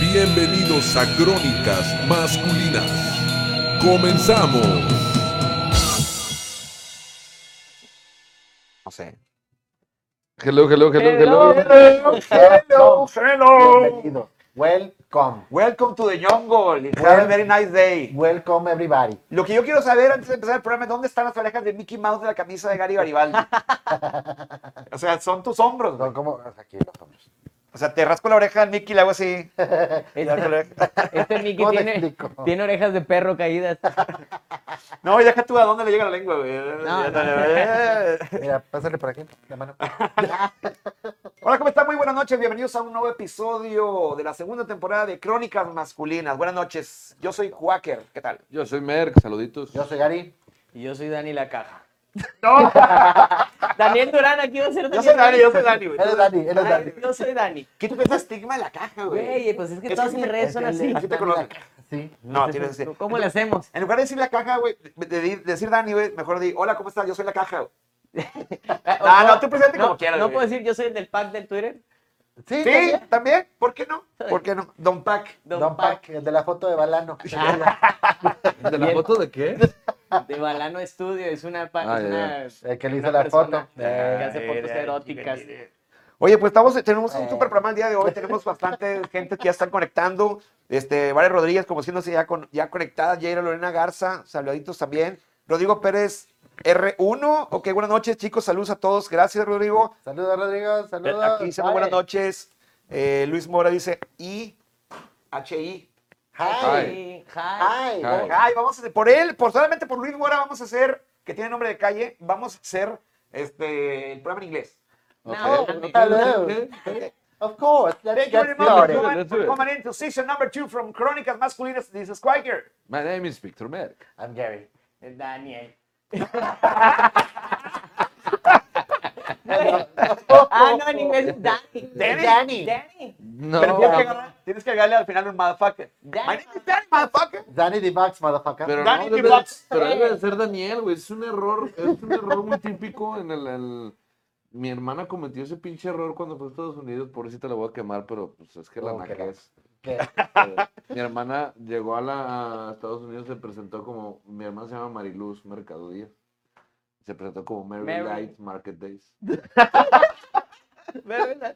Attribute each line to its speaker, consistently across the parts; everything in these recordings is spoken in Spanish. Speaker 1: Bienvenidos a Crónicas Masculinas. Comenzamos.
Speaker 2: No sé. Hello, hello, hello, hello.
Speaker 3: Hello.
Speaker 4: Hello, hello.
Speaker 3: Bienvenido. Welcome.
Speaker 4: Welcome to the Jungle. Have a
Speaker 3: Welcome.
Speaker 4: very nice day.
Speaker 3: Welcome everybody.
Speaker 4: Lo que yo quiero saber antes de empezar el programa es dónde están las orejas de Mickey Mouse de la camisa de Gary Garibaldi. o sea, son tus hombros, güey.
Speaker 3: Son como aquí los hombres.
Speaker 4: O sea, te rasco la oreja al Mickey y le hago así. Y le rasco la oreja.
Speaker 5: Este Mickey
Speaker 3: ¿Cómo te
Speaker 5: tiene,
Speaker 3: explico?
Speaker 5: tiene orejas de perro caídas.
Speaker 4: No, y deja tú a dónde le llega la lengua, güey.
Speaker 5: No,
Speaker 3: Mira, pásale por aquí la mano.
Speaker 4: Hola, ¿cómo están? Muy buenas noches. Bienvenidos a un nuevo episodio de la segunda temporada de Crónicas Masculinas. Buenas noches. Yo soy Quaker. ¿Qué tal?
Speaker 2: Yo soy Merck, saluditos.
Speaker 3: Yo soy Gary.
Speaker 5: Y yo soy Dani la caja. ¡No! Daniel Durán, aquí va a ser
Speaker 4: Yo soy Dani, yo soy Dani, güey.
Speaker 3: Él es Dani, él es
Speaker 5: Ay,
Speaker 3: Dani.
Speaker 5: Yo soy Dani.
Speaker 4: ¿Qué tú ves estigma de la caja, güey?
Speaker 5: Güey, pues es que
Speaker 4: Es
Speaker 5: todas
Speaker 4: que
Speaker 5: mis
Speaker 4: sí,
Speaker 5: redes son
Speaker 3: Es
Speaker 5: así.
Speaker 3: el-
Speaker 4: ¿Quién te conoce?
Speaker 3: Sí.
Speaker 4: No, tienes que
Speaker 5: ¿Cómo le hacemos?
Speaker 4: En lugar de decir la caja, güey, de, de- de decir Dani, güey, mejor di, hola, ¿cómo estás? Yo soy la caja. güey.
Speaker 5: Ah,
Speaker 4: no, tú preséntate como quieras,
Speaker 5: No
Speaker 4: güey.
Speaker 5: puedo decir, yo soy el del pack del Twitter.
Speaker 4: Sí,
Speaker 3: Sí, también.
Speaker 4: también, ¿por qué no? ¿Por qué no? Don Pac.
Speaker 3: Don,
Speaker 5: Don
Speaker 3: Pac, el de la foto de Balano.
Speaker 2: ¿De la
Speaker 5: Bien.
Speaker 2: foto de qué?
Speaker 5: Pack de Balano Studio. Es una. pa-
Speaker 2: Ah,
Speaker 5: es
Speaker 2: ya,
Speaker 5: una
Speaker 3: El que le hizo
Speaker 5: una
Speaker 3: la
Speaker 5: persona
Speaker 3: foto. Eh,
Speaker 5: Que hace fotos eróticas.
Speaker 4: Oye, pues estamos, tenemos un
Speaker 3: Eh.
Speaker 4: super programa el día de hoy, tenemos bastante gente que ya están conectando, este, Vale Rodríguez, como siéndose ya, con, ya conectada, Jaira Lorena Garza, saluditos también, Rodrigo Pérez, R1, ok, buenas noches chicos, saludos a todos, gracias Rodrigo,
Speaker 3: Saludos, Rodrigo. Saludos.
Speaker 4: aquí dicen buenas noches, Eh, Luis Mora dice, I, H-I,
Speaker 3: Hi.
Speaker 5: Hi. Hi.
Speaker 3: Hi.
Speaker 2: Hi.
Speaker 4: Ay, vamos a hacer- por él, por solamente por Luis Mora vamos a hacer, que tiene nombre de calle, vamos a hacer este el programa en inglés.
Speaker 5: No,
Speaker 2: Ok.
Speaker 5: Dani.
Speaker 3: Hello.
Speaker 4: Okay.
Speaker 3: Of course. Let's
Speaker 4: Thank you
Speaker 3: get
Speaker 4: very much
Speaker 3: started.
Speaker 4: everyone, for coming into season number two from Crónicas Masculinas. This is Quaker.
Speaker 2: My name is Victor Merck.
Speaker 3: I'm Gary.
Speaker 5: Daniel. Ah,
Speaker 3: Ah,
Speaker 5: no, en inglés es Dani.
Speaker 4: Dani.
Speaker 5: Dani. Dani.
Speaker 2: No.
Speaker 4: Pero tienes que, agarrar- tienes que agregarle al final un motherfucker.
Speaker 5: Damn.
Speaker 4: My name is Danny, motherfucker.
Speaker 3: Danny the Box, motherfucker.
Speaker 2: Pero
Speaker 4: Dani
Speaker 2: no, debe,
Speaker 4: Tibox.
Speaker 2: pero debe de ser Daniel, güey. Es un error, es un error muy típico en el, el- Mi hermana cometió ese pinche error cuando fue a Estados Unidos, pobrecita la voy a quemar, pero pues es que la
Speaker 3: No, que la-
Speaker 2: naquez.
Speaker 3: ¿Qué?
Speaker 2: Mi hermana llegó a, la, a Estados Unidos, se presentó como... Mi hermana se llama Mariluz Mercado Díaz. Se presentó como Mary,
Speaker 5: Mary.
Speaker 2: Light Market Days.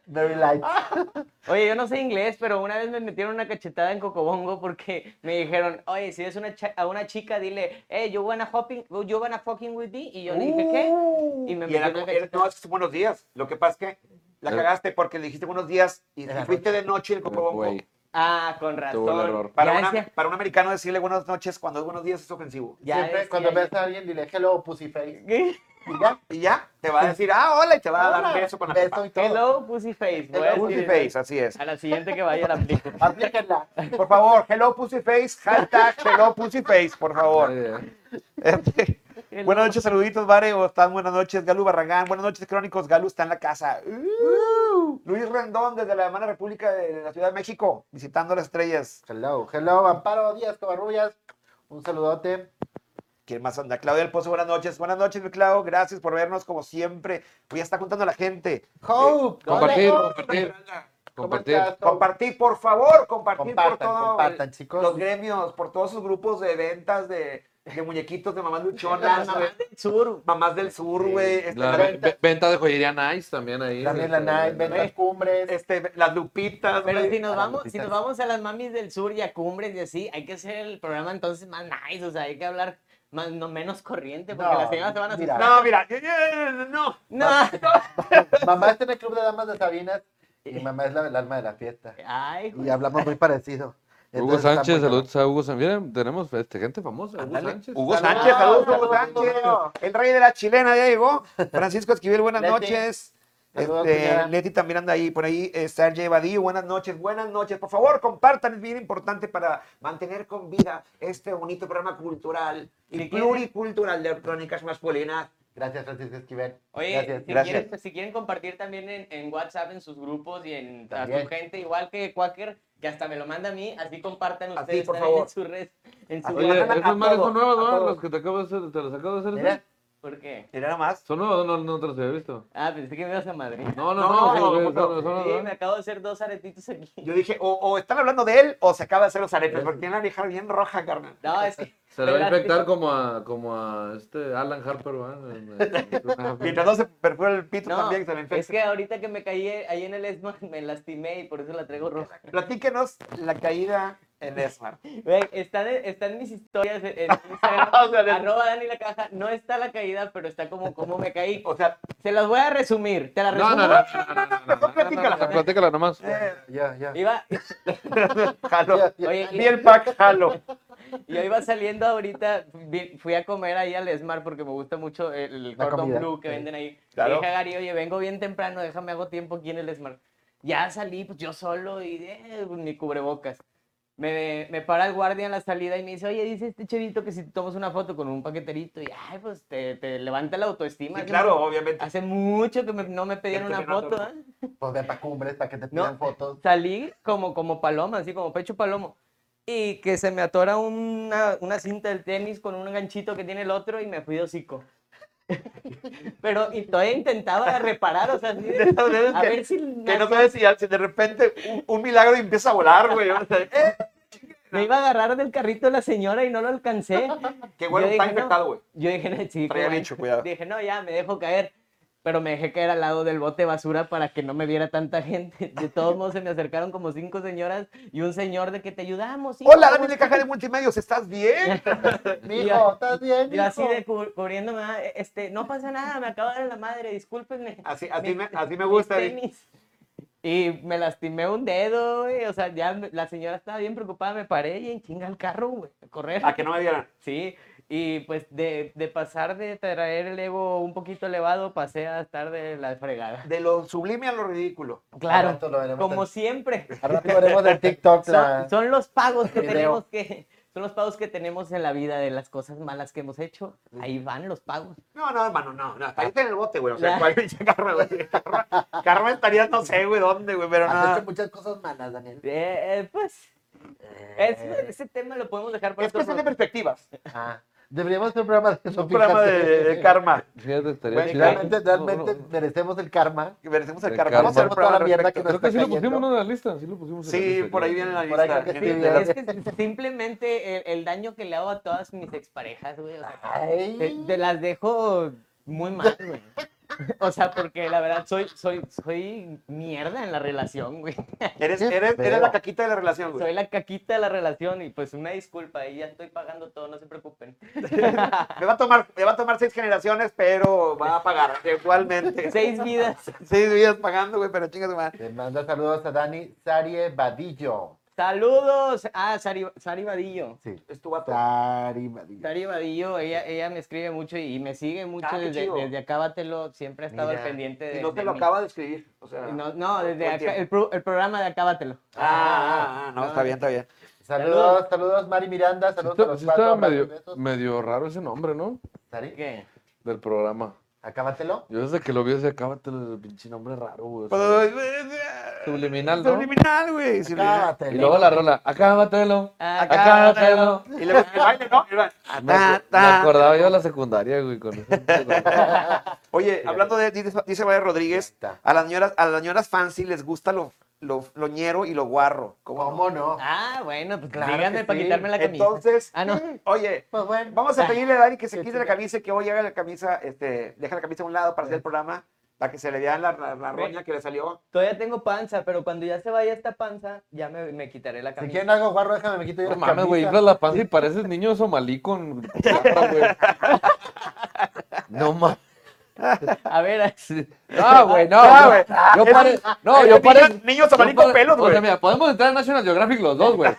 Speaker 3: Very light.
Speaker 4: Ah,
Speaker 5: Oye, yo no sé inglés, pero una vez me metieron una cachetada en Cocobongo porque me dijeron, oye, si ves una cha- a una chica, dile, hey, you wanna, hopping, you wanna fucking with me? Y yo le dije, ¿qué?
Speaker 4: Uh.
Speaker 5: Y me
Speaker 4: Y era
Speaker 5: metieron
Speaker 4: como,
Speaker 5: una
Speaker 4: era- no,
Speaker 5: cachetada.
Speaker 4: es que son buenos días. Lo que pasa es que la
Speaker 2: Eh.
Speaker 4: cagaste porque le dijiste buenos días y,
Speaker 3: Era
Speaker 4: y fuiste de noche en Cocobongo.
Speaker 2: Güey,
Speaker 5: Ah, con
Speaker 2: Tuvo el
Speaker 5: razón.
Speaker 2: error.
Speaker 4: Para,
Speaker 5: Ya,
Speaker 4: una-
Speaker 5: decía-
Speaker 4: para un americano decirle buenas noches cuando es buenos días es ofensivo.
Speaker 5: ya
Speaker 3: Siempre
Speaker 5: decía
Speaker 3: cuando
Speaker 5: yo.
Speaker 3: ves a alguien, dile hello, pussyface.
Speaker 5: ¿Qué?
Speaker 3: Y ya.
Speaker 4: Y ya, te va a decir, ah, hola, y te va a dar beso con la
Speaker 3: Beso
Speaker 4: pepa.
Speaker 3: y todo.
Speaker 5: Hello, Pussyface. voy a
Speaker 3: Hello,
Speaker 5: decir
Speaker 4: Pussy Face,
Speaker 5: eso.
Speaker 4: así es.
Speaker 5: A la siguiente que vaya la aplico.
Speaker 3: Aplíquenla.
Speaker 4: Por favor, hello Pussyface, hashtag hello Pussyface, por favor.
Speaker 2: ay, ay.
Speaker 4: Este,
Speaker 5: Hello.
Speaker 4: buenas noches, saluditos, Vare, o están buenas noches, Galu Barragán, buenas noches, Crónicos, Galu está en la casa. Uh, Luis Rendón, desde la hermana República de la Ciudad de México, visitando las estrellas.
Speaker 3: Hello, hello, Amparo Díaz Covarrubias. Un saludote.
Speaker 4: ¿Quién más anda? Claudia del Pozo, buenas noches. Buenas noches, mi Clau, gracias por vernos como siempre. Pues Voy a estar contando a la gente.
Speaker 3: Hope.
Speaker 2: Compartir,
Speaker 3: hola, Hope.
Speaker 2: compartir,
Speaker 3: ¿Cómo
Speaker 2: compartir.
Speaker 3: estás?
Speaker 4: Compartir, por favor, compartir por
Speaker 3: Compartan,
Speaker 4: todo.
Speaker 3: compartan, chicos.
Speaker 4: Los gremios, por todos sus grupos de ventas, de de muñequitos de mamás luchonas,
Speaker 5: Mamá
Speaker 4: güey.
Speaker 5: del sur.
Speaker 4: Mamás del sur, güey. este,
Speaker 2: La
Speaker 4: la-
Speaker 2: ve-
Speaker 3: venta.
Speaker 2: ve- venta de joyería Nice también ahí.
Speaker 3: También la
Speaker 2: este,
Speaker 3: Nike, ventas cumbres.
Speaker 4: este, las lupitas,
Speaker 5: Pero
Speaker 4: güey.
Speaker 5: si
Speaker 3: Ah,
Speaker 5: nos
Speaker 4: Las
Speaker 5: vamos, si
Speaker 4: Lupitas.
Speaker 5: nos vamos a las mamis del sur y a cumbres y así, hay que hacer el programa entonces más nice, o sea, hay que hablar más, no menos corriente, porque
Speaker 3: No,
Speaker 5: las señoras se van a
Speaker 3: mira.
Speaker 5: asustar.
Speaker 4: No, mira, yo- yo- no.
Speaker 5: No.
Speaker 3: Mamá está en el club de damas de Sabinas y mi mamá es la, el alma de la fiesta.
Speaker 5: Ay,
Speaker 3: Y hablamos muy parecido.
Speaker 2: Hugo
Speaker 3: Entonces, está
Speaker 2: Sánchez,
Speaker 3: muy
Speaker 2: saludos a Hugo Sánchez. Miren, tenemos este, gente famosa. Hugo
Speaker 4: Ándale.
Speaker 2: Sánchez.
Speaker 4: Hugo
Speaker 3: Saludos,
Speaker 4: Sánchez, saludos, Hugo
Speaker 3: saludos,
Speaker 4: Sánchez.
Speaker 3: Hugo.
Speaker 4: El rey de la chilena ya llegó. Francisco Esquivel, buenas
Speaker 3: Leti.
Speaker 4: noches.
Speaker 3: Saludos,
Speaker 4: Este,
Speaker 3: cuñada.
Speaker 4: Leti también anda ahí por ahí. eh, Sergey Badillo, buenas noches, buenas noches. Por favor, compartan, es bien importante para mantener con vida este bonito programa cultural y
Speaker 5: ¿De qué?
Speaker 4: pluricultural de crónicas masculinas.
Speaker 3: Gracias, Francisco Esquivel.
Speaker 5: Oye,
Speaker 3: Gracias.
Speaker 5: si,
Speaker 4: gracias.
Speaker 5: Quieren, si quieren compartir también en, en WhatsApp, en sus grupos y en a
Speaker 3: También.
Speaker 5: su gente, igual que Quaker, que hasta me lo manda a mí, así compartan
Speaker 4: Así,
Speaker 5: ustedes
Speaker 4: por
Speaker 5: también
Speaker 4: favor.
Speaker 5: en sus redes. En su
Speaker 4: Así,
Speaker 2: Oye,
Speaker 5: WhatsApp.
Speaker 4: Mandan a
Speaker 2: esas madres
Speaker 4: todos,
Speaker 2: son nuevas,
Speaker 4: a
Speaker 2: ¿no?
Speaker 4: todos.
Speaker 2: Las que te acabo de hacer, te las acabo de hacer.
Speaker 3: Mira,
Speaker 2: ¿sí?
Speaker 5: ¿Por qué?
Speaker 4: Mira nada más.
Speaker 2: Son nuevas, no, no te las había visto.
Speaker 5: Ah, pensé que me ibas a Madrid.
Speaker 2: No, no, no,
Speaker 4: No, no,
Speaker 2: güey,
Speaker 4: no,
Speaker 2: son- son
Speaker 5: Sí,
Speaker 2: nuevas,
Speaker 5: me
Speaker 2: ¿no?
Speaker 5: acabo de hacer dos aretitos aquí.
Speaker 4: Yo dije, o, o están hablando de él o se acaba de hacer los aretes, porque tiene la oreja bien roja, carnal.
Speaker 5: No, es que.
Speaker 2: Se le va a
Speaker 5: Espérate.
Speaker 2: infectar como a, como a este Alan Harper, ¿verdad? En- en- en-
Speaker 4: Mientras no se perfora el pito
Speaker 5: No,
Speaker 4: también, se le infecta.
Speaker 5: es que ahorita que me caí eh, ahí en el Esmar me lastimé y por eso la traigo roja.
Speaker 4: Platíquenos la caída en Esmar.
Speaker 5: Güey, están, en- están mis historias en en Instagram,
Speaker 4: O sea, de-
Speaker 5: arroba Dani la caja. No está la caída, pero está como cómo me caí.
Speaker 4: O sea,
Speaker 5: Se las voy a resumir. Te las
Speaker 2: No,
Speaker 5: resumo.
Speaker 2: no, no, no, no, no, no,
Speaker 4: Mejor
Speaker 2: no,
Speaker 4: platícala.
Speaker 2: no, no, Platícala nomás.
Speaker 3: Ya, ya.
Speaker 5: Iba,
Speaker 4: jalo.
Speaker 3: Ya, ya.
Speaker 5: oye,
Speaker 4: Ni el pack, jalo.
Speaker 5: yo iba saliendo ahorita, vi- fui a comer ahí al Esmar porque me gusta mucho el, el
Speaker 3: La
Speaker 5: cordón
Speaker 3: comida,
Speaker 5: blue que
Speaker 3: sí.
Speaker 5: venden ahí.
Speaker 4: Claro.
Speaker 5: Le dije a Gary, oye, vengo bien temprano, déjame hago tiempo aquí en el Esmar. Ya salí, pues yo solo y eh, con mi cubrebocas. Me, me para el guardia en la salida y me dice, oye, dice este chavito que si te tomas una foto con un paqueterito, y ay, pues te, te levanta la autoestima.
Speaker 4: Sí,
Speaker 5: Hace
Speaker 4: claro,
Speaker 5: mu-
Speaker 4: obviamente.
Speaker 5: Hace mucho que me- no me pedían
Speaker 4: Que te
Speaker 5: una
Speaker 4: pidieron
Speaker 5: foto,
Speaker 4: otra
Speaker 5: ¿eh?
Speaker 3: Pues ve para cumbres, para que te
Speaker 5: No.
Speaker 3: pidan fotos.
Speaker 5: salí como, como paloma, así como pecho palomo. Y que se me atora una, una cinta del tenis con un ganchito que tiene el otro y me fui de hocico. Pero y todavía intentaba reparar, o sea, así de-
Speaker 4: Esas veces
Speaker 5: a
Speaker 4: que-
Speaker 5: ver si
Speaker 4: Que no
Speaker 5: nace-
Speaker 4: sabes si, si de repente un, un milagro y empieza a volar, güey. O sea, eh,
Speaker 5: me iba a agarrar del carrito la señora y no lo alcancé.
Speaker 4: que bueno,
Speaker 5: Yo
Speaker 4: está
Speaker 5: dije, no.
Speaker 4: infectado, güey.
Speaker 5: Yo dije, no,
Speaker 4: Traía
Speaker 5: sí, qué bueno.
Speaker 4: bicho, cuidado.
Speaker 5: Dije, no, ya, me dejo caer. Pero me dejé caer al lado del bote de basura para que no me viera tanta gente. De todos modos, se me acercaron como cinco señoras y un señor de que te ayudamos. sí,
Speaker 4: Hola, Dani
Speaker 5: vamos".
Speaker 4: de Caja de Multimedios, ¿estás bien?
Speaker 3: Mijo, ¿estás bien?
Speaker 5: Yo así
Speaker 3: mijo?
Speaker 5: de cu- cubriéndome, ah, este, no pasa nada, me acabo de dar la madre, discúlpenme.
Speaker 4: Así, así,
Speaker 5: Mi-
Speaker 4: me, así me
Speaker 5: mis
Speaker 4: gusta. güey.
Speaker 5: tenis. Y me lastimé un dedo, güey, o sea, ya me- la señora estaba bien preocupada, me paré y en chinga al carro, güey, a correr.
Speaker 4: A que no me vieran.
Speaker 5: Sí, y pues de, de pasar de traer el ego un poquito elevado, pasé a estar de la fregada.
Speaker 4: De lo sublime a lo ridículo.
Speaker 3: Al rato lo
Speaker 5: Claro,
Speaker 3: veremos
Speaker 5: como
Speaker 3: en-
Speaker 5: siempre.
Speaker 3: Al rato veremos en TikTok la...
Speaker 5: Son, son los pagos que
Speaker 3: Video.
Speaker 5: tenemos que son los pagos que tenemos en la vida de las cosas malas que hemos hecho. Ahí van los pagos.
Speaker 4: No, no, hermano, no. no estaría en el bote, güey. O sea,
Speaker 5: Ya.
Speaker 4: cuál pinche carro, güey. Carro, carro estaría, no sé, güey, dónde, güey, pero
Speaker 5: ah.
Speaker 3: Has hecho
Speaker 4: nada.
Speaker 3: muchas cosas malas, Daniel. Eh,
Speaker 5: Eh, eh, pues es- ese tema lo podemos dejar para
Speaker 4: Es
Speaker 5: otro
Speaker 4: cuestión de
Speaker 5: momento.
Speaker 4: perspectivas.
Speaker 3: Ah, deberíamos hacer un programa de eso,
Speaker 4: Un programa de,
Speaker 3: fíjate.
Speaker 4: de karma.
Speaker 2: Fíjate, estaría
Speaker 4: Güey,
Speaker 2: chido.
Speaker 3: Realmente,
Speaker 2: No, no,
Speaker 3: realmente
Speaker 2: no.
Speaker 3: merecemos el karma.
Speaker 4: Que merecemos el
Speaker 2: De
Speaker 4: karma.
Speaker 2: karma.
Speaker 4: Vamos a hacer un
Speaker 3: Toda
Speaker 4: programa
Speaker 3: la
Speaker 4: al
Speaker 3: mierda
Speaker 4: respecto.
Speaker 3: que
Speaker 2: Creo
Speaker 3: nos-
Speaker 2: que sí lo
Speaker 3: Está
Speaker 2: pusimos
Speaker 3: cayendo.
Speaker 2: ¿no? en la lista. Sí, lo pusimos en la
Speaker 4: Sí,
Speaker 2: lista,
Speaker 4: por ahí
Speaker 2: creo.
Speaker 4: viene la
Speaker 3: Por ahí
Speaker 4: lista.
Speaker 3: creo que
Speaker 5: Sí,
Speaker 3: sí,
Speaker 4: gente.
Speaker 5: pero es que simplemente el, el daño que le hago a todas mis exparejas, güey. o sea,
Speaker 4: Eh,
Speaker 3: Ay.
Speaker 5: te, te las dejo muy mal, güey. O sea, porque la verdad soy, soy, soy mierda en la relación, güey.
Speaker 4: Eres,
Speaker 3: Qué
Speaker 4: eres, eres
Speaker 3: feo.
Speaker 4: la caquita de la relación, güey.
Speaker 5: Soy la caquita de la relación y pues una disculpa, ahí ya estoy pagando todo, no se preocupen.
Speaker 4: Me va a tomar, me va a tomar seis generaciones, pero va a pagar igualmente.
Speaker 5: Seis vidas.
Speaker 4: Seis días pagando, güey, pero chinga tu madre.
Speaker 3: Le manda saludos a Dani Sarie Badillo.
Speaker 5: Saludos. Ah, Sari, Sari Vadillo.
Speaker 3: Sí.
Speaker 4: Es tu vato.
Speaker 3: Sari Badillo.
Speaker 5: Sari Vadillo, ella, ella me escribe mucho y, y me sigue mucho
Speaker 4: Ah, qué
Speaker 5: desde,
Speaker 4: chido.
Speaker 5: desde Acábatelo, siempre ha estado
Speaker 3: Mira,
Speaker 5: al pendiente de
Speaker 4: Y no
Speaker 5: de
Speaker 4: te lo
Speaker 5: mí.
Speaker 4: acaba de escribir. O sea.
Speaker 5: No, no, desde
Speaker 4: todo el
Speaker 5: acá-
Speaker 4: tiempo.
Speaker 5: el, pro- el programa de Acábatelo.
Speaker 4: Ah, ah, ah, no, está bien, está bien.
Speaker 3: Saludos, saludos Mari Miranda,
Speaker 2: Sí
Speaker 3: saludos a
Speaker 2: está-
Speaker 3: los
Speaker 2: sí estaba
Speaker 3: cuatro.
Speaker 2: medio,
Speaker 3: abrazos, besos.
Speaker 2: medio raro ese nombre, ¿no?
Speaker 3: Sari,
Speaker 5: ¿Qué?
Speaker 2: Del programa.
Speaker 3: acábatelo.
Speaker 2: Yo desde que lo vi, se acábate el pinche nombre raro, güey. o sea,
Speaker 4: Pero, eh,
Speaker 2: subliminal, ¿no?
Speaker 4: Subliminal, güey. subliminal.
Speaker 2: Y
Speaker 3: Acábatelo.
Speaker 2: luego la rola, acábatelo,
Speaker 5: Ah,
Speaker 2: acábatelo.
Speaker 4: Y luego el baile, ¿no? Era-
Speaker 6: Me, acu- me acordaba yo de la secundaria, güey, con eso.
Speaker 4: Oye, hablando de, dice, dice María Rodríguez,
Speaker 3: Ahí está.
Speaker 4: a las señoras, a las señoras fancy les gusta lo, lo, lo ñero y lo guarro. ¿Cómo no?
Speaker 3: ¿Cómo no?
Speaker 5: Ah, bueno, pues
Speaker 4: Claro
Speaker 5: díganme
Speaker 4: que
Speaker 5: para
Speaker 4: sí.
Speaker 5: quitarme la camisa.
Speaker 4: Entonces,
Speaker 5: Ah, no.
Speaker 4: oye,
Speaker 3: Pues bueno.
Speaker 4: vamos a pedirle a Dani que se quite la camisa y que hoy haga la camisa, este, deja la camisa a un lado para hacer el programa, para que se le vea la, la, la roña que le salió.
Speaker 5: Todavía tengo panza, pero cuando ya se vaya esta panza, ya me, me quitaré la
Speaker 3: Si
Speaker 5: camisa.
Speaker 3: quieren algo guarro, déjame, me quito yo
Speaker 6: No
Speaker 3: la
Speaker 6: mames, güey,
Speaker 3: camisa.
Speaker 6: inflas la panza y pareces niño somalí con plata, güey. No mames.
Speaker 5: A ver,
Speaker 6: No, güey, no.
Speaker 4: Ah,
Speaker 6: yo-
Speaker 4: güey.
Speaker 6: Yo pare... No,
Speaker 4: Eres
Speaker 6: yo
Speaker 4: niño-
Speaker 6: parezco.
Speaker 4: niño somalí con pelos,
Speaker 6: O
Speaker 4: güey.
Speaker 6: sea, mira, podemos entrar en National Geographic los dos, güey.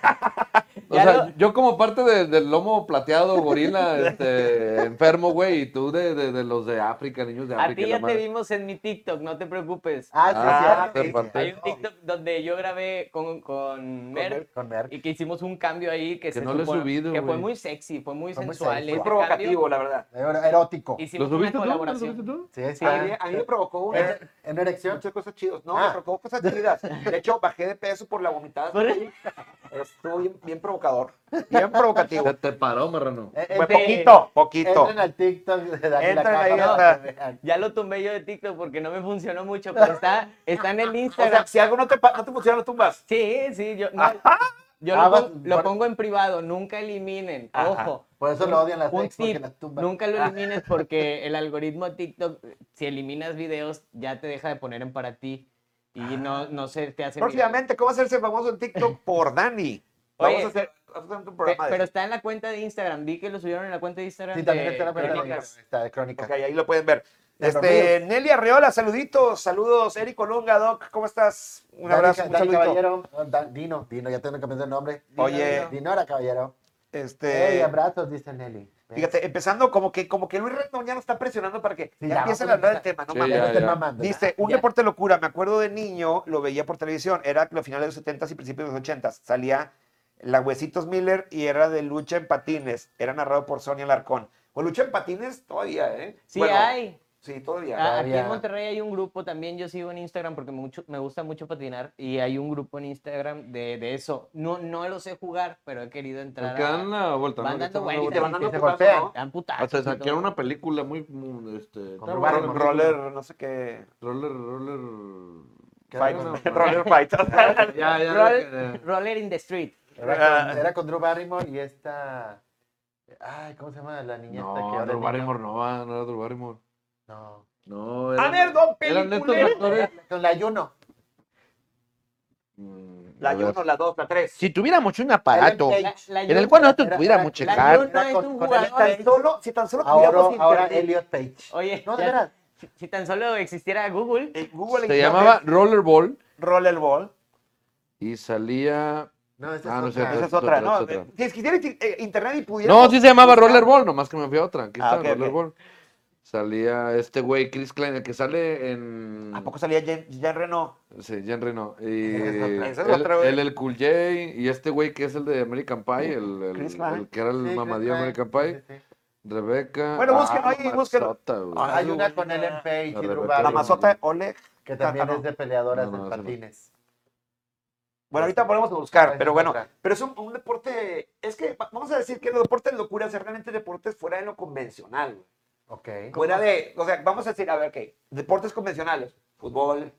Speaker 6: O
Speaker 5: Ya
Speaker 6: sea,
Speaker 5: lo-
Speaker 6: yo como parte de- del lomo plateado, gorila, este, enfermo, güey, y tú de, de, de los de África, niños de
Speaker 5: a
Speaker 6: África.
Speaker 5: ti
Speaker 6: la
Speaker 5: ya te
Speaker 6: madre.
Speaker 5: vimos en mi TikTok, no te preocupes.
Speaker 3: Ah,
Speaker 4: Ah,
Speaker 3: sí,
Speaker 6: te
Speaker 3: sí,
Speaker 6: falté.
Speaker 5: Hay un TikTok donde yo grabé con, con Merck
Speaker 3: Con Merck.
Speaker 5: y que hicimos un cambio ahí que,
Speaker 6: Que
Speaker 5: se
Speaker 6: no lo he
Speaker 5: supone-
Speaker 6: subido,
Speaker 5: que fue
Speaker 6: güey.
Speaker 5: muy sexy, fue muy
Speaker 3: Fue muy
Speaker 5: sensual.
Speaker 3: sexy.
Speaker 5: ese
Speaker 4: Muy
Speaker 5: cambio.
Speaker 4: provocativo, la verdad. Ah,
Speaker 3: Era erótico.
Speaker 5: Hicimos
Speaker 6: ¿Lo subiste
Speaker 5: una
Speaker 6: tú? ¿Lo
Speaker 5: colaboración.
Speaker 6: subiste tú?
Speaker 3: Sí, sí. Ah.
Speaker 4: A mí, a mí me provocó una-
Speaker 3: ¿En en erección?
Speaker 4: muchas cosas chidas. No,
Speaker 3: Ah.
Speaker 4: me provocó cosas chidas. De hecho, bajé de peso por la vomitada.
Speaker 5: Por-
Speaker 4: Estuvo bien, bien provocador. Este, Bien provocativo.
Speaker 6: Te, te paró, marrano.
Speaker 3: Eh,
Speaker 4: Fue
Speaker 3: eh,
Speaker 4: poquito, poquito.
Speaker 3: Entren al TikTok de Dani
Speaker 4: Entren
Speaker 3: Lacaja,
Speaker 4: ahí,
Speaker 3: para
Speaker 4: está.
Speaker 3: que vean.
Speaker 5: Ya lo tumbé yo de TikTok porque no me funcionó mucho, pero está, está en el
Speaker 4: O
Speaker 5: Instagram.
Speaker 4: sea, si algo no te, pa- no te funciona, lo tumbas.
Speaker 5: sí, sí, yo, no,
Speaker 4: Ajá.
Speaker 5: yo
Speaker 3: Ah,
Speaker 5: lo, pon-
Speaker 3: vas-
Speaker 5: lo
Speaker 3: por-
Speaker 5: pongo en privado, nunca eliminen,
Speaker 4: Ajá.
Speaker 5: ojo.
Speaker 3: Por eso lo odian las
Speaker 5: Un
Speaker 3: ex, porque
Speaker 5: tip,
Speaker 3: las tumban. Ah.
Speaker 5: nunca lo elimines porque el algoritmo de TikTok, si eliminas videos, ya te deja de poner en para ti y
Speaker 3: Ah.
Speaker 5: no, no se te hace... viral.
Speaker 4: Próximamente, ¿cómo hacerse famoso en TikTok por Dani? Vamos
Speaker 5: Oye,
Speaker 4: a hacer, vamos a hacer un
Speaker 5: Pe-
Speaker 4: programa de
Speaker 5: pero
Speaker 4: eso,
Speaker 5: está en la cuenta de Instagram, vi que lo subieron en la cuenta de Instagram.
Speaker 3: Sí, también
Speaker 5: de
Speaker 3: está la primera de
Speaker 5: Crónicas.
Speaker 3: está de crónica.
Speaker 4: porque ahí- ahí lo pueden ver.
Speaker 3: De los
Speaker 4: Este, Nelly Arreola, saluditos, saludos. Eric Colunga, Doc, ¿cómo estás? Un
Speaker 3: Dani-
Speaker 4: abrazo, un
Speaker 3: Dani
Speaker 4: saludito.
Speaker 3: Caballero, no, Dan- Dino, Dino, ya tengo que cambiar el nombre.
Speaker 4: Oye.
Speaker 3: Dinora Caballero. Ey,
Speaker 4: Este,
Speaker 3: abrazos, dice Nelly.
Speaker 4: fíjate, empezando como que, como que Luis Rendón ya nos está presionando para que ya
Speaker 3: Sí, ya,
Speaker 4: empiecen a
Speaker 3: vamos a
Speaker 4: hablar del tema,
Speaker 3: empezar.
Speaker 4: no
Speaker 6: Sí,
Speaker 4: mames.
Speaker 6: ya, ya.
Speaker 4: Dice, un deporte locura, me acuerdo de niño, lo veía por televisión, era los finales de los 70s y principios de los 80s, salía la Huesitos Miller y era de lucha en patines, era narrado por Sonia Larcón. O lucha en patines todavía, ¿eh?
Speaker 5: Sí
Speaker 4: Bueno,
Speaker 5: hay.
Speaker 4: Sí, todavía.
Speaker 5: Ah, aquí
Speaker 3: todavía.
Speaker 5: en Monterrey hay un grupo también, yo sigo en Instagram porque mucho, me gusta mucho patinar y hay un grupo en Instagram de, de eso. No, no lo sé jugar, pero he querido entrar.
Speaker 6: Porque dan
Speaker 5: a,
Speaker 6: la vuelta, ¿no?
Speaker 5: van dando
Speaker 6: Que
Speaker 5: vueltas.
Speaker 4: te van dando
Speaker 5: que se
Speaker 4: putazo,
Speaker 5: golpean,
Speaker 4: ¿no?
Speaker 5: dan putazos
Speaker 6: Hasta
Speaker 5: y todo.
Speaker 6: saquearon una película muy, muy, este,
Speaker 3: Con
Speaker 6: está
Speaker 4: Roller,
Speaker 6: buena,
Speaker 4: roller, no sé qué.
Speaker 6: Roller, roller.
Speaker 4: Fight,
Speaker 6: Bueno, pues.
Speaker 4: roller fight.
Speaker 6: Ya, ya.
Speaker 5: Roll- roller in the street.
Speaker 3: Era con, era con Drew Barrymore y esta... Ay, ¿cómo se llama la niña esta que
Speaker 6: No,
Speaker 3: ahora
Speaker 6: Drew
Speaker 3: es-
Speaker 6: Barrymore no va, no era Drew Barrymore.
Speaker 3: No.
Speaker 6: No,
Speaker 4: A ver, don
Speaker 6: eran estos
Speaker 4: peliculero.
Speaker 6: actores.
Speaker 3: Con la Juno.
Speaker 6: Mm,
Speaker 4: La
Speaker 6: a ver.
Speaker 4: 1, la 2, la tres.
Speaker 7: Si tuviéramos un aparato
Speaker 3: Ellen
Speaker 5: La-
Speaker 3: Page.
Speaker 5: la
Speaker 7: en el
Speaker 5: Jun-
Speaker 7: cual nosotros
Speaker 3: era-
Speaker 7: pudiéramos
Speaker 3: era-
Speaker 7: checar.
Speaker 5: Jun- no es
Speaker 3: con-
Speaker 5: un
Speaker 3: con
Speaker 5: jugador.
Speaker 3: Ellen
Speaker 6: eh,
Speaker 3: Page.
Speaker 4: Tan solo, si tan solo
Speaker 3: Ahora,
Speaker 4: tuviéramos
Speaker 3: ahora
Speaker 4: internet.
Speaker 3: Elliot Page.
Speaker 5: Oye,
Speaker 3: No, de
Speaker 5: ya-
Speaker 3: veras.
Speaker 5: si tan solo existiera Google,
Speaker 4: En Google
Speaker 6: eh, Se
Speaker 4: Internet,
Speaker 6: llamaba Rollerball
Speaker 4: Rollerball.
Speaker 6: y salía.
Speaker 3: No, esa
Speaker 6: Ah, no
Speaker 3: es otra.
Speaker 4: Esa
Speaker 6: sé, Esa
Speaker 4: es
Speaker 6: es
Speaker 4: otra,
Speaker 6: otra,
Speaker 4: ¿no?
Speaker 6: esa es otra.
Speaker 4: Si quisiera eh, internet y pudiera.
Speaker 6: No, sí se llamaba Rollerball, nomás que me fui a otra. Aquí
Speaker 4: Ah,
Speaker 6: está,
Speaker 4: ok, ok.
Speaker 6: Rollerball. Salía este güey, Chris Klein, el que sale en.
Speaker 4: ¿A poco salía Jen, Jen Reno?
Speaker 6: Sí, Jean Reno. Y
Speaker 3: Esa es otra.
Speaker 4: Esa es
Speaker 6: él-
Speaker 4: otra, güey.
Speaker 6: él, el Cool J, y este güey que es el de American Pie, el, el-
Speaker 4: Chris Klein.
Speaker 6: el que era
Speaker 3: Sí,
Speaker 6: el
Speaker 3: Chris
Speaker 6: mamadío de
Speaker 3: Pine.
Speaker 6: American Pie.
Speaker 3: Sí, sí, sí.
Speaker 6: Rebeca. Ah,
Speaker 4: Bueno, búsquenlo ahí, búsquenlo.
Speaker 6: mazota, güey.
Speaker 4: Ah,
Speaker 3: Hay una
Speaker 4: Ayúdame.
Speaker 3: con Ellen Page y
Speaker 6: La
Speaker 3: Drew
Speaker 6: Rebeca
Speaker 4: La
Speaker 6: Claro.
Speaker 3: Barrymore,
Speaker 4: masota de Oleg.
Speaker 3: que también
Speaker 4: Tátano.
Speaker 3: es de peleadoras
Speaker 6: No, no,
Speaker 3: en
Speaker 6: esa no.
Speaker 3: patines.
Speaker 4: Bueno, ahorita podemos buscar,
Speaker 3: Esa
Speaker 4: pero
Speaker 3: es
Speaker 4: bueno.
Speaker 3: otra.
Speaker 4: Pero es un, un deporte. Es que va- vamos a decir que los deportes de locura es realmente deportes fuera de lo convencional. güey.
Speaker 3: Ok.
Speaker 4: Fuera de. O sea, vamos a decir, a ver, ok. Deportes convencionales: fútbol,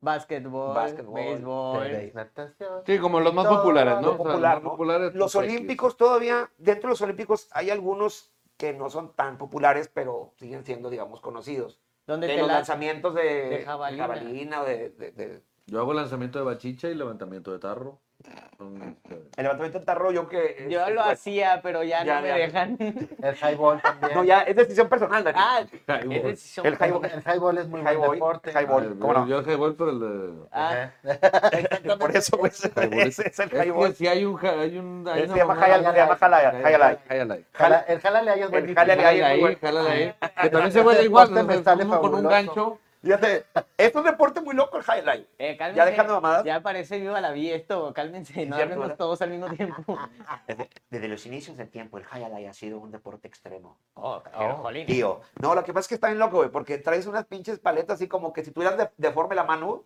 Speaker 5: básquetbol,
Speaker 4: Básquetbol,
Speaker 3: eh,
Speaker 5: béisbol.
Speaker 3: Natación.
Speaker 6: Sí, como los más populares, ¿no?
Speaker 4: lo popular,
Speaker 6: los
Speaker 4: ¿no?
Speaker 6: más populares,
Speaker 4: Los
Speaker 6: pues,
Speaker 4: olímpicos todavía, dentro de los olímpicos hay algunos que no son tan populares, pero siguen siendo, digamos, conocidos.
Speaker 5: Donde
Speaker 4: De
Speaker 5: te
Speaker 4: los
Speaker 5: la-
Speaker 4: lanzamientos de,
Speaker 5: de jabalina.
Speaker 4: jabalina, de, de- de-
Speaker 6: X. Yo hago lanzamiento de bachicha y levantamiento de tarro. Son, este,
Speaker 4: el levantamiento de tarro, yo que...
Speaker 5: Yo
Speaker 4: es-
Speaker 5: lo
Speaker 4: bueno,
Speaker 5: hacía, pero ya,
Speaker 4: Ya,
Speaker 5: no me
Speaker 4: ya.
Speaker 5: dejan.
Speaker 3: El highball también.
Speaker 4: No, ya, es decisión personal, Dani.
Speaker 5: ah,
Speaker 6: highball.
Speaker 5: es decisión
Speaker 4: El highball.
Speaker 3: El highball es muy
Speaker 4: El
Speaker 3: buen
Speaker 4: highball,
Speaker 3: deporte.
Speaker 4: el highball, ¿cómo
Speaker 6: yo-
Speaker 4: no?
Speaker 6: Yo el highball, pero el de...
Speaker 5: Ah,
Speaker 3: Ajá.
Speaker 4: Por eso, güey, ese,
Speaker 6: Highball.
Speaker 4: ese es el
Speaker 6: Es que
Speaker 4: highball.
Speaker 6: si hay un... ja- Hay un hay
Speaker 4: Se
Speaker 6: una
Speaker 4: llama
Speaker 6: mamada-
Speaker 4: highlight, se llama highlight, highlight.
Speaker 6: Highlight.
Speaker 3: Jala- el jálale ahí es buen
Speaker 4: El jálale ahí.
Speaker 6: Jálale
Speaker 4: muy
Speaker 6: ahí,
Speaker 4: bueno.
Speaker 6: jálale ahí. Que también se vuelve igual,
Speaker 3: Este
Speaker 6: ¿no?
Speaker 3: me
Speaker 6: Es
Speaker 3: sale
Speaker 6: uno con un
Speaker 3: fabuloso.
Speaker 6: gancho.
Speaker 4: Fíjate, es un deporte muy loco el highlight.
Speaker 5: eh, cálmense,
Speaker 4: Ya dejando mamadas.
Speaker 5: Ya parece viva la vi esto, cálmense,
Speaker 4: cierto,
Speaker 5: no
Speaker 4: ¿verdad?
Speaker 5: hablemos todos al mismo tiempo.
Speaker 4: Desde los inicios del tiempo, el highlight ha sido un deporte extremo.
Speaker 5: Oh, oh, jolín.
Speaker 4: Tío, no, lo que pasa es que está bien loco, güey, porque traes unas pinches paletas así como que si tuvieras de, deforme la mano,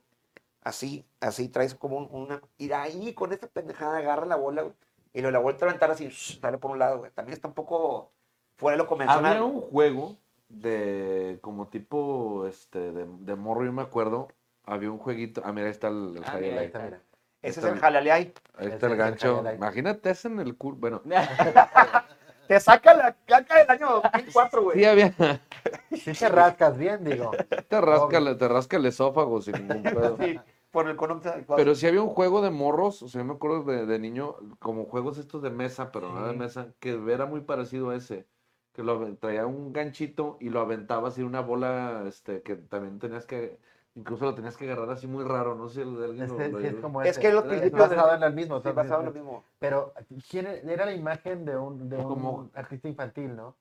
Speaker 4: así, así traes como un- una. Y de ahí con esta pendejada agarra la bola, güey, y lo la vuelta a aventar así, shh, sale por un lado, güey. También está un poco fuera de lo
Speaker 6: Había
Speaker 4: convencional.
Speaker 6: un juego de como tipo este de, de morro, yo me acuerdo. Había un jueguito. Ah, mira, ahí está el, el
Speaker 5: Ah,
Speaker 6: highlight.
Speaker 5: mira,
Speaker 3: Ahí está, mira.
Speaker 4: Ese es el jalaleay.
Speaker 6: Ahí
Speaker 3: Ese
Speaker 6: está
Speaker 3: es
Speaker 6: el
Speaker 3: el
Speaker 6: gancho.
Speaker 3: highlight.
Speaker 6: Imagínate ese en el culo. Bueno,
Speaker 4: Te saca la caca del año 2004, güey.
Speaker 6: sí había.
Speaker 3: Sí te rascas bien, digo.
Speaker 6: Te rasca,
Speaker 3: Obvio.
Speaker 6: el- te rasca el esófago sin ningún pedo.
Speaker 4: Sí, por el conocimiento adecuado.
Speaker 6: Pero sí había un juego de morros, o sea, yo me acuerdo de, de niño, como juegos estos de mesa, pero no de
Speaker 4: Sí.
Speaker 6: mesa, que era muy parecido a ese. Que lo aven- traía un ganchito y lo aventaba así una bola, este, que también tenías que, incluso lo tenías que agarrar así muy raro, no sé si alguien lo,
Speaker 3: Este,
Speaker 6: lo
Speaker 3: sí, es
Speaker 6: llevó.
Speaker 3: como
Speaker 4: es
Speaker 3: ese.
Speaker 4: que los
Speaker 6: Es
Speaker 3: Es
Speaker 4: principios del-
Speaker 3: basado en el mismo.
Speaker 4: sí,
Speaker 3: son-
Speaker 4: basado en lo mismo.
Speaker 3: Pero ¿quién era era la imagen de un, de un
Speaker 6: Como-
Speaker 3: artista infantil, ¿no?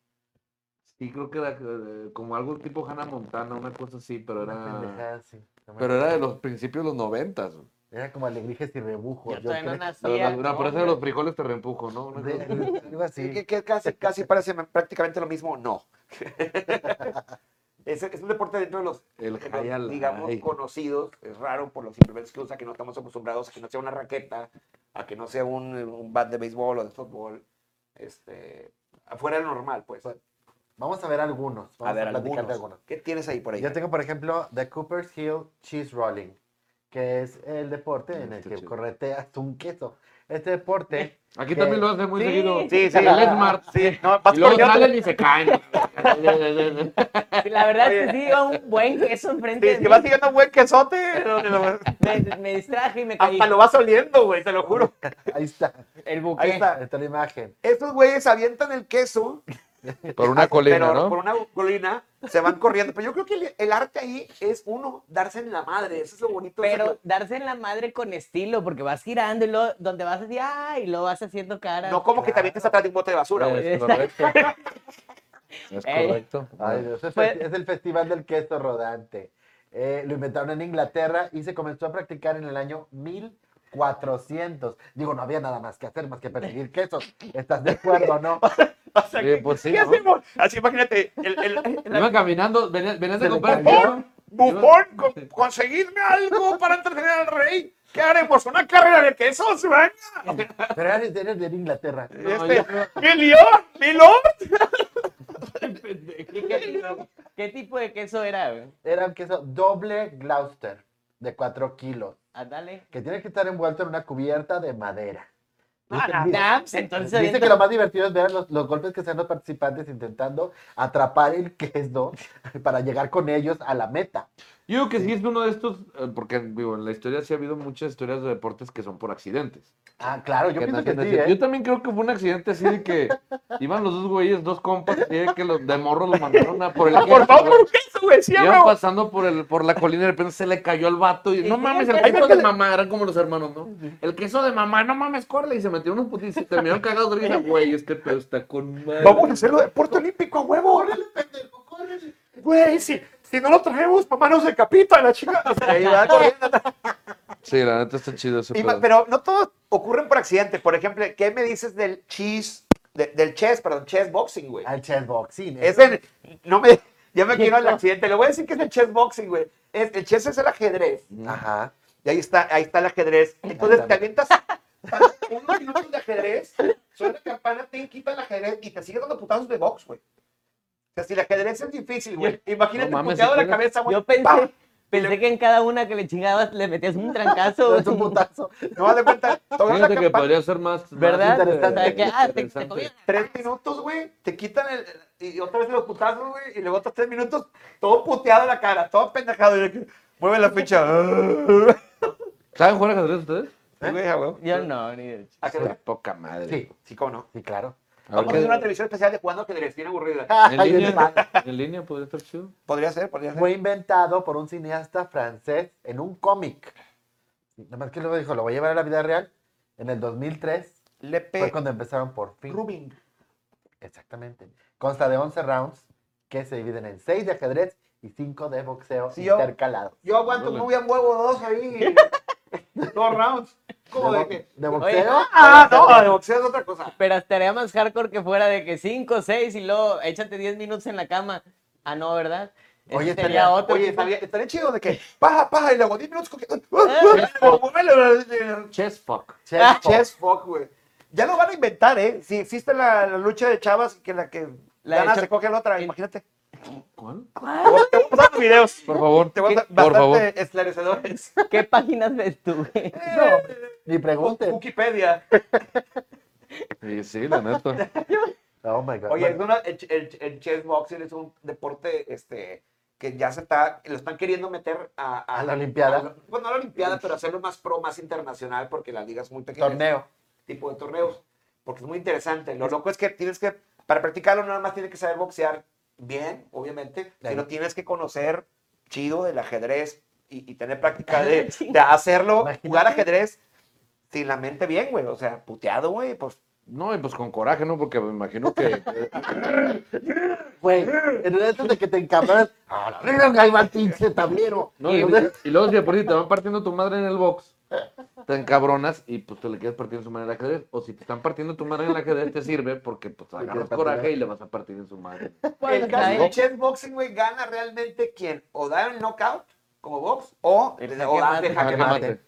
Speaker 6: Sí, creo que era eh, como algo tipo Hannah Montana, una cosa así, pero
Speaker 3: Una
Speaker 6: era,
Speaker 3: pendejada así. No me
Speaker 6: pero era de
Speaker 3: acuerdo.
Speaker 6: los principios de los noventas. güey.
Speaker 3: Era como alegrijes y rebujos.
Speaker 5: Yo todavía no
Speaker 3: creo.
Speaker 5: nací.
Speaker 6: Pero la-
Speaker 5: ¿no?
Speaker 6: una presa de los frijoles te reempujo, ¿no? Una cosa así.
Speaker 3: De- algo así.
Speaker 4: Sí, que, que casi, casi parece prácticamente lo mismo, no. es, es un deporte dentro de los,
Speaker 6: El
Speaker 4: de los,
Speaker 6: hayal,
Speaker 4: digamos,
Speaker 6: ay.
Speaker 4: conocidos. Es raro por los implementos que usa, que no estamos acostumbrados a que no sea una raqueta, a que no sea un, un bat de béisbol o de fútbol. Este, afuera de lo normal, pues.
Speaker 3: Pues, Vamos a ver algunos. Vamos
Speaker 4: a ver,
Speaker 3: platicar
Speaker 4: algunos.
Speaker 3: de algunos.
Speaker 4: ¿Qué tienes ahí por ahí?
Speaker 3: Yo tengo, por ejemplo, The Cooper's Hill Cheese Rolling, que es el deporte en
Speaker 6: Mm,
Speaker 3: el
Speaker 6: está
Speaker 3: que
Speaker 6: chido.
Speaker 3: correteas un queso. Este deporte,
Speaker 6: Aquí
Speaker 3: que-
Speaker 6: también lo hacen muy
Speaker 5: Sí.
Speaker 6: seguido.
Speaker 4: Sí, sí.
Speaker 6: El Smart.
Speaker 4: Sí, no, vas
Speaker 6: Y luego
Speaker 4: corriendo.
Speaker 6: salen y se caen.
Speaker 5: Sí, La verdad
Speaker 4: Oye.
Speaker 5: es que sí iba un buen queso enfrente
Speaker 4: Sí,
Speaker 5: de
Speaker 4: que
Speaker 5: mí.
Speaker 4: vas siguiendo un buen quesote. no, no, no.
Speaker 5: Me, me distraje y me caí.
Speaker 4: Hasta lo vas oliendo, güey, te lo juro.
Speaker 3: ahí está,
Speaker 5: El
Speaker 4: Ahí
Speaker 5: buque.
Speaker 4: está.
Speaker 3: ahí está la imagen.
Speaker 4: Estos güeyes avientan el queso
Speaker 6: Por una
Speaker 4: Ah, pero por una colina se van corriendo. Pero yo creo que el, el arte ahí es uno, darse en la madre. Eso es lo bonito. de
Speaker 5: Pero
Speaker 4: hacerlo.
Speaker 5: darse en la madre con estilo, porque vas girando y luego donde vas así, ay, y luego vas haciendo cara.
Speaker 4: no como que te avientes atrás de un bote de basura, güey.
Speaker 6: Es correcto. Es
Speaker 5: Ey.
Speaker 6: correcto.
Speaker 3: Ay, Dios, es,
Speaker 5: Pues-
Speaker 3: festi- es el Festival del Queso Rodante. Eh, lo inventaron en Inglaterra y se comenzó a practicar en el año 1400. Digo, no había nada más que hacer más que perseguir quesos. ¿Estás de acuerdo, no?
Speaker 4: O sea,
Speaker 6: Sí,
Speaker 4: ¿qué,
Speaker 6: pues sí,
Speaker 4: qué
Speaker 6: ¿no?
Speaker 4: hacemos? Así imagínate, el, el- el-
Speaker 6: Iba caminando, venías venías de
Speaker 3: Se le
Speaker 6: comprar
Speaker 3: cambió.
Speaker 6: queso.
Speaker 4: bufón, con- conseguidme algo para entretener al rey. ¿Qué haremos? ¿Una carrera de quesos? man?
Speaker 3: Pero eres, eres de Inglaterra.
Speaker 5: Eh.
Speaker 4: Este,
Speaker 6: yo creo-
Speaker 4: ¿Milión? ¿Milón?
Speaker 5: ¿Y qué, tipo, qué tipo de queso era? güey?
Speaker 3: Era un queso doble Gloucester de 4 kilos.
Speaker 5: Ah, dale.
Speaker 3: que tiene que estar envuelto en una cubierta de madera. Dice,
Speaker 5: Ah,
Speaker 3: dice-
Speaker 5: nah, pues entonces
Speaker 3: dice
Speaker 5: avienta-
Speaker 3: que lo más divertido es ver los, los golpes que hacen los participantes intentando atrapar el queso para llegar con ellos a la meta.
Speaker 6: Yo digo que sí es uno de estos, eh, porque digo, en la historia sí ha habido muchas historias de deportes que son por accidentes.
Speaker 3: Ah, claro, yo
Speaker 6: Que
Speaker 3: pienso que
Speaker 6: nacen
Speaker 3: sí,
Speaker 6: así. Yo
Speaker 3: ¿eh?
Speaker 6: también creo que fue un accidente así de que iban los dos güeyes, dos compas, y de que los de morro los mandaron a por el
Speaker 4: Por favor, un queso, güey. Sí,
Speaker 6: Iban
Speaker 4: güey.
Speaker 6: pasando por, el, por la colina y de repente se le cayó al vato. Y,
Speaker 5: Sí,
Speaker 6: no
Speaker 5: sí,
Speaker 6: mames,
Speaker 5: el
Speaker 6: el
Speaker 5: queso
Speaker 6: queso de
Speaker 4: de-
Speaker 6: mamá. Eran como los hermanos, ¿no? El queso de mamá, no mames, córrele. Y se metió unos putis y se terminaron cagados de risa. Güey, este pedo está con madre.
Speaker 4: Vamos a hacerlo deporte olímpico a huevo. Güey, si, si no lo traemos, pues, mamá nos decapita la chica.
Speaker 6: Sí, la neta está chido ese pedo.
Speaker 4: pero no todos ocurren por accidente. Por ejemplo, ¿qué me dices del cheese, de- del chess, perdón, chess boxing, güey?
Speaker 3: Al chess boxing. ¿eh?
Speaker 4: Es el, no me, ya me quiero el accidente. Le voy a decir que es el chess boxing, güey. Es- el chess es el ajedrez.
Speaker 3: Ajá.
Speaker 4: Y ahí está, ahí está el ajedrez. Entonces
Speaker 3: Ándale.
Speaker 4: te avientas unos minutos de ajedrez, suena la campana, te quita el ajedrez y te sigue dando putazos de box, güey. O sea, si el ajedrez es difícil, güey. Imagínate
Speaker 6: No mames,
Speaker 4: puteado
Speaker 6: si
Speaker 4: la
Speaker 6: juegas-
Speaker 4: cabeza, güey.
Speaker 5: Yo pensé,
Speaker 4: ¡Pam!
Speaker 5: pensé que en cada una que le chingabas le metías un trancazo.
Speaker 3: Es un putazo.
Speaker 4: No, haz de cuenta, tocas la
Speaker 6: Fíjate que
Speaker 4: campana.
Speaker 6: podría ser más. más
Speaker 5: ¿Verdad?
Speaker 3: interesante.
Speaker 5: O sea, que, ah, te, te
Speaker 6: interesante.
Speaker 5: comí una-
Speaker 4: Tres minutos, güey, te quitan el... Y otra vez los putazos, güey, y luego otros tres minutos, todo puteado en la cara, todo pendejado. y de que, Mueve la pincha.
Speaker 6: ¿Saben jugar ajedrez ustedes?
Speaker 4: Güey, a huevo.
Speaker 5: Yo no, ni de
Speaker 4: Ajedrez.
Speaker 6: poca madre.
Speaker 3: Sí,
Speaker 4: Ah, Sí, cómo no.
Speaker 3: sí, claro.
Speaker 6: A ver
Speaker 4: Vamos a
Speaker 6: qué-
Speaker 4: hacer una televisión especial de jugando ajedrez, bien aburrida.
Speaker 6: en,
Speaker 3: Ay, es malo.
Speaker 6: línea, en línea podría estar chido.
Speaker 4: Podría ser, podría ser.
Speaker 3: Fue inventado por un cineasta francés en un cómic. Nada más que luego dijo, lo voy a llevar a la vida real. En el 2003 fue
Speaker 4: Lepe
Speaker 3: pues cuando empezaron por fin.
Speaker 4: Rubin.
Speaker 3: Exactamente. Consta de 11 rounds que se dividen en 6 de ajedrez y 5 de boxeo
Speaker 4: Sí, yo-
Speaker 3: intercalado.
Speaker 4: Yo aguanto
Speaker 6: Órale.
Speaker 4: muy bien huevo dos ahí. dos rounds. ¿Cómo
Speaker 3: de,
Speaker 4: de
Speaker 3: bo-
Speaker 4: que?
Speaker 3: de
Speaker 5: Oye,
Speaker 3: boxeo?
Speaker 4: Ah, no, de boxeo es otra cosa.
Speaker 5: Pero estaría más hardcore que fuera de que 5, 6 y luego échate 10 minutos en la cama. Ah, no, ¿verdad? Ese
Speaker 3: Oye,
Speaker 5: sería
Speaker 3: estaría-
Speaker 5: otro.
Speaker 4: Oye,
Speaker 5: tipo-
Speaker 4: estaría, estaría chido de que paja, paja, y uh, luego 10 minutos cogiendo.
Speaker 5: Eh.
Speaker 4: Muévelo, muévelo.
Speaker 6: Chess fuck.
Speaker 3: Chess,
Speaker 4: Chess fuck, güey. Ya lo van a inventar, ¿eh? Si existe la, la lucha de chavas que la que
Speaker 5: La de
Speaker 4: gana
Speaker 5: Cho-
Speaker 4: se coge a la otra, imagínate.
Speaker 2: ¿Cuál?
Speaker 4: Te voy- te voy a pasar videos.
Speaker 2: Por favor.
Speaker 4: Te voy a pasar
Speaker 2: Por favor.
Speaker 4: bastante esclarecedores.
Speaker 5: ¿Qué páginas ves tú, güey?
Speaker 3: Ni pregunten.
Speaker 4: Wikipedia.
Speaker 2: Sí, sí, la neta.
Speaker 3: Oh my God.
Speaker 4: Oye, es
Speaker 3: Bueno,
Speaker 4: una- el, el- el chess boxing es un deporte este, que ya se está, lo están queriendo meter a,
Speaker 3: A la Olimpiada.
Speaker 4: la- bueno, a la Olimpiada, pero hacerlo más pro, más internacional, porque la liga es muy pequeña.
Speaker 3: torneo.
Speaker 4: este tipo de torneos, porque es muy interesante. Lo loco es que tienes que, para practicarlo, nada más tienes que saber boxear bien, obviamente, pero tienes que conocer chido del ajedrez y, y tener práctica de, de hacerlo,
Speaker 3: Imagínate.
Speaker 4: jugar ajedrez sin la mente bien, güey. O sea, puteado, güey, pues
Speaker 2: No, y pues con coraje, ¿no? Porque me imagino que.
Speaker 3: Güey, en antes de que te encabrones, a la verga, ahí va el pinche tablero.
Speaker 2: No, y, y luego si de por sí te van partiendo tu madre en el box, te encabronas y pues te le quieres partir en su madre en la ajedrez. O si te están partiendo tu madre en la ajedrez, te sirve porque pues
Speaker 3: Porque
Speaker 2: agarras
Speaker 3: le partirá.
Speaker 2: coraje y le vas a partir en su madre.
Speaker 4: el caso
Speaker 5: nadie-
Speaker 4: del chess boxing, güey, gana realmente quien o da el knockout como box o,
Speaker 5: El
Speaker 4: o da-
Speaker 5: jaque
Speaker 4: deja que mate.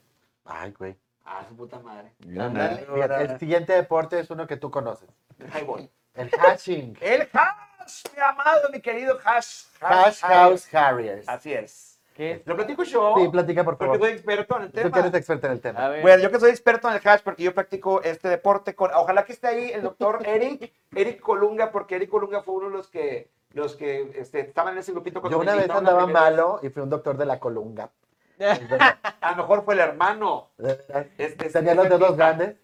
Speaker 3: Ay, güey.
Speaker 4: Ah, su puta madre.
Speaker 2: Mira,
Speaker 3: Ándale,
Speaker 2: nada.
Speaker 3: mira, El siguiente deporte es uno que tú conoces.
Speaker 4: Ahí voy.
Speaker 3: El hashing.
Speaker 4: El hash, mi amado, mi querido hash.
Speaker 3: Hash House Harriers.
Speaker 4: Así es.
Speaker 5: ¿Qué?
Speaker 4: Lo platico yo.
Speaker 3: Sí, platica, por
Speaker 4: porque soy
Speaker 3: favor.
Speaker 4: experto en el
Speaker 3: Tú
Speaker 4: tema.
Speaker 3: que eres experta en el tema.
Speaker 5: A ver.
Speaker 4: Bueno, yo que soy experto en el hash porque yo practico este deporte con. Ojalá que esté ahí el doctor Eric, Eric Colunga, porque Eric Colunga fue uno de los que los que este, estaban en ese grupito cuando
Speaker 3: Yo
Speaker 4: me
Speaker 3: una vez
Speaker 4: invitaron la
Speaker 3: andaba
Speaker 4: primera vez.
Speaker 3: malo y fui un doctor de la colunga.
Speaker 4: A lo mejor fue el hermano. Este,
Speaker 3: Tenía los dedos grandes.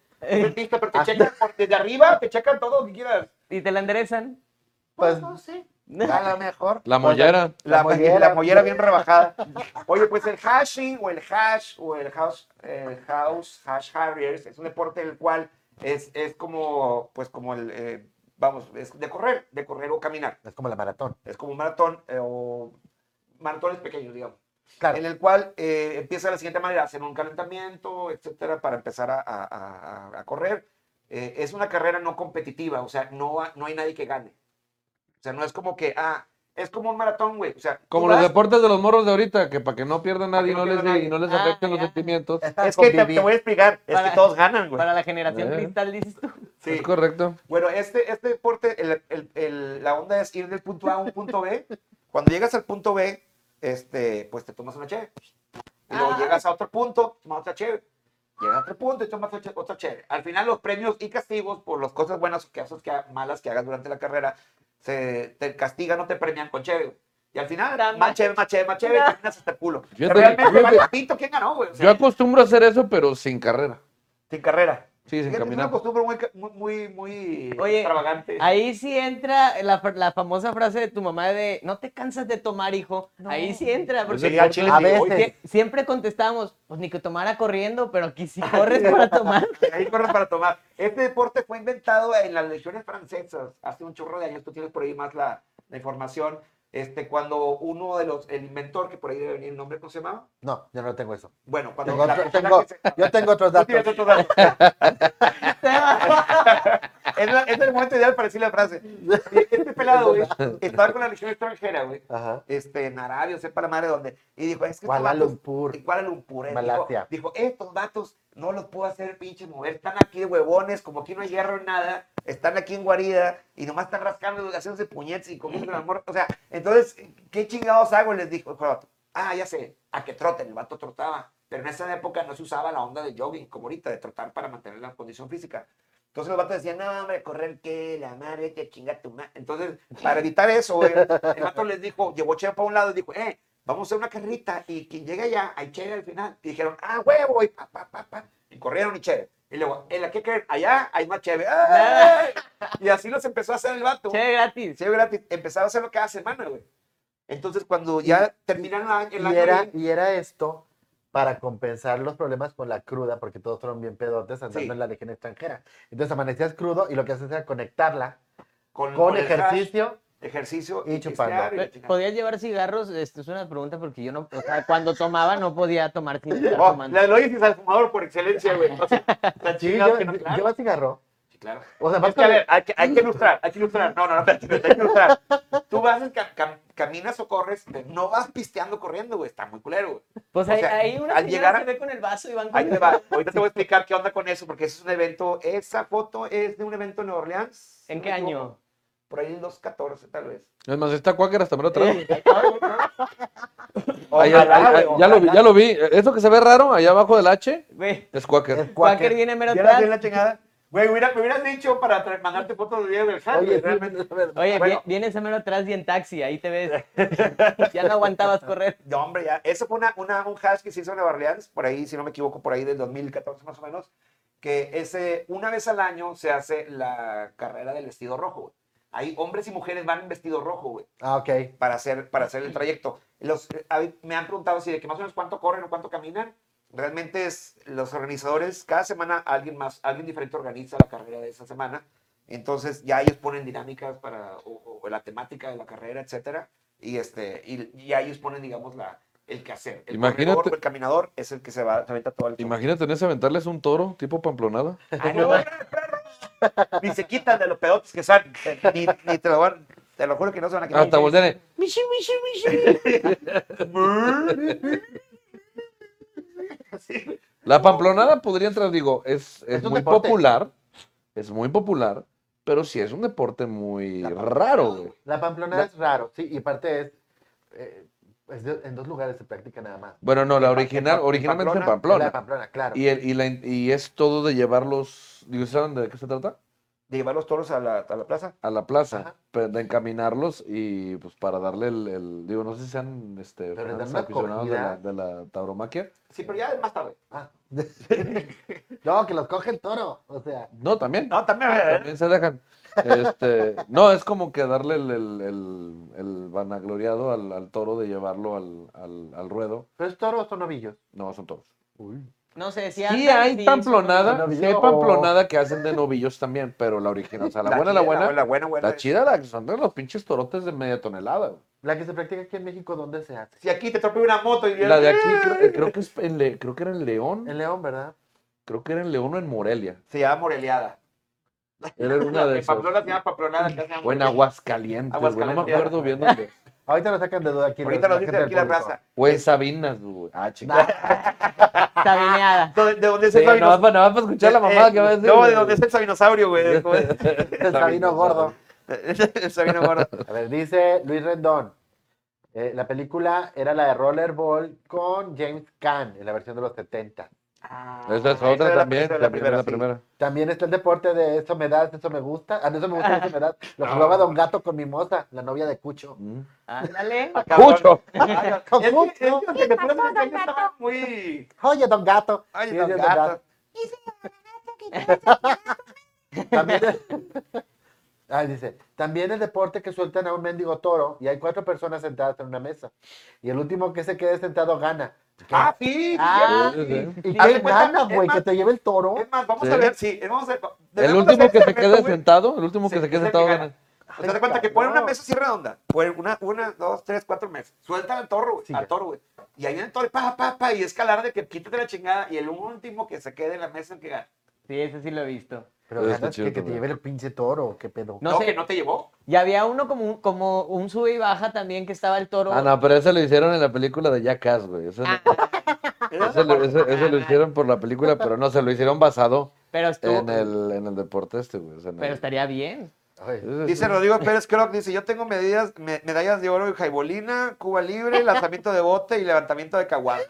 Speaker 4: Listo, pero te checan por- desde arriba, te checan todo lo que quieras.
Speaker 5: ¿Y te la enderezan?
Speaker 3: Pues
Speaker 4: no sé.
Speaker 3: a lo mejor.
Speaker 2: La mollera.
Speaker 4: La,
Speaker 3: La
Speaker 4: mollera,
Speaker 3: mollera.
Speaker 4: la mollera bien rebajada. Oye, pues el hashing o el hash o el house, el house hash harriers es un deporte en el cual es, es como, pues como el, eh, vamos, es de correr, de correr o caminar.
Speaker 3: Es como la maratón.
Speaker 4: Es como un maratón eh, o maratones pequeños, digamos.
Speaker 3: Claro.
Speaker 4: En el cual eh, empieza de la siguiente manera, hacer un calentamiento, etcétera, para empezar a, a- a- a correr. Eh, es una carrera no competitiva, o sea, no, ha- no hay nadie que gane. O sea, no es como que, ah, es como un maratón, güey. O sea, tú
Speaker 2: Como los
Speaker 4: vas-
Speaker 2: deportes de los morros de ahorita, que para que no pierda nadie y
Speaker 4: no
Speaker 2: no les,
Speaker 4: pierda nadie.
Speaker 2: y no les
Speaker 5: Ah,
Speaker 2: afecten los
Speaker 5: ya.
Speaker 2: sentimientos.
Speaker 4: Es que te, te
Speaker 3: Convivir.
Speaker 4: voy a explicar, es
Speaker 5: Para-
Speaker 4: que todos ganan, güey.
Speaker 5: Para la generación
Speaker 2: Eh.
Speaker 5: cristal, dices tú.
Speaker 4: Sí.
Speaker 2: Es correcto.
Speaker 4: Bueno, este, este deporte, el- el- el- la onda es ir del punto A a un punto B. Cuando llegas al punto B, este, pues te tomas una cheve. Y luego
Speaker 5: Ah.
Speaker 4: llegas a otro punto, tomas otra cheve. Llegas a otro punto y tomas otra che- otra cheve. Al final, los premios y castigos por las cosas buenas o que haces que, ha- malas que hagas durante la carrera, se, te castigan o te premian con cheve. Y al final,
Speaker 5: Está mal.
Speaker 4: más cheve, más cheve, más cheve,
Speaker 5: Ya.
Speaker 4: terminas hasta el culo. Pero
Speaker 2: Fíjate,
Speaker 4: realmente,
Speaker 2: fíjate.
Speaker 4: vale pito quién ganó, güey. O sea,
Speaker 2: Yo acostumbro a hacer eso, pero sin carrera.
Speaker 4: sin carrera.
Speaker 2: Sí, sin
Speaker 4: Fíjate, pues es
Speaker 2: caminar.
Speaker 4: una costumbre muy, ca- muy, muy, muy
Speaker 5: Oye,
Speaker 4: extravagante.
Speaker 5: Ahí sí entra la, fr- la famosa frase de tu mamá de no te cansas de tomar, hijo. Ahí sí entra, porque
Speaker 4: Sí, al chile
Speaker 3: A
Speaker 4: sí, oye,
Speaker 3: veces.
Speaker 5: sie- siempre contestábamos, pues ni que tomara corriendo, pero aquí sí corres para tomar.
Speaker 4: Ahí corres para tomar. Este deporte fue inventado en las legiones francesas hace un chorro de años. Tú tienes por ahí más la, la información. Este, cuando uno de los, el inventor, que por ahí debe venir el nombre, ¿cómo se llamaba?
Speaker 3: No, yo no tengo eso.
Speaker 4: Bueno, cuando
Speaker 3: Tengo
Speaker 4: la
Speaker 3: otro-
Speaker 4: persona
Speaker 3: tengo-
Speaker 4: que se-
Speaker 3: yo tengo otros
Speaker 4: Tú
Speaker 3: datos.
Speaker 4: tienes otro dato. es, la- es el momento ideal para decir la frase. Este pelado, güey, estaba con la legión extranjera, güey.
Speaker 3: Ajá.
Speaker 4: Este, en Arabia, o sepa la madre dónde. Y dijo, es que estos
Speaker 3: Kuala
Speaker 4: vatos-
Speaker 3: Lumpur.
Speaker 4: en Kuala Lumpur. eh,
Speaker 3: Malasia.
Speaker 4: Dijo, dijo, estos vatos no los puedo hacer pinche mover, están aquí de huevones, como aquí no hay hierro en nada, están aquí en guarida y nomás están rascando, haciéndose puñetes y comiendo el amor. O sea, entonces, ¿qué chingados hago? Les dijo el vato. Ah, ya sé, a que troten, el vato trotaba. Pero en esa época no se usaba la onda de jogging como ahorita, de trotar para mantener la condición física. Entonces los vatos decían, no, hombre, correr que la madre, que chinga tu madre. Entonces, para evitar eso, güey, el vato les dijo, llevó cheve para un lado y dijo, eh, vamos a hacer una carrita y quien llegue allá, hay cheve al final. Y dijeron, ah, huevo, y pa, pa, pa, pa. Y corrieron y cheve. Y luego, en la que creen, allá hay más cheve. ¡Ay! Y así los empezó a hacer el vato.
Speaker 5: Che, gratis.
Speaker 4: Cheve gratis. Empezaba a hacerlo cada semana, güey. Entonces, cuando ya terminaron la- el
Speaker 3: Y
Speaker 4: año,
Speaker 3: era,
Speaker 4: güey,
Speaker 3: y era esto para compensar los problemas con la cruda, porque todos fueron bien pedotes andando
Speaker 4: Sí.
Speaker 3: en la legión extranjera. Entonces amanecías crudo y lo que haces era conectarla
Speaker 4: con,
Speaker 3: con
Speaker 4: con el hash,
Speaker 3: ejercicio.
Speaker 4: ejercicio
Speaker 3: y chupando. Eh,
Speaker 4: pistear y la
Speaker 5: Pe-
Speaker 4: chingada.
Speaker 5: ¿Podías llevar cigarros? Esto es una pregunta porque yo no, o sea, cuando tomaba no podía tomar sin estar
Speaker 4: Oh,
Speaker 5: tomando.
Speaker 4: la Eloy es al fumador por excelencia, güey. O sea, la
Speaker 3: Sí,
Speaker 4: chingada
Speaker 3: yo-
Speaker 4: que no, claro.
Speaker 3: lleva cigarro.
Speaker 4: Sí, claro.
Speaker 3: O sea, vas
Speaker 4: Es que,
Speaker 3: con
Speaker 4: a
Speaker 3: el-
Speaker 4: ver, hay que, hay que ilustrar, hay que ilustrar. No, no, no, espérate, espérate, hay que ilustrar. Tú vas, en ca- cam- caminas o corres, pero no vas pisteando corriendo, güey. Está muy culero, güey.
Speaker 5: Pues
Speaker 4: O
Speaker 5: ahí,
Speaker 4: sea,
Speaker 5: ahí una
Speaker 4: al
Speaker 5: señora
Speaker 4: llegar a-
Speaker 5: se ve con el vaso y van con
Speaker 4: Ahí te va. Ahorita te voy a explicar qué onda con eso, porque ese es un evento. Esa foto es de un evento en Nueva Orleans.
Speaker 5: ¿En
Speaker 4: si
Speaker 5: qué
Speaker 4: no me equivoco.
Speaker 5: año?
Speaker 4: Por ahí en 2014, tal vez.
Speaker 6: Es más, está Quaker hasta mero atrás. güey. Ahí,
Speaker 4: Ojalá,
Speaker 6: ahí, ahí,
Speaker 4: güey,
Speaker 6: ya lo vi,
Speaker 4: ojalá.
Speaker 6: ya lo vi. Eso que se ve raro, allá abajo del H,
Speaker 5: Güey, Eh.
Speaker 6: es Quaker.
Speaker 3: el cuáquer.
Speaker 5: Quaker viene mero
Speaker 4: ¿Vieras bien
Speaker 5: atrás.
Speaker 4: la chingada? Güey, hubiera- me hubieras dicho para tra- mandarte fotos de Diego del Jal,
Speaker 3: Oye,
Speaker 4: güey,
Speaker 3: sí,
Speaker 4: realmente.
Speaker 3: es verdad.
Speaker 5: Oye,
Speaker 4: Bueno.
Speaker 5: vi- vienes a mero atrás y en taxi, ahí te ves. ya no aguantabas correr.
Speaker 4: No, hombre, ya. Eso fue una, una- un hash que se hizo en Nueva Orleans, por ahí, si no me equivoco, por ahí del 2014 más o menos, que ese, una vez al año se hace la carrera del vestido rojo, güey. Ahí hombres y mujeres van en vestido rojo, güey,
Speaker 3: Ah, ok.
Speaker 4: para hacer, para hacer el trayecto. Los, eh, a mí me han preguntado si de que más o menos cuánto corren o cuánto caminan. Realmente es los organizadores, cada semana alguien más, alguien diferente organiza la carrera de esa semana. Entonces ya ellos ponen dinámicas para o- o la temática de la carrera, etcétera y este y, y ahí exponen digamos la el quehacer el
Speaker 6: Imagínate-
Speaker 4: corredor o el caminador es el que se va se aventa todo el
Speaker 6: Imagínate en ese aventarles un toro, tipo pamplonada.
Speaker 4: Ah, no, no, perro. ni se quitan de los pedotes que son ni, ni te lo van te lo juro que no se van a quitar
Speaker 6: Hasta voltean. eh.
Speaker 4: Sí.
Speaker 6: La pamplonada podría entrar, digo, es, es
Speaker 3: un
Speaker 6: muy
Speaker 3: deporte.
Speaker 6: popular. Es muy popular, pero sí es un deporte muy raro, güey.
Speaker 3: La pamplona
Speaker 6: La-
Speaker 3: es raro, sí, y aparte es, eh, es de- en dos lugares se practica nada más.
Speaker 6: Bueno, no, la
Speaker 4: En Pa- en
Speaker 6: original,
Speaker 4: Pa- en
Speaker 6: originalmente en
Speaker 3: Es La
Speaker 6: Pamplona.
Speaker 3: de pamplona, claro.
Speaker 6: Y, el- y, la, y es todo de llevarlos, digo, ¿saben de qué se trata?
Speaker 4: de llevar los toros a la, a la plaza
Speaker 6: A la plaza,
Speaker 3: Ajá.
Speaker 6: pe- de encaminarlos y pues para darle el, el- digo, no sé si sean este,
Speaker 3: Pero les
Speaker 6: fans
Speaker 3: dan una
Speaker 6: aficionados de la,
Speaker 3: comida.
Speaker 6: de la tauromaquia.
Speaker 4: sí pero ya es más tarde
Speaker 3: Ah. no, que los coge el toro, o sea.
Speaker 6: No, también,
Speaker 4: no también eh,
Speaker 6: también se dejan. Este, no, es como que darle el, el, el- el vanagloriado al, al toro de llevarlo al, al- al ruedo.
Speaker 3: ¿Pero es toro o son novillos?
Speaker 6: No, son toros.
Speaker 5: No sé, si
Speaker 6: Sí
Speaker 5: andan,
Speaker 6: hay
Speaker 5: sí,
Speaker 6: pamplonada,
Speaker 3: son
Speaker 6: sí hay
Speaker 3: novillos.
Speaker 6: pamplonada que hacen de novillos también, pero la original, o sea, la buena, la
Speaker 4: chida,
Speaker 6: buena,
Speaker 4: la buena buena
Speaker 6: La chida, la que son de los pinches torotes de media tonelada. güey.
Speaker 3: La que se practica aquí en México, ¿dónde se hace?
Speaker 4: si aquí te tropeo una moto y
Speaker 6: La de aquí creo, creo que es en Le- creo que era en León,
Speaker 3: En León, ¿verdad?
Speaker 6: creo que era en León o en Morelia.
Speaker 4: se llama Moreliada
Speaker 6: Era una de
Speaker 4: en
Speaker 6: esas.
Speaker 4: Pamplona se llama Pamplonada acá se llama
Speaker 6: O en
Speaker 4: Morelia.
Speaker 6: Aguascalientes, güey, no me
Speaker 4: Aguascalientes.
Speaker 6: acuerdo bien dónde.
Speaker 3: Ahorita lo sacan de duda aquí.
Speaker 4: ahorita
Speaker 3: los-
Speaker 4: lo dice
Speaker 3: gente
Speaker 4: aquí la
Speaker 3: del público.
Speaker 4: raza
Speaker 6: O en Sabinas, güey. Ah, chingada.
Speaker 5: Sabineada.
Speaker 4: ¿De de dónde es
Speaker 6: Sí,
Speaker 4: el
Speaker 6: no, pues,
Speaker 4: Sabino- eh,
Speaker 6: no, para escuchar la mamada que va a decir.
Speaker 4: No,
Speaker 6: güey.
Speaker 4: de dónde es el sabinosaurio, güey. de cómo es.
Speaker 3: El Sabino Gordo.
Speaker 4: el sabino gordo.
Speaker 3: A ver, dice Luis Rendón. eh, la película era la de Rollerball con James Caan en la versión de los 70.
Speaker 4: Ah,
Speaker 6: Esa es otra también, la primera, la primera.
Speaker 3: También está el deporte de eso me das, eso me gusta. Ah, no, eso me gusta, eso me das. Lo
Speaker 4: Ah.
Speaker 3: jugaba Don Gato con mi moza, la novia de Cucho.
Speaker 6: Mm.
Speaker 5: Ándale.
Speaker 4: Ah,
Speaker 6: Mucho.
Speaker 4: Estaba muy.
Speaker 3: Oye, Don Gato.
Speaker 4: Oye,
Speaker 3: Sí,
Speaker 4: Don
Speaker 3: es
Speaker 4: Gato.
Speaker 3: verdad. También- Ay, dice, también el deporte que sueltan a un mendigo toro y hay cuatro personas sentadas en una mesa. Y el último que se quede sentado gana.
Speaker 4: Ah, sí.
Speaker 5: Ah,
Speaker 6: Sí, sí, sí.
Speaker 3: ¿Y
Speaker 4: haz
Speaker 3: qué
Speaker 4: de cuenta,
Speaker 3: gana,
Speaker 4: es
Speaker 3: güey?
Speaker 4: más-
Speaker 3: Que te lleve el toro.
Speaker 4: Es más, vamos
Speaker 6: Sí.
Speaker 4: a ver, sí. Vamos a ver.
Speaker 6: El
Speaker 4: debemos
Speaker 6: último
Speaker 4: hacer
Speaker 6: que se
Speaker 4: este reto,
Speaker 6: quede
Speaker 4: güey.
Speaker 6: sentado, el último que
Speaker 4: Sí,
Speaker 6: se
Speaker 4: es
Speaker 6: quede
Speaker 4: el
Speaker 6: sentado
Speaker 4: gana.
Speaker 6: gana.
Speaker 4: O sea, te cuenta que ponen una mesa así redonda. Ponen una, una, dos, tres, cuatro mesas. Sueltan al toro, güey.
Speaker 3: Sí,
Speaker 4: al
Speaker 3: ya.
Speaker 4: toro, güey. Y ahí viene el toro, pa, pa, pa. Y escalar de que quítate la chingada. Y el último que se quede en la mesa es el que gana.
Speaker 5: Sí, ese sí lo he visto.
Speaker 3: Pero
Speaker 6: Está
Speaker 3: ganas
Speaker 6: chido
Speaker 3: que, que te
Speaker 6: también.
Speaker 3: lleve el pinche toro, qué pedo.
Speaker 5: No
Speaker 4: No,
Speaker 5: sé.
Speaker 4: que no te llevó.
Speaker 5: Y había uno como, un- como un sube y baja también que estaba el toro. Ah,
Speaker 6: Ah, no, pero ese lo hicieron en la película de Jackass, güey. Ese, no- ese lo- ese- ese lo hicieron por la película, pero no, se lo hicieron basado
Speaker 5: Pero estuvo.
Speaker 6: en el, en el deporte este, güey. o sea, en
Speaker 5: Pero
Speaker 6: el-
Speaker 5: estaría bien.
Speaker 3: Ay,
Speaker 6: Ese-
Speaker 4: Dice Rodrigo Pérez Croc, dice, yo tengo medidas, me- medallas de oro en jaibolina, Cuba libre, lanzamiento de bote y levantamiento de caguada.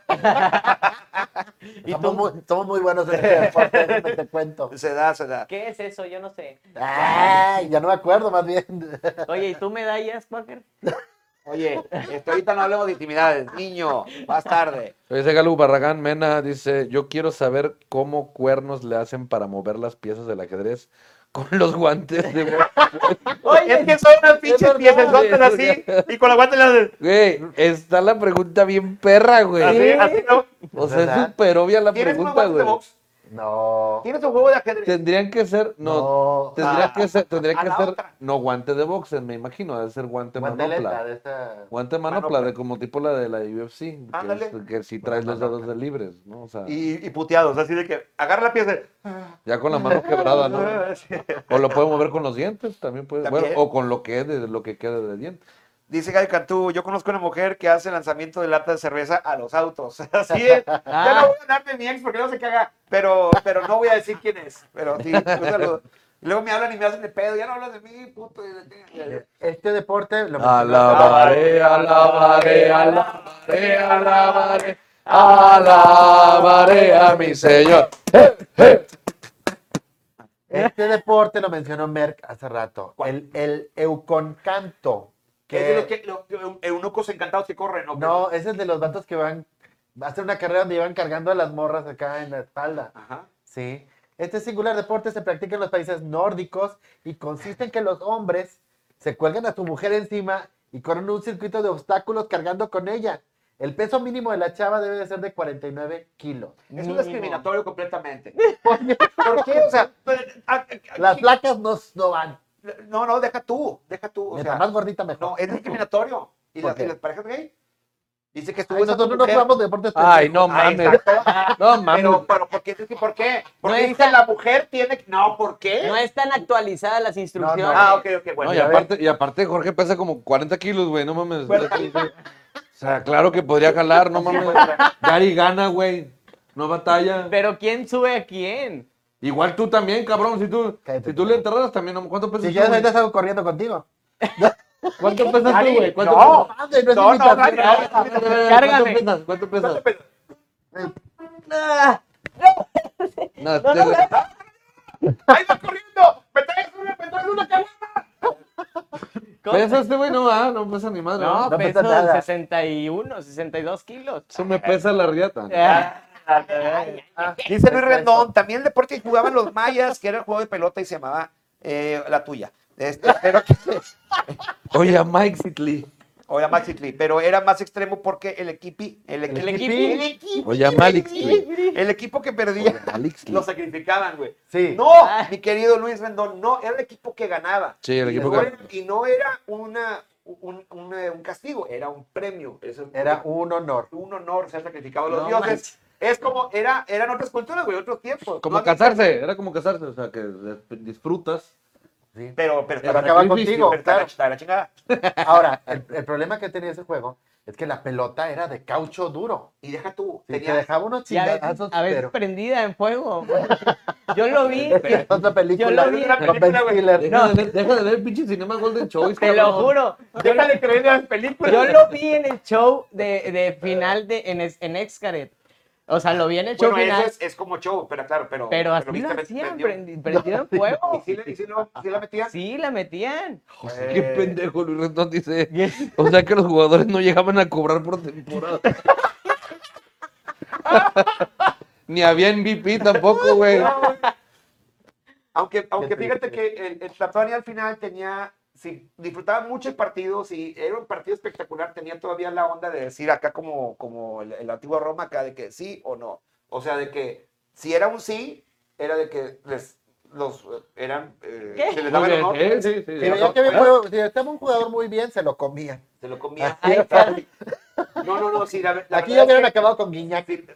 Speaker 3: somos, muy, somos muy buenos en este deporte, déjame te cuento.
Speaker 4: Se da, se da.
Speaker 5: ¿Qué es eso? Yo no sé.
Speaker 3: Ay, ya no me acuerdo, más bien.
Speaker 5: Oye, ¿y tú medallas, Quaker?
Speaker 4: Oye, este, ahorita no hablemos de intimidades. Niño, más tarde.
Speaker 6: Dice Galo Barragán Mena, dice, yo quiero saber cómo cuernos le hacen para mover las piezas del ajedrez con los guantes de... bo-".
Speaker 4: Oye, es que son unas pinches piezas así y con la guante las... de-
Speaker 6: Güey, está la pregunta bien perra, güey.
Speaker 4: Así, así, ¿no?
Speaker 6: O sea, es
Speaker 3: ¿Verdad?
Speaker 6: súper obvia la
Speaker 4: Ah, ¿Tienes unos
Speaker 6: pregunta,
Speaker 4: guantes de
Speaker 6: güey.
Speaker 4: box?
Speaker 3: No.
Speaker 4: ¿Tienes un juego de ajedrez?
Speaker 6: Tendrían que ser, no,
Speaker 3: No.
Speaker 6: tendría
Speaker 4: Ah,
Speaker 6: que ser, tendría
Speaker 4: a
Speaker 6: que
Speaker 4: la
Speaker 6: ser,
Speaker 4: otra.
Speaker 6: no guante de boxeo, me imagino, debe ser guante
Speaker 3: Guanteleta
Speaker 6: manopla.
Speaker 3: de esta.
Speaker 6: Guante manopla,
Speaker 4: Manopla.
Speaker 6: de como tipo la de la UFC, que,
Speaker 4: Ándale.
Speaker 6: es- que si traes los dedos de libres, ¿no? O sea,
Speaker 4: Y, y puteados, así de que agarra la pieza. Ah,
Speaker 6: ya con la mano quebrada, Ah, ¿no?
Speaker 4: Sí.
Speaker 6: O lo puede mover con los dientes, también puede, bueno,
Speaker 4: También.
Speaker 6: o con lo que de lo que quede de dientes.
Speaker 4: Dice Gaby Cantú, yo conozco una mujer que hace lanzamiento de lata de cerveza a los autos. Así es.
Speaker 6: Ah.
Speaker 4: Ya no voy a hablar de mi ex porque no se caga, pero, pero no voy a decir quién es. Pero sí, un saludo. Y Luego me hablan y me hacen de pedo, ya no hablas de mí, puto.
Speaker 3: Este deporte lo
Speaker 6: Ah, Alabaré, alabaré, alabaré, alabaré, alabaré a mi Señor.
Speaker 3: Este deporte lo mencionó Merck hace rato. El, el euconcanto.
Speaker 4: Que es de
Speaker 3: Que,
Speaker 4: los que los- los eunucos encantados que corren, ¿no?
Speaker 3: no, ese es de los vatos que van a hacer una carrera donde iban cargando a las morras acá en la espalda.
Speaker 4: Ajá.
Speaker 3: Sí. Este singular deporte se practica en los países nórdicos y consiste en que los hombres se cuelgan a su mujer encima y corren un circuito de obstáculos cargando con ella. El peso mínimo de la chava debe de ser de 49 kilos.
Speaker 4: Es un
Speaker 5: Mínimo.
Speaker 4: discriminatorio completamente.
Speaker 3: ¿Por qué?
Speaker 4: ¿Por qué? O sea, pero, ah, ah,
Speaker 3: Las
Speaker 4: sí,
Speaker 3: placas no, no van.
Speaker 4: no, no, deja tú, deja tú. O
Speaker 3: Mientras
Speaker 4: sea,
Speaker 3: más gordita mejor.
Speaker 4: no, es discriminatorio. ¿Y
Speaker 3: ¿Por
Speaker 4: las,
Speaker 3: qué?
Speaker 4: y las parejas gay? Dice que
Speaker 3: Ay,
Speaker 4: estuvo esa
Speaker 3: nosotros no
Speaker 4: mujer.
Speaker 3: jugamos deportes.
Speaker 6: Ay,
Speaker 3: pendejos.
Speaker 6: no
Speaker 4: Ahí
Speaker 6: mames,
Speaker 4: está.
Speaker 6: no mames.
Speaker 4: Pero, pero, ¿por qué? ¿Por qué? ¿Por
Speaker 5: No
Speaker 4: qué
Speaker 5: está-
Speaker 4: dice la mujer tiene que.? No, ¿por qué?
Speaker 5: No están actualizadas las instrucciones.
Speaker 4: Ah, ok, ok, bueno.
Speaker 6: No, y
Speaker 4: ya
Speaker 6: aparte, y aparte Jorge pesa como 40 kilos, güey, no mames.
Speaker 4: Bueno.
Speaker 6: O sea, claro que podría jalar, no mames. Gary gana, güey. No batalla.
Speaker 5: Pero ¿ven sube a quién?
Speaker 6: Igual tú también, cabrón. Si tú,
Speaker 3: Cállate.
Speaker 6: si tú le enterraras también, no- ¿cuánto pesas
Speaker 3: Si
Speaker 6: tú?
Speaker 3: quieres,
Speaker 6: güey?
Speaker 3: ahorita salgo corriendo contigo.
Speaker 6: ¿Cuánto pesas tú,
Speaker 4: Gary,
Speaker 6: güey? ¿Cuánto
Speaker 4: no.
Speaker 6: pesas?
Speaker 3: Madre, no es
Speaker 4: No, no,
Speaker 3: imitación.
Speaker 4: Gary, Gary.
Speaker 6: No, no, no, no,
Speaker 5: Cárgame.
Speaker 6: ¿Cuánto pesas? ¿Cuánto pesas?
Speaker 5: Ah,
Speaker 6: No, te-
Speaker 4: ¡Ahí va corriendo! ¡Me traes una, me traes una caguama!
Speaker 5: ¿cómo?
Speaker 6: Pesas este güey, no, ah, no pesa ni madre.
Speaker 5: No,
Speaker 6: ¿no? pues,
Speaker 3: no pesa
Speaker 5: peso
Speaker 3: nada.
Speaker 5: 61, 62 kilos.
Speaker 6: Eso me pesa la riata.
Speaker 5: Ah,
Speaker 4: Dice Luis Rendón, también el deporte que jugaban los mayas, que era el juego de pelota y se llamaba eh, la tuya. Este, pero,
Speaker 6: Oye, a Mike Sitley.
Speaker 4: o la Maxitli, pero era más extremo porque el equipi, el equipi,
Speaker 5: El equipo.
Speaker 6: Oye, a Malik Sitley.
Speaker 4: el equipo que perdía
Speaker 6: Malik Sitley.
Speaker 4: lo sacrificaban, güey.
Speaker 3: Sí.
Speaker 4: No,
Speaker 5: Ah.
Speaker 4: mi querido Luis Rendón, no, era el equipo que ganaba.
Speaker 6: Sí, el
Speaker 4: Y
Speaker 6: equipo
Speaker 4: no
Speaker 6: que-
Speaker 4: era- Y no era una, un, un, eh, un castigo, era un premio. Eso-
Speaker 3: Era un honor.
Speaker 4: un honor ser sacrificado a los
Speaker 5: No
Speaker 4: dioses.
Speaker 5: manches.
Speaker 4: Es como, era, eran otras culturas, güey, otros tiempos.
Speaker 6: Como
Speaker 4: No había-
Speaker 6: casarse, era como casarse, o sea, que des- disfrutas.
Speaker 3: Sí.
Speaker 4: Pero, pero,
Speaker 3: Pero
Speaker 4: estaba-
Speaker 3: acaba
Speaker 6: sacrificio,
Speaker 3: contigo.
Speaker 4: pero estaba
Speaker 3: claro.
Speaker 4: la- estaba la chingada.
Speaker 3: Ahora, el, el problema que tenía ese juego es que la pelota era de caucho duro.
Speaker 4: Y deja tú,
Speaker 3: Sí,
Speaker 4: tenía-
Speaker 3: te dejaba unos
Speaker 5: Y a veces,
Speaker 3: chingadazos,
Speaker 5: a veces
Speaker 3: pero...
Speaker 5: prendida en fuego. Yo lo vi.
Speaker 3: Es otra película.
Speaker 5: Yo lo vi.
Speaker 3: Con Ben
Speaker 4: Película, güey.
Speaker 3: Stiller.
Speaker 6: Deja, de, ver, deja de ver pinche Cinema Golden Choice,
Speaker 5: Te lo
Speaker 6: cabrón.
Speaker 5: juro. Yo
Speaker 4: Deja
Speaker 5: lo,
Speaker 4: de creer en las películas.
Speaker 5: yo lo vi en el show de, de final de, en, es- en Xcaret. O sea, lo vi en el show
Speaker 4: Bueno,
Speaker 5: final.
Speaker 4: eso es, es como show, pero claro, pero.
Speaker 5: Pero así lo
Speaker 4: viste,
Speaker 5: hacían,
Speaker 4: vendió.
Speaker 5: prendi- prendieron fuego.
Speaker 4: ¿Y si, le- y si no, si la metías?
Speaker 5: Sí, la metían.
Speaker 6: Qué
Speaker 4: Eh,
Speaker 6: pendejo, Luis Rendón dice. O sea que los jugadores no llegaban a cobrar por temporada. Ni había MVP tampoco, güey.
Speaker 4: Aunque, aunque
Speaker 3: Qué
Speaker 4: fíjate que
Speaker 3: triste.
Speaker 4: el, el Tlatoani al final tenía, si disfrutaba mucho el partido, si era un partido espectacular, tenía todavía la onda de decir acá como, como el, el antiguo Roma, acá de que sí o no. O sea, de que si era un sí, era de que les, los eh, eran, eh,
Speaker 5: ¿Qué? ¿eh?
Speaker 4: se les daba el honor,
Speaker 6: Sí, eh, sí, sí.
Speaker 3: Pero ya que había un juego- si estaba un jugador muy bien, se lo comía.
Speaker 4: se lo comían.
Speaker 5: Ahí está.
Speaker 4: No, no, no, sí, la, ver- la
Speaker 3: Aquí
Speaker 4: verdad
Speaker 3: ya
Speaker 4: es
Speaker 3: hubieran
Speaker 4: que-
Speaker 3: acabado con Guiñac.
Speaker 4: sí,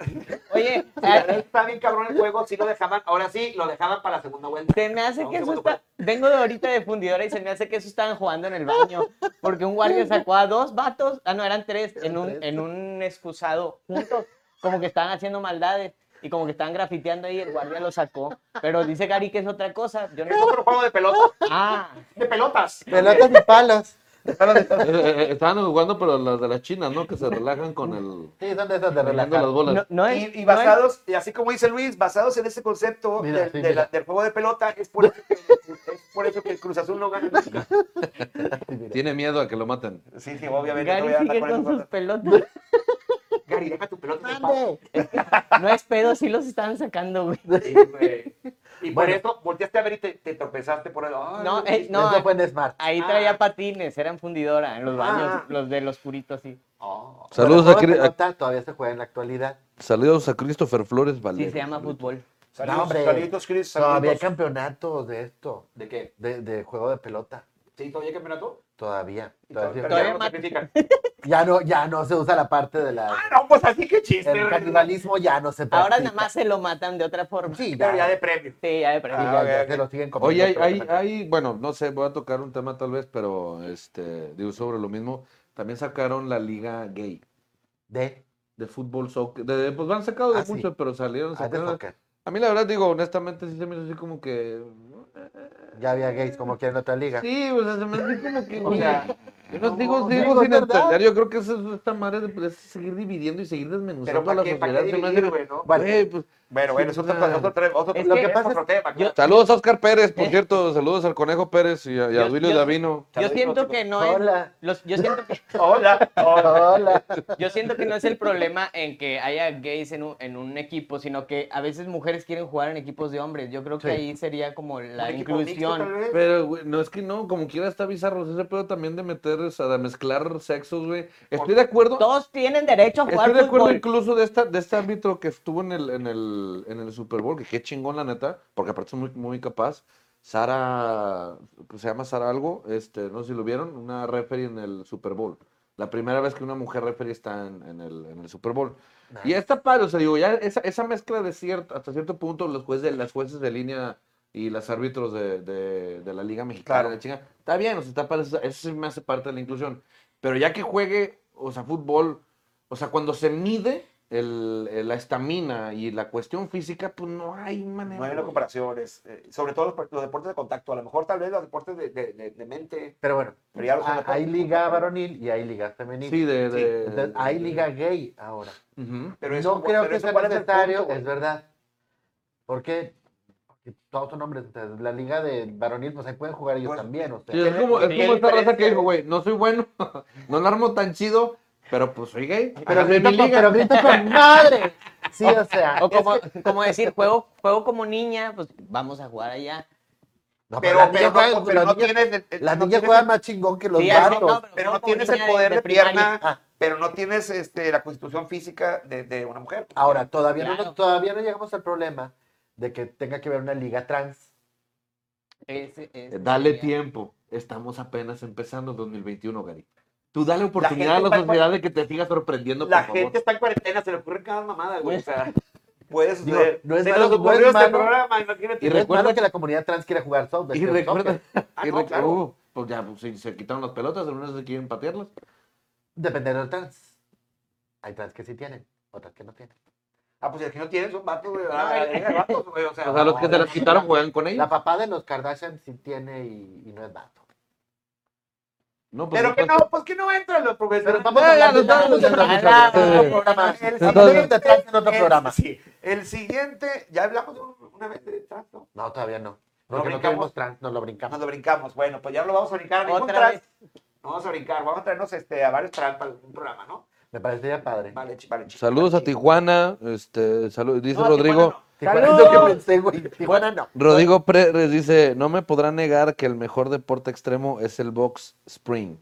Speaker 5: Oye,
Speaker 4: la
Speaker 3: Ah.
Speaker 4: verdad está bien cabrón el juego, sí lo dejaban, ahora sí, lo dejaban para la segunda vuelta.
Speaker 5: se me hace
Speaker 4: No, pues.
Speaker 5: que eso
Speaker 4: segundo
Speaker 5: está. Vengo de ahorita de fundidora y se me hace que eso estaban jugando en el baño. Porque un guardia sacó a dos vatos, ah, no, eran tres, en un,
Speaker 3: tres.
Speaker 4: pues.
Speaker 5: en un excusado juntos. Como que estaban haciendo maldades y como que estaban grafiteando ahí. El guardia lo sacó. Pero dice Gary que es otra cosa. Yo no
Speaker 4: Es otro juego de pelota,
Speaker 5: Ah,
Speaker 4: de pelotas.
Speaker 3: Pelotas y palos.
Speaker 6: Eh, Estaban jugando, pero las de las chinas, ¿no? Que se relajan con el.
Speaker 3: Sí, son de esas de
Speaker 6: Relajando
Speaker 3: relajar.
Speaker 6: las bolas.
Speaker 5: no, no es.
Speaker 4: Y, y
Speaker 5: no es-
Speaker 4: basados, y así como dice Luis, basados en ese concepto
Speaker 3: Mira,
Speaker 4: del,
Speaker 3: sí,
Speaker 4: de la-
Speaker 3: mira.
Speaker 4: del juego de pelota, es por, eso que, es por eso que el Cruz Azul no gana.
Speaker 3: Sí, mira.
Speaker 6: Tiene miedo a que lo maten.
Speaker 4: Sí, sí, obviamente. no
Speaker 5: Gary
Speaker 4: voy a
Speaker 5: sigue
Speaker 4: andar
Speaker 5: con
Speaker 4: con
Speaker 5: sus
Speaker 4: esas
Speaker 5: pelotas.
Speaker 4: cosas. Gary, deja tu pelota. en el palo.
Speaker 3: Ande.
Speaker 5: No es pedo, sí los estaban sacando, güey.
Speaker 4: Sí, güey. Y por
Speaker 3: Bueno.
Speaker 4: eso volteaste a ver y te, te tropezaste por el. ay,
Speaker 5: No,
Speaker 4: güey.
Speaker 5: eh, no.
Speaker 3: Eso fue en Smart.
Speaker 5: Ahí
Speaker 4: Ah.
Speaker 5: traía patines, eran fundidora en los baños,
Speaker 4: Ah.
Speaker 5: los de los puritos, sí.
Speaker 4: Oh.
Speaker 3: Pero el
Speaker 6: Saludos
Speaker 3: juego
Speaker 6: a,
Speaker 3: de
Speaker 6: Cri- a-
Speaker 3: pelota todavía se juega en la actualidad.
Speaker 6: saludos a Christopher Flores
Speaker 5: Sí,
Speaker 6: Valdez.
Speaker 5: se llama fútbol.
Speaker 4: Saludos,
Speaker 3: hombre.
Speaker 4: saluditos, Chris.
Speaker 3: No, había
Speaker 4: saluditos.
Speaker 3: campeonatos de esto,
Speaker 4: ¿De qué?
Speaker 3: de, de juego de pelota,
Speaker 4: ¿Sí, todavía hay campeonato?
Speaker 3: todavía.
Speaker 4: Y
Speaker 3: todavía-
Speaker 4: pero
Speaker 5: Todavía
Speaker 4: ya no
Speaker 5: más.
Speaker 4: te critican.
Speaker 3: Ya no, ya no se usa la parte de la.
Speaker 4: Ah, no, pues así que chiste.
Speaker 3: El canibalismo ya no se practica.
Speaker 5: Ahora nada más se lo matan de otra forma.
Speaker 3: Sí, ya,
Speaker 4: Pero ya de premio.
Speaker 5: Sí, ya de perdido.
Speaker 3: ya-
Speaker 4: Ah, ok,
Speaker 3: ya
Speaker 4: ok.
Speaker 3: se lo siguen comiendo.
Speaker 6: Oye, hay,
Speaker 3: pero-
Speaker 6: hay, hay- bueno, no sé, voy a tocar un tema tal vez, pero este, digo sobre lo mismo. También sacaron la liga gay
Speaker 3: De.
Speaker 6: de fútbol, soccer. de- de- pues van sacado de
Speaker 3: Ah, sí.
Speaker 6: muchos, pero salieron.
Speaker 3: ah, de
Speaker 6: sacaron-
Speaker 3: soccer.
Speaker 6: a mí la verdad digo, honestamente, sí se me hizo así como que...
Speaker 3: Ya había gays como que en otra liga.
Speaker 6: Sí, o sea, se me hace como que...
Speaker 3: O
Speaker 6: o sea, yo no digo,
Speaker 3: no,
Speaker 6: digo
Speaker 3: digo,
Speaker 6: sin
Speaker 3: es verdad.
Speaker 6: entender, yo creo que eso es esta madre de pues, es seguir dividiendo y seguir
Speaker 4: Pero
Speaker 6: desmenuzando a
Speaker 4: ¿para
Speaker 6: la
Speaker 4: qué, para
Speaker 6: sociedad.
Speaker 4: qué
Speaker 6: se me hace-
Speaker 4: dividir, güey, no?
Speaker 3: Bueno,
Speaker 6: Güey, pues,
Speaker 4: Bueno, bueno, es otro,
Speaker 6: Chingada.
Speaker 4: otro, otro,
Speaker 5: Es
Speaker 4: lo
Speaker 5: que-
Speaker 4: que pasa otro tema.
Speaker 5: yo-
Speaker 6: saludos a Oscar Pérez, por
Speaker 5: Eh.
Speaker 6: cierto, saludos al Conejo Pérez y a, y a
Speaker 5: Yo-
Speaker 6: Duilio
Speaker 5: yo-
Speaker 6: Davino.
Speaker 5: Yo siento que no es.
Speaker 3: Hola.
Speaker 5: los- yo, siento que,
Speaker 4: Hola, hola.
Speaker 3: Hola.
Speaker 5: yo siento que no es el problema en que haya gays en un, en un equipo, sino que a veces mujeres quieren jugar en equipos de hombres. Yo creo que
Speaker 3: Sí.
Speaker 5: ahí sería como la
Speaker 4: Un equipo mixto, tal
Speaker 5: inclusión.
Speaker 4: vez.
Speaker 6: Pero, güey, no es que no, como quiera está bizarro ese pedo también de meter, o sea, de mezclar sexos, güey. Estoy de acuerdo.
Speaker 5: Todos tienen derecho a jugar
Speaker 6: Estoy de acuerdo
Speaker 5: fútbol.
Speaker 6: incluso de esta, de este árbitro que estuvo en el, en el, en el Super Bowl, que qué chingón la neta, porque aparte es muy, muy capaz. Sara, pues, se llama Sara algo, este, no sé si lo vieron, una referee en el Super Bowl. La primera vez que una mujer referee está en, en el, en el Super Bowl. Y está padre, o sea, digo, ya esa, esa mezcla de cierto, hasta cierto punto, los jueces de, las jueces de línea y los árbitros de, de- de la Liga Mexicana,
Speaker 4: Claro.
Speaker 6: la chinga, está bien, o sea, está padre, eso, eso sí me hace parte de la inclusión. Pero ya que juegue, o sea, fútbol, o sea, cuando se mide el- el- la estamina y la cuestión física, pues no hay manera.
Speaker 4: No hay una
Speaker 6: güey.
Speaker 4: comparación, es, eh, sobre todo los, los deportes de contacto, a lo mejor tal vez los deportes de, de- de- de mente,
Speaker 3: Pero bueno,
Speaker 4: pero ya los
Speaker 3: ah,
Speaker 4: deportes
Speaker 3: hay
Speaker 4: de
Speaker 3: liga
Speaker 4: contacto.
Speaker 3: varonil y hay liga femenil.
Speaker 6: Sí, de...
Speaker 4: Sí,
Speaker 6: de-
Speaker 3: Entonces, hay liga gay ahora.
Speaker 6: Ujú.
Speaker 4: Pero eso,
Speaker 3: no creo
Speaker 4: pero
Speaker 3: que
Speaker 4: eso,
Speaker 3: sea
Speaker 4: ¿cuál es el
Speaker 3: necesario,
Speaker 4: punto,
Speaker 3: es,
Speaker 4: güey?
Speaker 3: verdad. ¿Por qué? Porque todos son hombres. entonces, la liga de varonil, pues ahí pueden jugar ellos
Speaker 4: Pues,
Speaker 3: también. O sea.
Speaker 6: Sí, es como, es
Speaker 4: ¿Qué
Speaker 6: como esta raza
Speaker 4: diferencia
Speaker 6: que dijo,
Speaker 4: es?
Speaker 6: güey, no soy bueno, no la armo tan chido, pero pues soy gay.
Speaker 3: Pero
Speaker 6: Háganme
Speaker 3: grito,
Speaker 6: mi
Speaker 3: con,
Speaker 6: liga.
Speaker 3: pero grito con madre. Sí, o sea.
Speaker 5: O como, como decir, juego, juego como niña, pues vamos a jugar allá.
Speaker 3: no,
Speaker 4: Pero,
Speaker 3: las
Speaker 4: pero
Speaker 3: niñas
Speaker 4: no,
Speaker 3: juegan-
Speaker 4: pero no
Speaker 3: las niñas-
Speaker 4: tienes, el-
Speaker 3: las
Speaker 4: no
Speaker 3: niñas
Speaker 4: tienes
Speaker 3: juegan
Speaker 4: el-
Speaker 3: más chingón que los
Speaker 5: Sí, así,
Speaker 3: vatos.
Speaker 4: pero
Speaker 5: juego
Speaker 4: no
Speaker 5: como
Speaker 4: tienes el
Speaker 5: niña de-
Speaker 4: poder de,
Speaker 5: de primaria.
Speaker 4: pierna,
Speaker 3: Ah.
Speaker 4: pero no tienes este, la constitución física de, de una mujer.
Speaker 3: Ahora, todavía, no,
Speaker 5: Claro.
Speaker 3: todavía no llegamos al problema de que tenga que ver una liga trans.
Speaker 5: Ese- ese
Speaker 6: Eh, Dale
Speaker 5: sería.
Speaker 6: tiempo. Estamos apenas empezando 2021, Gary. Tú dale
Speaker 4: gente
Speaker 6: oportunidad a la
Speaker 4: está en
Speaker 6: sociedad de que te siga sorprendiendo,
Speaker 4: La
Speaker 6: por
Speaker 4: gente está en cuarentena, se le ocurren cada mamada, güey. O sea, puedes
Speaker 3: Digo,
Speaker 4: ver.
Speaker 3: no es
Speaker 4: se
Speaker 3: malo,
Speaker 4: nos
Speaker 3: no es
Speaker 4: ocurrió este
Speaker 3: malo.
Speaker 4: programa, imagínate.
Speaker 6: Y
Speaker 3: No es
Speaker 6: recuerda-
Speaker 3: malo que la comunidad trans quiera jugar soft.
Speaker 6: favor. Y recuerda,
Speaker 4: Ah,
Speaker 6: y
Speaker 4: no,
Speaker 6: recu-
Speaker 4: claro.
Speaker 6: uh, pues ya pues, si se quitaron las pelotas, algunos se quieren patearlas.
Speaker 3: Depende del trans. Hay trans que sí tienen, otras que no tienen.
Speaker 4: Ah, pues si aquí no tienes, son vatos, güey. Ah, era de vatos, güey, O sea,
Speaker 6: O sea, los que se las quitaron juegan con
Speaker 3: La
Speaker 6: ellas.
Speaker 3: papá de los Kardashian sí tiene y, y no es vato.
Speaker 6: No, pues,
Speaker 4: Pero que no, pues que no entran los
Speaker 3: Pero
Speaker 4: profesores.
Speaker 3: estamos
Speaker 6: ya,
Speaker 3: hablando
Speaker 6: ya,
Speaker 3: de
Speaker 6: ya,
Speaker 3: otro
Speaker 5: ya,
Speaker 6: ya.
Speaker 3: programa.
Speaker 4: El
Speaker 3: Hablemos de trans en otro
Speaker 4: El-
Speaker 3: programa.
Speaker 4: Sí. El siguiente, ya hablamos un- una vez de trans, ¿no?
Speaker 3: No, todavía no. Porque no
Speaker 4: brincamos.
Speaker 3: tenemos trans, nos lo brincamos.
Speaker 4: Nos lo brincamos. Bueno, pues ya lo vamos a brincar. ningún
Speaker 5: Otra
Speaker 4: trans.
Speaker 5: vez.
Speaker 4: No vamos a brincar. Vamos a traernos este, a varios trans para un programa, ¿no?
Speaker 3: Me parecería padre.
Speaker 4: Vale, chi- vale, chi-
Speaker 6: Saludos
Speaker 4: vale,
Speaker 6: a
Speaker 4: chi.
Speaker 6: Tijuana, este, salu- dice
Speaker 4: No, a
Speaker 6: Rodrigo.
Speaker 4: Tijuana no.
Speaker 3: Tijuana es lo que pensé, güey. Tijuana no.
Speaker 6: Rodrigo Pérez dice, no me podrá negar que el mejor deporte extremo es el box spring.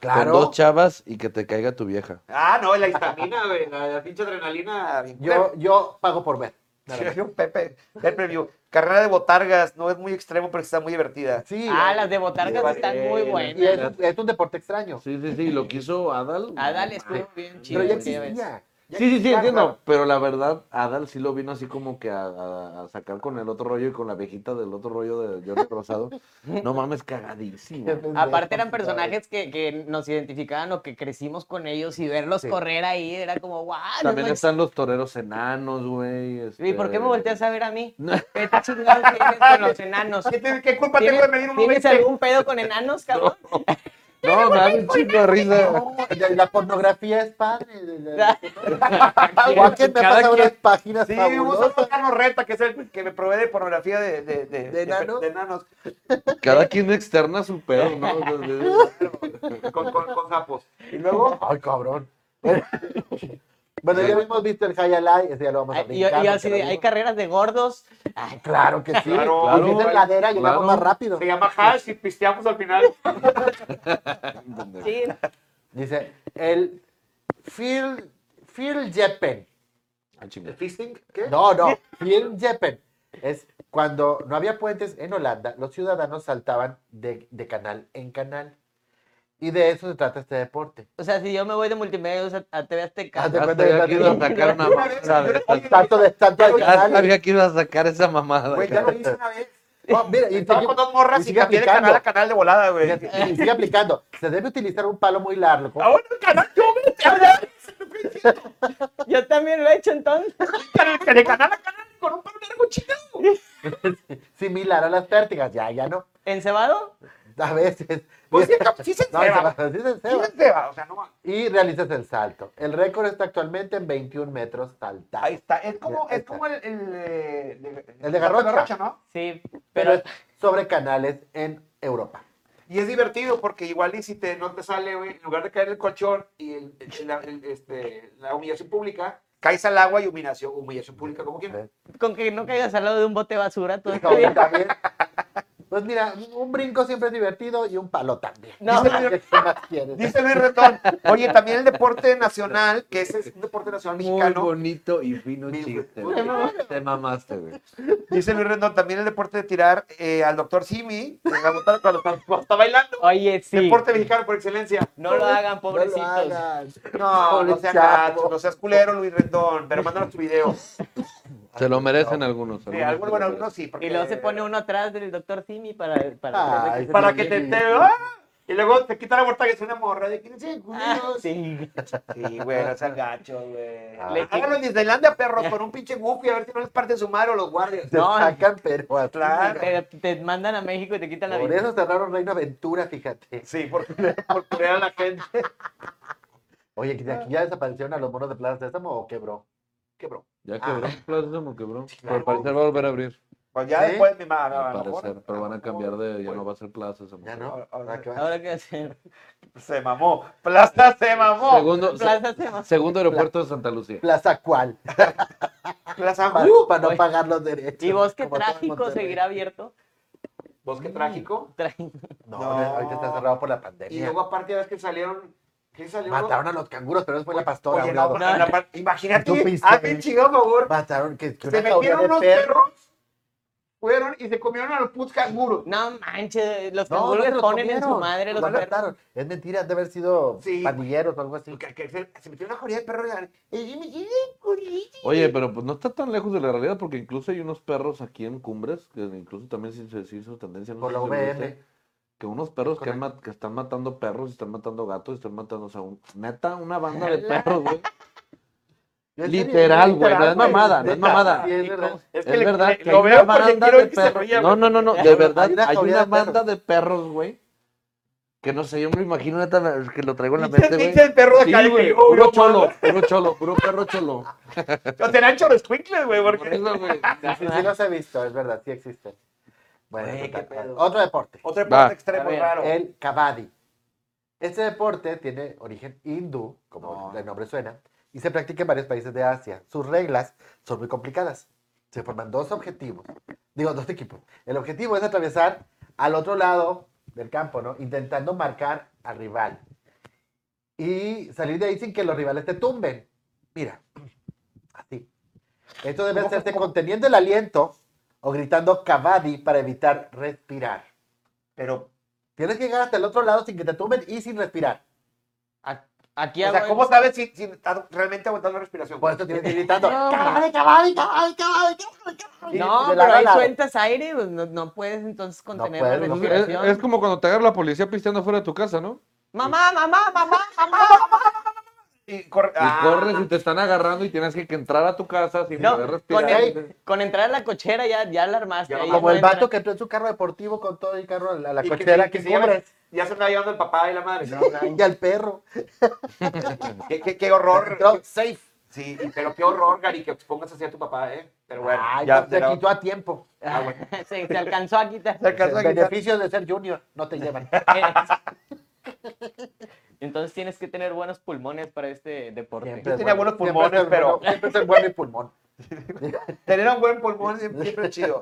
Speaker 3: Claro.
Speaker 6: Con dos chavas y que te caiga tu vieja.
Speaker 4: Ah, no, la histamina, güey. La, la pinche adrenalina. bien
Speaker 3: Yo, yo pago por ver.
Speaker 4: culera. Sí, un Pepe, el preview. Carrera de botargas. No es muy extremo, pero está muy divertida.
Speaker 3: Sí.
Speaker 5: Ah, las de botargas
Speaker 4: Vale.
Speaker 5: están muy
Speaker 3: y es,
Speaker 5: buenas.
Speaker 3: es un deporte extraño.
Speaker 6: Sí, sí, sí, lo quiso Adal.
Speaker 5: Adal Ah, estuvo bien chido.
Speaker 3: pero ya
Speaker 5: güey, ya ves.
Speaker 3: existía.
Speaker 4: Ya
Speaker 6: Sí, sí, sí,
Speaker 4: quisiera,
Speaker 6: entiendo.
Speaker 4: claro.
Speaker 6: Pero la verdad, Adal sí lo vino así como que a, a- a sacar con el otro rollo y con la viejita del otro rollo de Jordi Rosado. No mames, cagadísimo.
Speaker 3: Qué pendejo,
Speaker 5: Aparte eran
Speaker 3: tú sabes.
Speaker 5: personajes que, que nos identificaban o que crecimos con ellos y verlos
Speaker 3: Sí.
Speaker 5: correr ahí era como, wow.
Speaker 6: También están los toreros enanos, güey. este
Speaker 5: ¿Y por qué me volteas
Speaker 6: volteas
Speaker 5: a ver a mí? ¿Qué chingados tienes con los enanos?
Speaker 4: ¿Qué, te- qué culpa tengo de medir Este
Speaker 5: ¿Tienes,
Speaker 4: un
Speaker 5: ¿tienes
Speaker 4: 90?
Speaker 5: algún pedo con enanos, cabrón?
Speaker 6: No, me da un chingo de risa.
Speaker 3: No, la- la pornografía es padre. la- la- Joaquín me ha
Speaker 6: Cada
Speaker 3: pasado
Speaker 6: quien-
Speaker 3: unas páginas
Speaker 4: Sí, un
Speaker 3: fabulosas.
Speaker 4: saludo a Carlos Reta, que es el que me provee de pornografía de, de, de,
Speaker 3: ¿De enanos?
Speaker 4: de enanos.
Speaker 6: Cada quien externa su pedo, ¿no?
Speaker 4: Con, con, con sapos. Y luego,
Speaker 3: Ay, cabrón. bueno, ya hemos visto el High Alive, ese ya lo vamos a
Speaker 5: Ay, Y,
Speaker 3: brincar.
Speaker 5: y
Speaker 3: porque
Speaker 5: así,
Speaker 3: lo
Speaker 5: de,
Speaker 3: vimos.
Speaker 5: hay carreras de gordos.
Speaker 3: Ay, claro que sí.
Speaker 4: Claro,
Speaker 3: Claro, y si es en
Speaker 6: claro,
Speaker 3: ladera, llegamos
Speaker 6: claro.
Speaker 3: más rápido.
Speaker 4: se llama hash y pisteamos al final.
Speaker 5: Sí.
Speaker 3: Dice, el Phil, Phil Jeppen
Speaker 6: Ah, chinga.
Speaker 8: ¿El fisting? ¿Qué?
Speaker 3: No, no, Firmjeppen. Es cuando no había puentes en Holanda, los ciudadanos saltaban de, de canal en canal. Y de eso se trata este deporte.
Speaker 5: O sea, si yo me voy de multimedios a, a TV Azteca.
Speaker 3: Haz de
Speaker 6: Ya
Speaker 3: cuenta
Speaker 6: sabía
Speaker 3: que
Speaker 6: que iba a sacar una mamada de esas.
Speaker 3: Tanto de tanto de
Speaker 6: Ya
Speaker 3: canal.
Speaker 6: sabía que iba a sacar esa mamada.
Speaker 4: Güey, ya
Speaker 6: cabrón.
Speaker 4: lo hice una vez.
Speaker 3: No, mira, y
Speaker 4: Estaba
Speaker 3: sigue-
Speaker 4: con dos morras y
Speaker 3: sigue
Speaker 4: cambié de
Speaker 3: aplicando.
Speaker 4: canal a canal de volada, güey.
Speaker 3: Fíjate, y sigue aplicando. Se debe utilizar un palo muy largo.
Speaker 4: Ahora el canal, yo me
Speaker 5: Yo también lo he hecho entonces.
Speaker 4: de canal a canal con un palo largo chingado.
Speaker 3: Similar a las pértigas. Ya, ya no.
Speaker 5: ¿Encebado?
Speaker 3: A veces.
Speaker 4: Pues sí, cap- sí se
Speaker 3: No, se
Speaker 4: enceba.
Speaker 3: va, sí se
Speaker 4: Sí
Speaker 3: enceba.
Speaker 4: se enceba, o sea, no.
Speaker 3: Y realizas el salto. El récord está actualmente en 21 metros saltados.
Speaker 4: Ahí está. Es como,
Speaker 3: Ahí
Speaker 4: es
Speaker 3: está.
Speaker 4: como el, el, eh, de-
Speaker 3: El de Garrocha.
Speaker 4: ¿no?
Speaker 5: Sí,
Speaker 3: Pero
Speaker 5: pero
Speaker 3: es sobre canales en Europa.
Speaker 4: Y es divertido porque igual y si te, no te sale, güey, en lugar de caer el colchón y el, el- la, el- este, la humillación pública, caes al agua y humillación, humillación pública, como quieras.
Speaker 5: con que no caigas al lado de un bote de basura todo
Speaker 3: No,
Speaker 5: está bien.
Speaker 3: también. Pues mira, un brinco siempre es divertido y un palo también.
Speaker 5: No.
Speaker 3: ¿Qué más quieres?
Speaker 4: Dice Luis Retón. Oye, también el deporte nacional, que ese es un deporte nacional
Speaker 6: Muy
Speaker 4: mexicano.
Speaker 6: bonito y fino
Speaker 4: Mi-
Speaker 6: chiste, güey. Te mamaste, güey.
Speaker 4: Dice Luis Rendón, también el deporte de tirar eh, al doctor Simi, que la botaron cuando, está- cuando está bailando.
Speaker 5: Oye, sí.
Speaker 4: Deporte mexicano por excelencia.
Speaker 5: No lo hagan,
Speaker 3: No lo
Speaker 5: pobrecitos.
Speaker 3: hagas.
Speaker 4: No, no
Speaker 3: Pobre
Speaker 4: seas
Speaker 3: chavo.
Speaker 4: gacho, no seas culero, Luis Rendón, pero mándanos tu video.
Speaker 6: Se lo merecen algunos.
Speaker 4: Sí, algunos, bueno,
Speaker 6: se lo
Speaker 4: algunos sí. Porque...
Speaker 5: Y luego se pone uno atrás del doctor Simi para. para
Speaker 3: Ay,
Speaker 4: Para que te... te- ¡Ah! Y luego te quita la puerta que es una morra de 15
Speaker 5: Ah,
Speaker 4: culeros.
Speaker 5: sí.
Speaker 4: Sí, güey, no seas gacho, güey.
Speaker 3: Ah.
Speaker 4: Le- Háganlo en Disneylandia, perros, con un pinche goofy, a ver si no les parte su madre o los guardias.
Speaker 3: Te
Speaker 5: No,
Speaker 3: sacan, pero así,
Speaker 4: claro.
Speaker 3: mira.
Speaker 5: Te, te mandan a México y te quitan la
Speaker 3: Por
Speaker 5: vida.
Speaker 3: eso cerraron Reino Aventura, fíjate.
Speaker 4: Sí, por, por culear a la gente.
Speaker 3: Oye, que de aquí ya desaparecieron a los monos de Plaza Sésamo o quebró. Quebró.
Speaker 6: Ya quebró, Plaza Sésamo quebró. Pero
Speaker 4: claro.
Speaker 6: al parecer va a volver a abrir.
Speaker 4: Pues ya
Speaker 3: ¿Sí?
Speaker 4: después mi madre. a
Speaker 6: Al
Speaker 4: lo mejor,
Speaker 6: parecer, pero van a cambiar de. Ya no va a ser Plaza Sésamo.
Speaker 3: Ya no.
Speaker 4: Ahora- ahora-
Speaker 3: Ahora que va.
Speaker 5: Ahora qué hacer.
Speaker 4: Se mamó. Plaza se mamó.
Speaker 6: Segundo, se-
Speaker 5: Plaza se
Speaker 6: segundo aeropuerto de Santa Lucía.
Speaker 3: Plaza cuál?
Speaker 4: Plaza
Speaker 3: Para,
Speaker 4: Ju.
Speaker 3: para no
Speaker 5: Uh, Oye.
Speaker 3: pagar los derechos.
Speaker 5: ¿Y bosque
Speaker 3: como todo en
Speaker 5: trágico
Speaker 3: Monterrey.
Speaker 5: seguirá abierto?
Speaker 4: Bosque trágico.
Speaker 5: Tra-
Speaker 3: No,
Speaker 4: No.
Speaker 3: ahorita está cerrado por la pandemia.
Speaker 4: Y luego aparte ves que salieron. ¿Qué salieron?
Speaker 3: Mataron a los canguros, pero eso fue la pastora. a
Speaker 4: Oye,
Speaker 3: un
Speaker 4: no,
Speaker 3: lado.
Speaker 4: en la par-
Speaker 3: Tú
Speaker 4: Imagínate.
Speaker 3: fuiste.
Speaker 4: Ah, bien chingado, por favor.
Speaker 3: Mataron que, que
Speaker 4: Se
Speaker 3: una jauría
Speaker 4: metieron
Speaker 3: de
Speaker 4: unos
Speaker 3: perros.
Speaker 4: perros. Fueron y se comieron a los putos canguros.
Speaker 5: No manches, los
Speaker 3: No, no
Speaker 5: canguros
Speaker 3: se
Speaker 5: les
Speaker 3: los
Speaker 5: ponen en su
Speaker 3: comieron.
Speaker 5: madre los
Speaker 3: No
Speaker 5: perros.
Speaker 3: mataron. Es mentira, han de haber sido
Speaker 4: Sí.
Speaker 3: pandilleros o algo así.
Speaker 4: Que- que Se se metieron una jauría de perros. y- y- y-
Speaker 6: Oye, pero pues no está tan lejos de la realidad porque incluso hay unos perros aquí en Cumbres, que incluso también se se hizo tendencia, no
Speaker 3: Por
Speaker 6: sé
Speaker 3: la
Speaker 6: si lo viste,
Speaker 3: VM.
Speaker 6: que unos perros que, han mat- que están matando perros, están matando gatos, están matando, o sea, un- neta, una banda de perros, güey. Literal, güey, no es mamada, no es mamada.
Speaker 3: Sí, es verdad.
Speaker 4: Es
Speaker 6: Es verdad,
Speaker 4: le-
Speaker 6: que
Speaker 4: lo
Speaker 6: hay
Speaker 4: veo porque
Speaker 6: una banda
Speaker 4: quiero
Speaker 6: de
Speaker 4: ver que se
Speaker 6: perros.
Speaker 4: ría.
Speaker 6: No,
Speaker 4: güey.
Speaker 6: no, no, no, de verdad,
Speaker 3: Hay una
Speaker 6: hay
Speaker 3: jauría
Speaker 6: una
Speaker 3: de
Speaker 6: banda
Speaker 3: perros.
Speaker 6: de perros, güey. Que no sé, yo me lo imagino neta que lo traigo en la
Speaker 4: Pinches
Speaker 6: mente, güey.
Speaker 4: pinches perros de
Speaker 6: Sí,
Speaker 4: calle.
Speaker 6: güey,
Speaker 4: que- oh,
Speaker 6: puro
Speaker 4: no
Speaker 6: cholo,
Speaker 4: mames.
Speaker 6: puro cholo, puro perro cholo.
Speaker 4: O serán choros twinkles, güey,
Speaker 6: Por
Speaker 4: porque...
Speaker 6: eso, güey.
Speaker 3: Sí, sí los he visto, es verdad, sí existen. Bueno,
Speaker 4: Güey,
Speaker 3: total,
Speaker 4: qué pedo.
Speaker 3: otro deporte.
Speaker 4: Otro
Speaker 6: Va.
Speaker 4: deporte extremo
Speaker 5: A ver,
Speaker 4: raro.
Speaker 3: El kabaddi. Este deporte tiene origen hindú, como
Speaker 4: No.
Speaker 3: el nombre suena, y se practica en varios países de Asia. Sus reglas son muy complicadas. Se forman dos objetivos, digo, dos equipos. El objetivo es atravesar al otro lado del campo, ¿no? Intentando marcar al rival. Y salir de ahí sin que los rivales te tumben. Mira, así. Esto debe hacerse conteniendo el aliento o gritando kabaddi para evitar respirar.
Speaker 4: Pero,
Speaker 3: Tienes que llegar hasta el otro lado sin que te tumben y sin respirar.
Speaker 5: A- Aquí
Speaker 4: o sea,
Speaker 5: hago-
Speaker 4: ¿cómo sabes si, si estás realmente aguantando la respiración?
Speaker 3: Por eso tienes que ir gritando.
Speaker 5: No,
Speaker 3: ¡Cabade, cabade, cabade, cabade, cabade!
Speaker 5: No,
Speaker 3: de
Speaker 5: pero
Speaker 3: lado a
Speaker 5: ahí
Speaker 3: lado.
Speaker 5: sueltas aire, pues, no, no puedes entonces contener
Speaker 3: puedes,
Speaker 5: la
Speaker 3: no
Speaker 6: Es,
Speaker 5: respiración.
Speaker 6: es como cuando te agarra la policía pisteando fuera de tu casa, ¿no?
Speaker 5: Mamá, mamá, mamá, mamá.
Speaker 4: Y, corre,
Speaker 6: Y corres y te están agarrando y tienes que, que entrar a tu casa sin
Speaker 5: No,
Speaker 6: poder
Speaker 5: con,
Speaker 6: respirar.
Speaker 5: el- con entrar a la cochera ya, ya la armaste.
Speaker 4: Ya
Speaker 5: ahí
Speaker 3: Como
Speaker 5: no
Speaker 3: el
Speaker 5: entra.
Speaker 3: vato que entró en su carro deportivo con todo el carro a la, a la
Speaker 4: Y que-
Speaker 3: cochera
Speaker 4: y
Speaker 3: que,
Speaker 4: que
Speaker 3: que
Speaker 4: se lleva-
Speaker 3: cubres.
Speaker 4: Ya se andaba llevando el papá y la madre.
Speaker 3: Y al perro.
Speaker 4: ¿Qué, qué, qué horror.
Speaker 3: Entró safe.
Speaker 4: Sí, pero qué horror, Gary, que expongas así a tu papá, ¿eh? Pero bueno,
Speaker 3: Ay,
Speaker 4: ya
Speaker 3: no, te
Speaker 4: será-
Speaker 3: quitó a tiempo.
Speaker 4: Ah, bueno.
Speaker 5: se, se alcanzó a quitar.
Speaker 4: Se alcanzó a
Speaker 3: Los
Speaker 4: quitar.
Speaker 3: beneficios de ser junior no te llevan.
Speaker 5: Entonces tienes que tener buenos pulmones para este deporte.
Speaker 3: Siempre es
Speaker 4: tenía
Speaker 3: bueno.
Speaker 4: buenos pulmones,
Speaker 3: Siempre es bueno-
Speaker 4: pero-
Speaker 3: Siempre es el bueno y pulmón.
Speaker 4: Tener un buen pulmón siempre siempre es chido.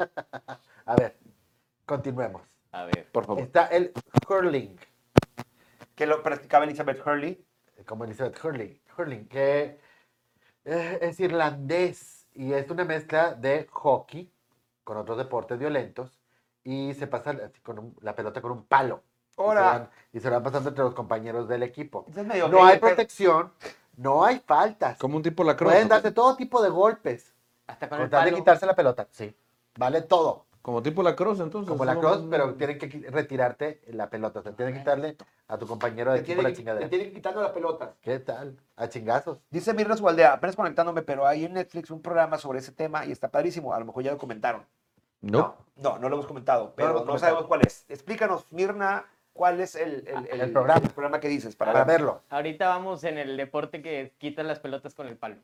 Speaker 3: A ver, continuemos.
Speaker 5: A ver.
Speaker 6: Por favor.
Speaker 3: Está el hurling.
Speaker 4: Que lo practicaba Elizabeth Hurley.
Speaker 3: eh, como Elizabeth Hurley, Hurling, que eh, es irlandés y es una mezcla de hockey con otros deportes violentos y se pasa así con un- la pelota con un palo. Y se
Speaker 4: Ahora.
Speaker 3: van- Y se van pasando entre los compañeros del equipo.
Speaker 4: Ese es medio
Speaker 3: No
Speaker 4: gay,
Speaker 3: hay
Speaker 4: pero-
Speaker 3: protección, no hay faltas.
Speaker 6: Como un tipo lacrosse.
Speaker 3: Pueden darse todo tipo de golpes.
Speaker 5: Hasta con
Speaker 3: Con
Speaker 5: el
Speaker 3: tal de
Speaker 5: palo.
Speaker 3: quitarse la pelota. Sí. Vale todo.
Speaker 6: Como tipo lacrosse, entonces.
Speaker 3: Como
Speaker 6: Pues ¿no?
Speaker 3: la cross, pero tienen que qui- retirarte la pelota. O sea, tienen que quitarle a tu compañero de
Speaker 4: Te
Speaker 3: equipo la
Speaker 4: tienen
Speaker 3: chingadera.
Speaker 4: que quitando las pelotas.
Speaker 3: ¿Qué tal? A chingazos.
Speaker 4: Dice Mirna Sualdea, apenas conectándome, pero hay en Netflix un programa sobre ese tema y está padrísimo. A lo mejor ya lo comentaron.
Speaker 6: No.
Speaker 4: No, no lo hemos comentado, pero
Speaker 3: lo
Speaker 4: no,
Speaker 3: hemos comentado. Ah,
Speaker 4: sabemos cuál es. Explícanos, Mirna, cuál es el, el- el-
Speaker 3: El programa.
Speaker 4: el programa que dices. Para
Speaker 3: Para
Speaker 4: ver.
Speaker 3: verlo.
Speaker 5: Ahorita vamos en el deporte que quitan las pelotas con el palo.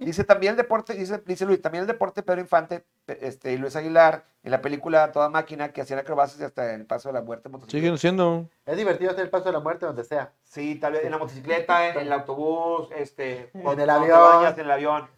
Speaker 4: Dice también el deporte, dice, dice Luis, también el deporte Pedro Infante pe- este, y Luis Aguilar en la película Toda Máquina que hacían acrobacias y hasta el paso de la muerte. en motocicleta.
Speaker 6: Siguen siendo.
Speaker 3: Es divertido hacer el paso de la muerte donde sea.
Speaker 4: Sí, tal vez en la motocicleta, en, en el autobús, este, cuando-
Speaker 3: el
Speaker 4: cuando te
Speaker 3: avión.
Speaker 4: bañas, en el avión.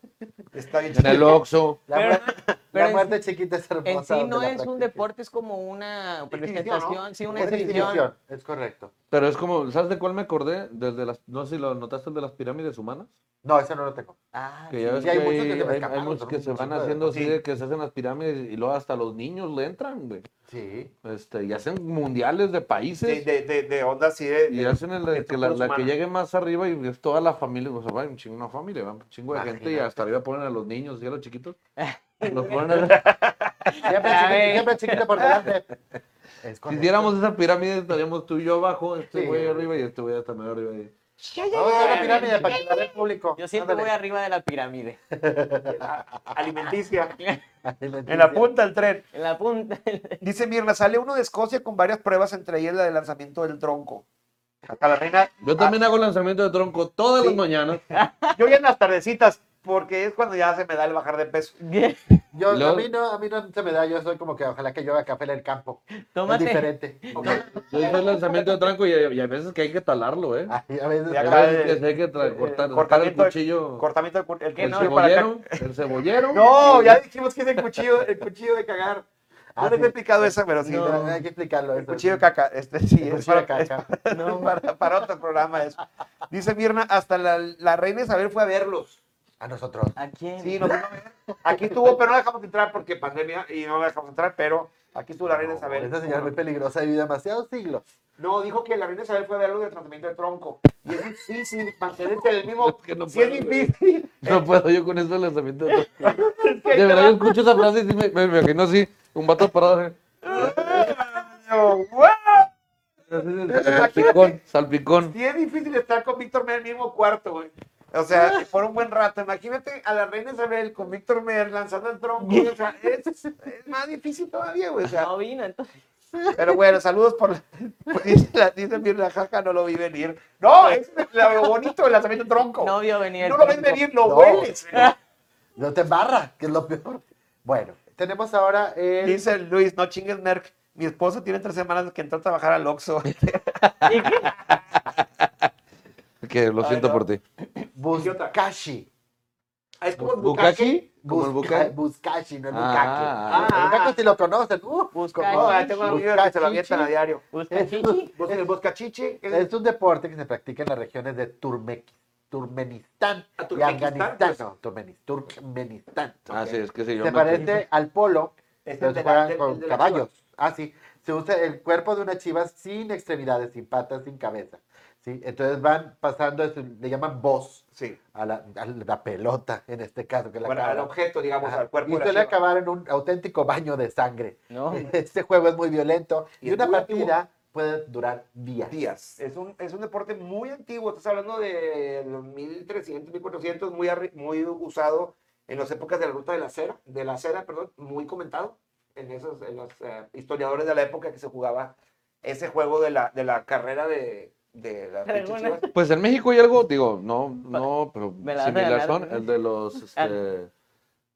Speaker 4: Está bien
Speaker 6: En el
Speaker 4: chido.
Speaker 6: Oxxo.
Speaker 3: La,
Speaker 5: Pero
Speaker 3: muer-
Speaker 5: pero
Speaker 3: la
Speaker 5: en
Speaker 3: muerte chiquita es hermosa.
Speaker 5: En sí
Speaker 3: donde
Speaker 5: no
Speaker 3: la
Speaker 5: es un
Speaker 3: practiques.
Speaker 5: deporte, es como una pues,
Speaker 4: Exhibición,
Speaker 5: presentación,
Speaker 4: ¿no?
Speaker 5: sí, una
Speaker 3: Es
Speaker 5: exhibición.
Speaker 3: exhibición, Es correcto.
Speaker 6: Pero es como, ¿sabes de cuál me acordé? Desde las, no sé si lo notaste, el de las pirámides humanas.
Speaker 3: No, eso no lo tengo.
Speaker 5: Ah,
Speaker 6: Que ya
Speaker 3: sí,
Speaker 6: ves
Speaker 3: sí,
Speaker 6: que
Speaker 3: hay
Speaker 6: hay,
Speaker 3: muchos que se me
Speaker 6: hay-
Speaker 3: escaparon,
Speaker 6: hay muchos
Speaker 3: son
Speaker 6: que
Speaker 3: un
Speaker 6: se van
Speaker 3: chingo de-
Speaker 6: haciendo así
Speaker 4: sí.
Speaker 6: de que se hacen las pirámides y luego hasta los niños le entran, güey.
Speaker 3: Sí.
Speaker 6: Este, y hacen mundiales
Speaker 4: De,
Speaker 6: de países.
Speaker 4: de, de, de onda así de...
Speaker 6: Y hacen el de
Speaker 4: de
Speaker 6: que la,
Speaker 4: puros
Speaker 6: la que
Speaker 4: humanos.
Speaker 6: llegue más arriba y es toda la familia, o sea, va un chingo una familia, va un chingo de gente y
Speaker 3: Imagínate.
Speaker 6: hasta arriba ponen a los niños y a los chiquitos. Los ponen a-
Speaker 3: Siempre,
Speaker 5: Ya
Speaker 3: chiquito,
Speaker 5: ves.
Speaker 3: siempre chiquito por delante. Es
Speaker 6: Si
Speaker 3: correcto.
Speaker 6: hiciéramos esa pirámide estaríamos tú y yo abajo, este
Speaker 3: Sí. Ah.
Speaker 6: güey arriba y este güey hasta medio arriba. y-
Speaker 3: Vamos a la pirámide para que la vea el público.
Speaker 5: Yo siempre voy
Speaker 3: Ándale.
Speaker 5: arriba de la pirámide.
Speaker 4: alimenticia. En
Speaker 3: En
Speaker 4: la punta del tren.
Speaker 5: En la punta.
Speaker 4: Dice Mirna, sale uno de Escocia con varias pruebas, entre ellas la del lanzamiento del tronco. Hasta la reina.
Speaker 6: Yo también hago lanzamiento de tronco todas
Speaker 4: Sí.
Speaker 6: las mañanas.
Speaker 4: Yo ya en las tardecitas, porque es cuando ya se me da el bajar de peso.
Speaker 3: Yo,
Speaker 6: Lo-
Speaker 3: a, mí no, a mí no se me da, yo soy como que ojalá que llueva café en el campo. Es
Speaker 5: Tómate.
Speaker 3: diferente.
Speaker 6: Yo hice el lanzamiento de tronco y, y a veces que hay que talarlo, ¿eh?
Speaker 3: Ay, a veces
Speaker 4: Ya
Speaker 6: Hay
Speaker 4: acá
Speaker 6: veces
Speaker 4: el-
Speaker 6: que hay que tra-
Speaker 4: el- el
Speaker 6: cortar, sacar el
Speaker 4: cortamiento de-
Speaker 6: cuchillo.
Speaker 4: Cortamiento del cur- el,
Speaker 5: ¿Qué
Speaker 6: el
Speaker 5: no?
Speaker 4: cuchillo para acá.
Speaker 6: cebollero, el cebollero.
Speaker 4: No, ya dijimos que es el cuchillo, el cuchillo de cagar. no
Speaker 3: Ah,
Speaker 4: les
Speaker 3: sí.
Speaker 4: he explicado esa, pero sí.
Speaker 3: Sí, no, hay que explicarlo.
Speaker 4: El
Speaker 3: eso.
Speaker 4: cuchillo de caca, este sí,
Speaker 3: El
Speaker 4: es
Speaker 3: cuchillo de
Speaker 4: para, es
Speaker 3: caca.
Speaker 4: para- para- para otro programa eso. Dice Mirna, hasta la, la reina Isabel fue a verlos.
Speaker 3: A nosotros.
Speaker 5: ¿A quién?
Speaker 4: Sí, nos vino a ver. Aquí estuvo, pero no la dejamos entrar porque pandemia y no la dejamos entrar, pero aquí estuvo la reina Isabel.
Speaker 3: Esa señora es muy peligrosa, vivió demasiados siglos.
Speaker 4: No, dijo que la reina Isabel fue a verlo de tratamiento de tronco. Y es difícil mantenerse en el mismo.
Speaker 6: Es que no
Speaker 4: sí, es
Speaker 6: puedo,
Speaker 4: difícil.
Speaker 6: No puedo yo con esos lanzamientos de tronco. De verdad, yo escucho esa frase y sí me, me, me imagino así, un vato parado. así.
Speaker 4: No, ¡guau!
Speaker 6: Así de- Salpicón, salpicón.
Speaker 4: Sí, es difícil estar con Víctor Mer en el mismo cuarto, güey. O sea, por un buen rato. Imagínate a la reina Isabel con Víctor Mer lanzando el tronco. güey. O sea, es, es más difícil todavía, güey. O sea,
Speaker 5: No vino, entonces.
Speaker 4: Pero bueno, saludos por. Dice, la, dice Mirna, jaja, no lo vi venir. No, es lo bonito el lanzamiento tronco.
Speaker 5: No vio venir. el
Speaker 4: No lo ves
Speaker 5: tronco. Ah.
Speaker 4: venir, lo
Speaker 3: No.
Speaker 4: hueles.
Speaker 3: No te embarra, que es lo peor. Bueno, tenemos ahora el...
Speaker 4: Dice Luis, no chingues, Merck. Mi esposo tiene tres semanas que entró a trabajar al Oxxo.
Speaker 5: ¿Y qué?
Speaker 6: Que lo siento por ti.
Speaker 3: Buskashi.
Speaker 4: Ah, Es como el
Speaker 6: ¿Bukashi? Como el
Speaker 3: Busca-
Speaker 6: bucashi.
Speaker 3: Buskashi, no es
Speaker 6: Ah,
Speaker 3: Bukaki. El Bukaki si lo conocen. Uh,
Speaker 5: Buskashi.
Speaker 4: No,
Speaker 3: como-
Speaker 4: ya tengo amigos que se lo avientan a diario.
Speaker 5: ¿Busca chichi?
Speaker 4: Bus- El boscachiche. el-
Speaker 3: Es un deporte que se practica en las regiones de Turme- Turmenistán
Speaker 4: Ah,
Speaker 3: y
Speaker 4: Turkmenistán,
Speaker 3: Afganistán.
Speaker 4: pues.
Speaker 3: No, Turmenis- Turkmenistán.
Speaker 6: Ah, sí, es que sí, yo
Speaker 3: Se
Speaker 6: me-
Speaker 3: parece al polo,
Speaker 4: Es el Este,
Speaker 3: pero
Speaker 4: de
Speaker 3: se
Speaker 4: la-
Speaker 3: juegan
Speaker 4: del-
Speaker 3: con
Speaker 4: del de la
Speaker 3: caballos. Ah, sí. Se usa el cuerpo de una chiva sin extremidades, sin patas, sin cabeza. ¿sí? Entonces van pasando, eso, le llaman voz
Speaker 4: Sí.
Speaker 3: a la, a la pelota, en este caso. Que la
Speaker 4: Bueno, al
Speaker 3: cabra.
Speaker 4: objeto, digamos,
Speaker 3: Ajá.
Speaker 4: al cuerpo.
Speaker 3: Y
Speaker 4: de la
Speaker 3: suele
Speaker 4: chiva. Oh.
Speaker 3: acabar en un auténtico baño de sangre.
Speaker 5: No.
Speaker 3: Este juego es muy violento y,
Speaker 4: Y es
Speaker 3: una
Speaker 4: muy antiguo.
Speaker 3: partida puede durar días.
Speaker 4: Días. Es un, es un deporte muy antiguo, estás hablando de los 1300, 1400, muy, arri- muy usado en las épocas de la ruta de la cera, de la cera, perdón, muy comentado en esos en los eh, historiadores de la época que se jugaba ese juego de la, de la carrera de, de las
Speaker 5: Pero
Speaker 4: pinches
Speaker 5: bueno.
Speaker 4: chivas.
Speaker 6: Pues en México hay algo, digo, no, no, pero
Speaker 5: Me la vas a
Speaker 6: similar
Speaker 5: regalar,
Speaker 6: son
Speaker 5: ¿no?
Speaker 6: el de los,
Speaker 5: Ah.
Speaker 6: este,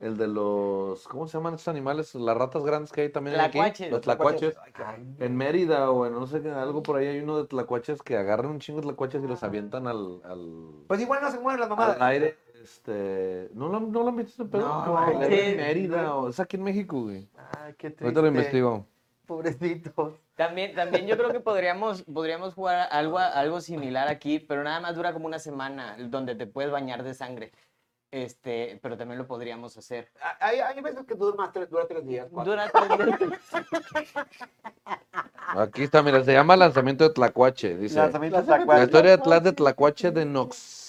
Speaker 6: el de los, ¿cómo se llaman estos animales? Las ratas grandes que hay también aquí.
Speaker 5: Tlacuaches.
Speaker 6: Los tlacuaches.
Speaker 4: Ay, caray.
Speaker 6: En Mérida o en no sé qué, algo por ahí hay uno de tlacuaches que agarran un chingo de tlacuaches y los avientan al, al,
Speaker 4: Pues igual no se mueven las
Speaker 6: al
Speaker 4: mamadas.
Speaker 6: aire. Este, no lo, no lo han visto ese pedo.
Speaker 3: No,
Speaker 6: No,
Speaker 3: güey.
Speaker 6: en Mérida o es aquí en México, güey.
Speaker 3: Ay, qué triste.
Speaker 6: Ahorita lo investigo.
Speaker 3: Pobrecitos.
Speaker 5: También, también yo creo que podríamos, podríamos jugar algo, algo similar aquí, pero nada más dura como una semana, donde te puedes bañar de sangre. Este, pero también lo podríamos hacer.
Speaker 4: Hay, hay veces que dura, más tres, dura tres días. cuatro.
Speaker 5: Durante
Speaker 3: Ah.
Speaker 6: Aquí está, mira, se llama lanzamiento de Tlacuache, dice.
Speaker 4: Lanzamiento de
Speaker 6: La
Speaker 4: Tlacuache.
Speaker 6: historia detrás de Tlacuache de Nox...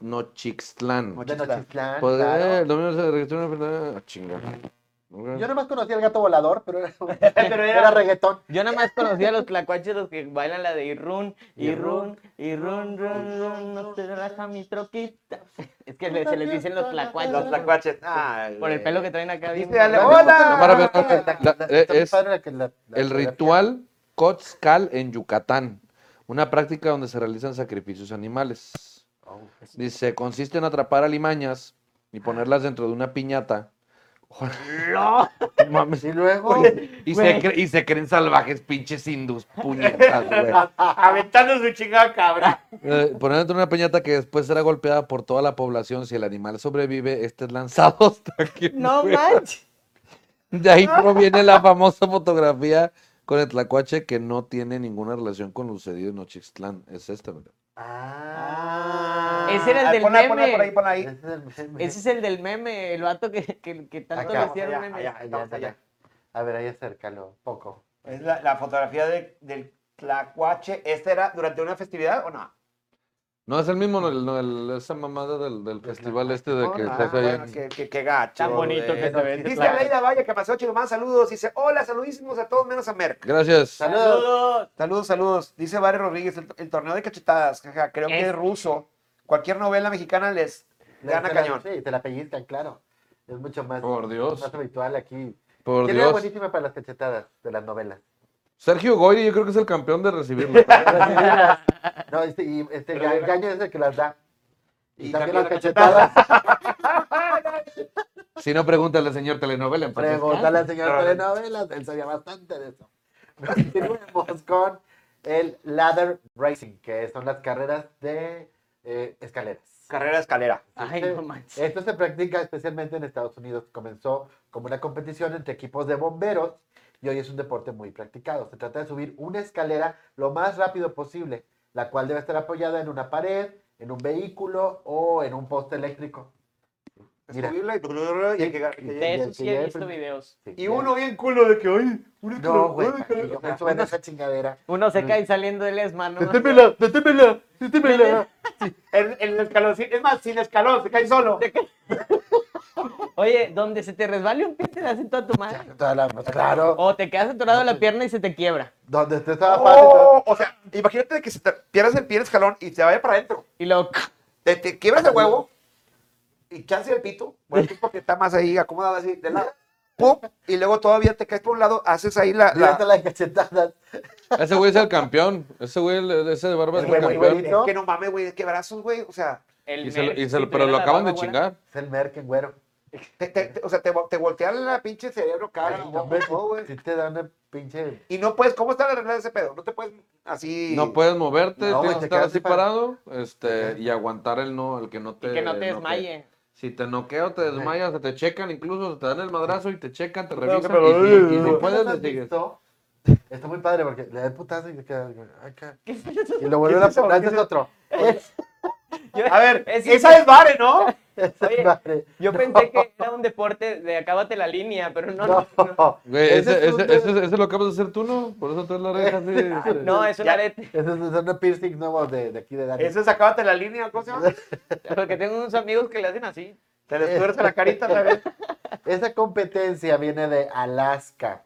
Speaker 6: Nochixtlán.
Speaker 3: De Nochitlán,
Speaker 6: Pues, eh,
Speaker 3: claro.
Speaker 6: el domingo se registró una enfermedad. Ah, chinga. Ok.
Speaker 3: Yo nomás conocía al gato volador, pero era, pero era reggaetón.
Speaker 5: Yo nada más conocía a los tlacuaches los que bailan la de Irrun, Irrun, Irrun, run, run, no te relaja mi troquita. Es que le- se les dicen los tlacuaches.
Speaker 4: Los tlacuaches. Ay,
Speaker 5: Por el pelo que traen acá. bien
Speaker 4: Dice Ale,
Speaker 5: blanco.
Speaker 3: No,
Speaker 4: ¡Hola!
Speaker 3: para ver, ok, la- la-
Speaker 6: La-
Speaker 3: la-
Speaker 6: eh, es
Speaker 3: está padre que la- la
Speaker 6: El
Speaker 3: fotografía.
Speaker 6: ritual Cotzcal en Yucatán, una práctica donde se realizan sacrificios animales. Dice, consiste en atrapar alimañas y ponerlas dentro de una piñata. No mames.
Speaker 3: Y luego,
Speaker 6: Y
Speaker 5: güey.
Speaker 6: se, cre- y se creen salvajes pinches hindus, puñetas, güey.
Speaker 5: Aventando su chingada cabra.
Speaker 6: Eh, poner dentro de una piñata que después será golpeada por toda la población. Si el animal sobrevive, este es lanzado hasta que
Speaker 5: No
Speaker 6: muera.
Speaker 5: manches.
Speaker 6: De ahí proviene la famosa fotografía con el tlacuache que no tiene ninguna relación con lo sucedido en Nochixtlán. Es esta, ¿verdad?
Speaker 3: Ah,
Speaker 5: Ese era el
Speaker 4: Ah,
Speaker 5: del
Speaker 4: ponla, ponla
Speaker 5: meme.
Speaker 4: por ahí, ponla ahí.
Speaker 3: ese es el meme.
Speaker 5: Ese es el del meme, el vato que, que, que tanto
Speaker 3: Acá,
Speaker 5: le
Speaker 4: Vamos
Speaker 5: hacían
Speaker 4: allá,
Speaker 5: meme.
Speaker 4: allá,
Speaker 3: Ahí
Speaker 4: vamos
Speaker 3: ya, ya,
Speaker 4: allá.
Speaker 3: ya. A ver, ahí acércalo, poco.
Speaker 4: Es la, la fotografía de- del tlacuache. ¿Este era durante una festividad o no?
Speaker 6: No, es el mismo, no, el- no, el- esa mamada del, del festival este de que
Speaker 4: Ah,
Speaker 6: se hace allá.
Speaker 4: bueno, que, que, que gacho.
Speaker 5: Tan bonito
Speaker 4: güey.
Speaker 5: que se ve. este
Speaker 4: Dice Aleida Valle que pasó chido más saludos. Dice, hola, saludísimos a todos menos a Merck.
Speaker 6: Gracias.
Speaker 3: Saludos.
Speaker 4: Saludos, saludos. Dice Barry Rodríguez, el, el torneo de cachetadas, jaja, creo que
Speaker 5: Es-
Speaker 4: es ruso. Cualquier novela mexicana les gana
Speaker 3: Te la-
Speaker 4: cañón.
Speaker 3: Sí, te la pellizcan, claro. Es mucho más,
Speaker 6: Por Dios.
Speaker 3: más habitual aquí.
Speaker 6: Por
Speaker 3: ¿Quién era
Speaker 6: Dios.
Speaker 3: buenísima para las cachetadas de las novelas?
Speaker 6: Sergio Goyri, yo creo que es el campeón de recibirlo.
Speaker 3: No, este, y este Ga- Gaño es el que las da. Y,
Speaker 4: Y también
Speaker 3: también, las
Speaker 4: las
Speaker 3: cachetadas.
Speaker 6: si no, pregúntale, señor telenovela. en paz
Speaker 3: Pregúntale al señor
Speaker 4: Órale.
Speaker 3: telenovelas, él sabía bastante de eso. Continuemos con el ladder racing, que son las carreras de eh, escaleras.
Speaker 4: Carrera escalera.
Speaker 5: Ay, no manches.
Speaker 4: eh,
Speaker 3: Esto se practica especialmente en Estados Unidos. Comenzó como una competición entre equipos de bomberos y hoy es un deporte muy practicado. Se trata de subir una escalera lo más rápido posible, la cual debe estar apoyada en una pared, en un vehículo o en un poste eléctrico. Mira.
Speaker 4: Subirla y- y el que ga- que
Speaker 5: De
Speaker 4: llegue.
Speaker 5: eso sí
Speaker 3: ya
Speaker 5: he
Speaker 3: el
Speaker 5: visto
Speaker 3: primer-
Speaker 5: videos.
Speaker 3: Sí,
Speaker 4: Y
Speaker 3: ya.
Speaker 4: uno bien culo de que, ay, una escalera,
Speaker 3: No, güey,
Speaker 4: una escalera".
Speaker 3: yo me suena esa chingadera.
Speaker 5: Uno
Speaker 4: Mm.
Speaker 5: se cae saliendo del ESMA, ¿no?
Speaker 3: detémela, detémela.
Speaker 4: El, el escalón, sí, es más, sin escalón, se cae solo.
Speaker 5: Oye, donde se te resbale un pie te das en toda tu madre.
Speaker 3: Toda la- Claro,
Speaker 5: O te quedas atorado en la pierna y se te quiebra.
Speaker 3: donde usted estaba
Speaker 4: Oh, o sea, imagínate que se te pierdas el pie en el escalón y se vaya para adentro.
Speaker 5: Y luego,
Speaker 4: Te, te quiebras el huevo y chance el pito. Bueno, tú porque está más ahí acomodado así de lado. Pum, y luego todavía te caes por un lado, haces ahí la. la-
Speaker 3: las cachetadas.
Speaker 6: Ese güey es el campeón. Ese güey, el- ese de barba es
Speaker 4: el
Speaker 6: el
Speaker 4: huevo,
Speaker 3: güey,
Speaker 6: campeón.
Speaker 4: güey, es que no mames, güey, qué brazos, güey. O sea,
Speaker 5: el
Speaker 6: Y se lo-
Speaker 5: Merck,
Speaker 6: y se lo-
Speaker 5: si
Speaker 6: pero lo
Speaker 5: tuviera la
Speaker 6: acaban de
Speaker 5: barba buena.
Speaker 6: chingar.
Speaker 3: Es el Merken, güero.
Speaker 4: te, te- te- o sea, te, vo- te voltean la pinche cerebro, cara.
Speaker 3: Ay,
Speaker 4: no,
Speaker 3: hombre,
Speaker 4: no, Oh, güey.
Speaker 3: Si te dan una pinche.
Speaker 4: y no puedes, ¿cómo está la regla de ese pedo? No te puedes así.
Speaker 6: No puedes moverte,
Speaker 3: No, güey,
Speaker 6: tienes
Speaker 3: te
Speaker 6: que estar
Speaker 3: quedas
Speaker 6: así
Speaker 3: así para-
Speaker 6: parado este, y aguantar el no, el que no te
Speaker 5: Y que no te
Speaker 6: noquee.
Speaker 5: desmaye.
Speaker 6: Si te noqueo, te desmayas, se te checan incluso, te dan el madrazo y te checan, te
Speaker 4: Pero-
Speaker 6: revisan.
Speaker 4: pero-
Speaker 6: y, si- y si
Speaker 3: ¿Nunca
Speaker 6: puedes,
Speaker 3: lo has
Speaker 6: le sigues.
Speaker 3: visto? Está muy padre porque le da el putazo y se queda. acá.
Speaker 5: ¿Qué es eso?
Speaker 3: Y lo vuelve a
Speaker 4: es eso?
Speaker 3: hacer.
Speaker 4: ¿Qué
Speaker 3: Ese
Speaker 4: es
Speaker 3: es otro.
Speaker 5: Yo-
Speaker 4: A ver,
Speaker 5: es-
Speaker 4: esa es Vare, ¿no?
Speaker 3: Ese
Speaker 5: Oye,
Speaker 3: es padre.
Speaker 5: Yo pensé que era un deporte de acábate la línea, pero no, no. No,
Speaker 3: No.
Speaker 6: Güey, ese, ese,
Speaker 3: un-
Speaker 6: ese- ese es lo que acabas de hacer tú, ¿no? Por eso traes la oreja así. este.
Speaker 5: No, es un
Speaker 4: Ya.
Speaker 5: arete.
Speaker 3: Ese es un piercing nuevo de, de aquí de Dani.
Speaker 4: Ese es acábate la línea, ¿cómo se llama?
Speaker 5: Porque tengo unos amigos que le hacen así.
Speaker 4: Te les tuerce la carita otra vez.
Speaker 3: Esa competencia viene de Alaska.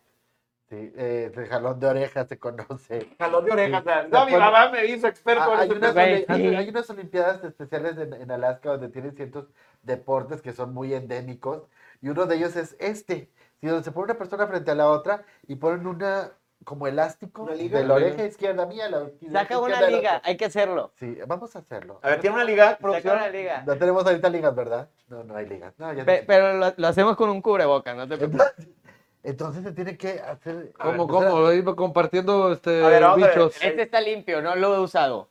Speaker 3: Sí, eh, el jalón de orejas se conoce.
Speaker 4: Jalón de orejas. o sea,
Speaker 3: De
Speaker 4: No, mi
Speaker 3: acuerdo.
Speaker 4: mamá me hizo experto
Speaker 3: Ah,
Speaker 4: en
Speaker 3: hay,
Speaker 4: ese
Speaker 3: unas
Speaker 4: pedo.
Speaker 5: güey,
Speaker 3: oli- hay-
Speaker 5: sí.
Speaker 3: hay unas Olimpiadas especiales en, en Alaska donde tienen ciertos deportes que son muy endémicos y uno de ellos es este, sí, donde se pone una persona frente a la otra y ponen una como elástico
Speaker 4: Una liga.
Speaker 3: de la oreja izquierda mía. La, oreja
Speaker 5: Saca una
Speaker 3: izquierda de la
Speaker 5: liga,
Speaker 3: otra.
Speaker 5: hay que hacerlo.
Speaker 3: Sí, vamos a hacerlo.
Speaker 4: A ver, tiene una liga,
Speaker 5: Saca
Speaker 4: producción.
Speaker 5: una liga.
Speaker 3: No tenemos ahorita ligas, ¿verdad? No, no hay ligas. No, ya no
Speaker 5: Pe-
Speaker 3: sé.
Speaker 5: pero lo, lo hacemos con un cubrebocas, no te preocupes.
Speaker 3: Entonces, entonces se tiene que hacer...
Speaker 6: ¿Cómo,
Speaker 3: o sea,
Speaker 6: cómo? Ahí va compartiendo este,
Speaker 4: A ver, vamos a ver.
Speaker 6: bichos.
Speaker 5: Este está limpio, no lo he usado.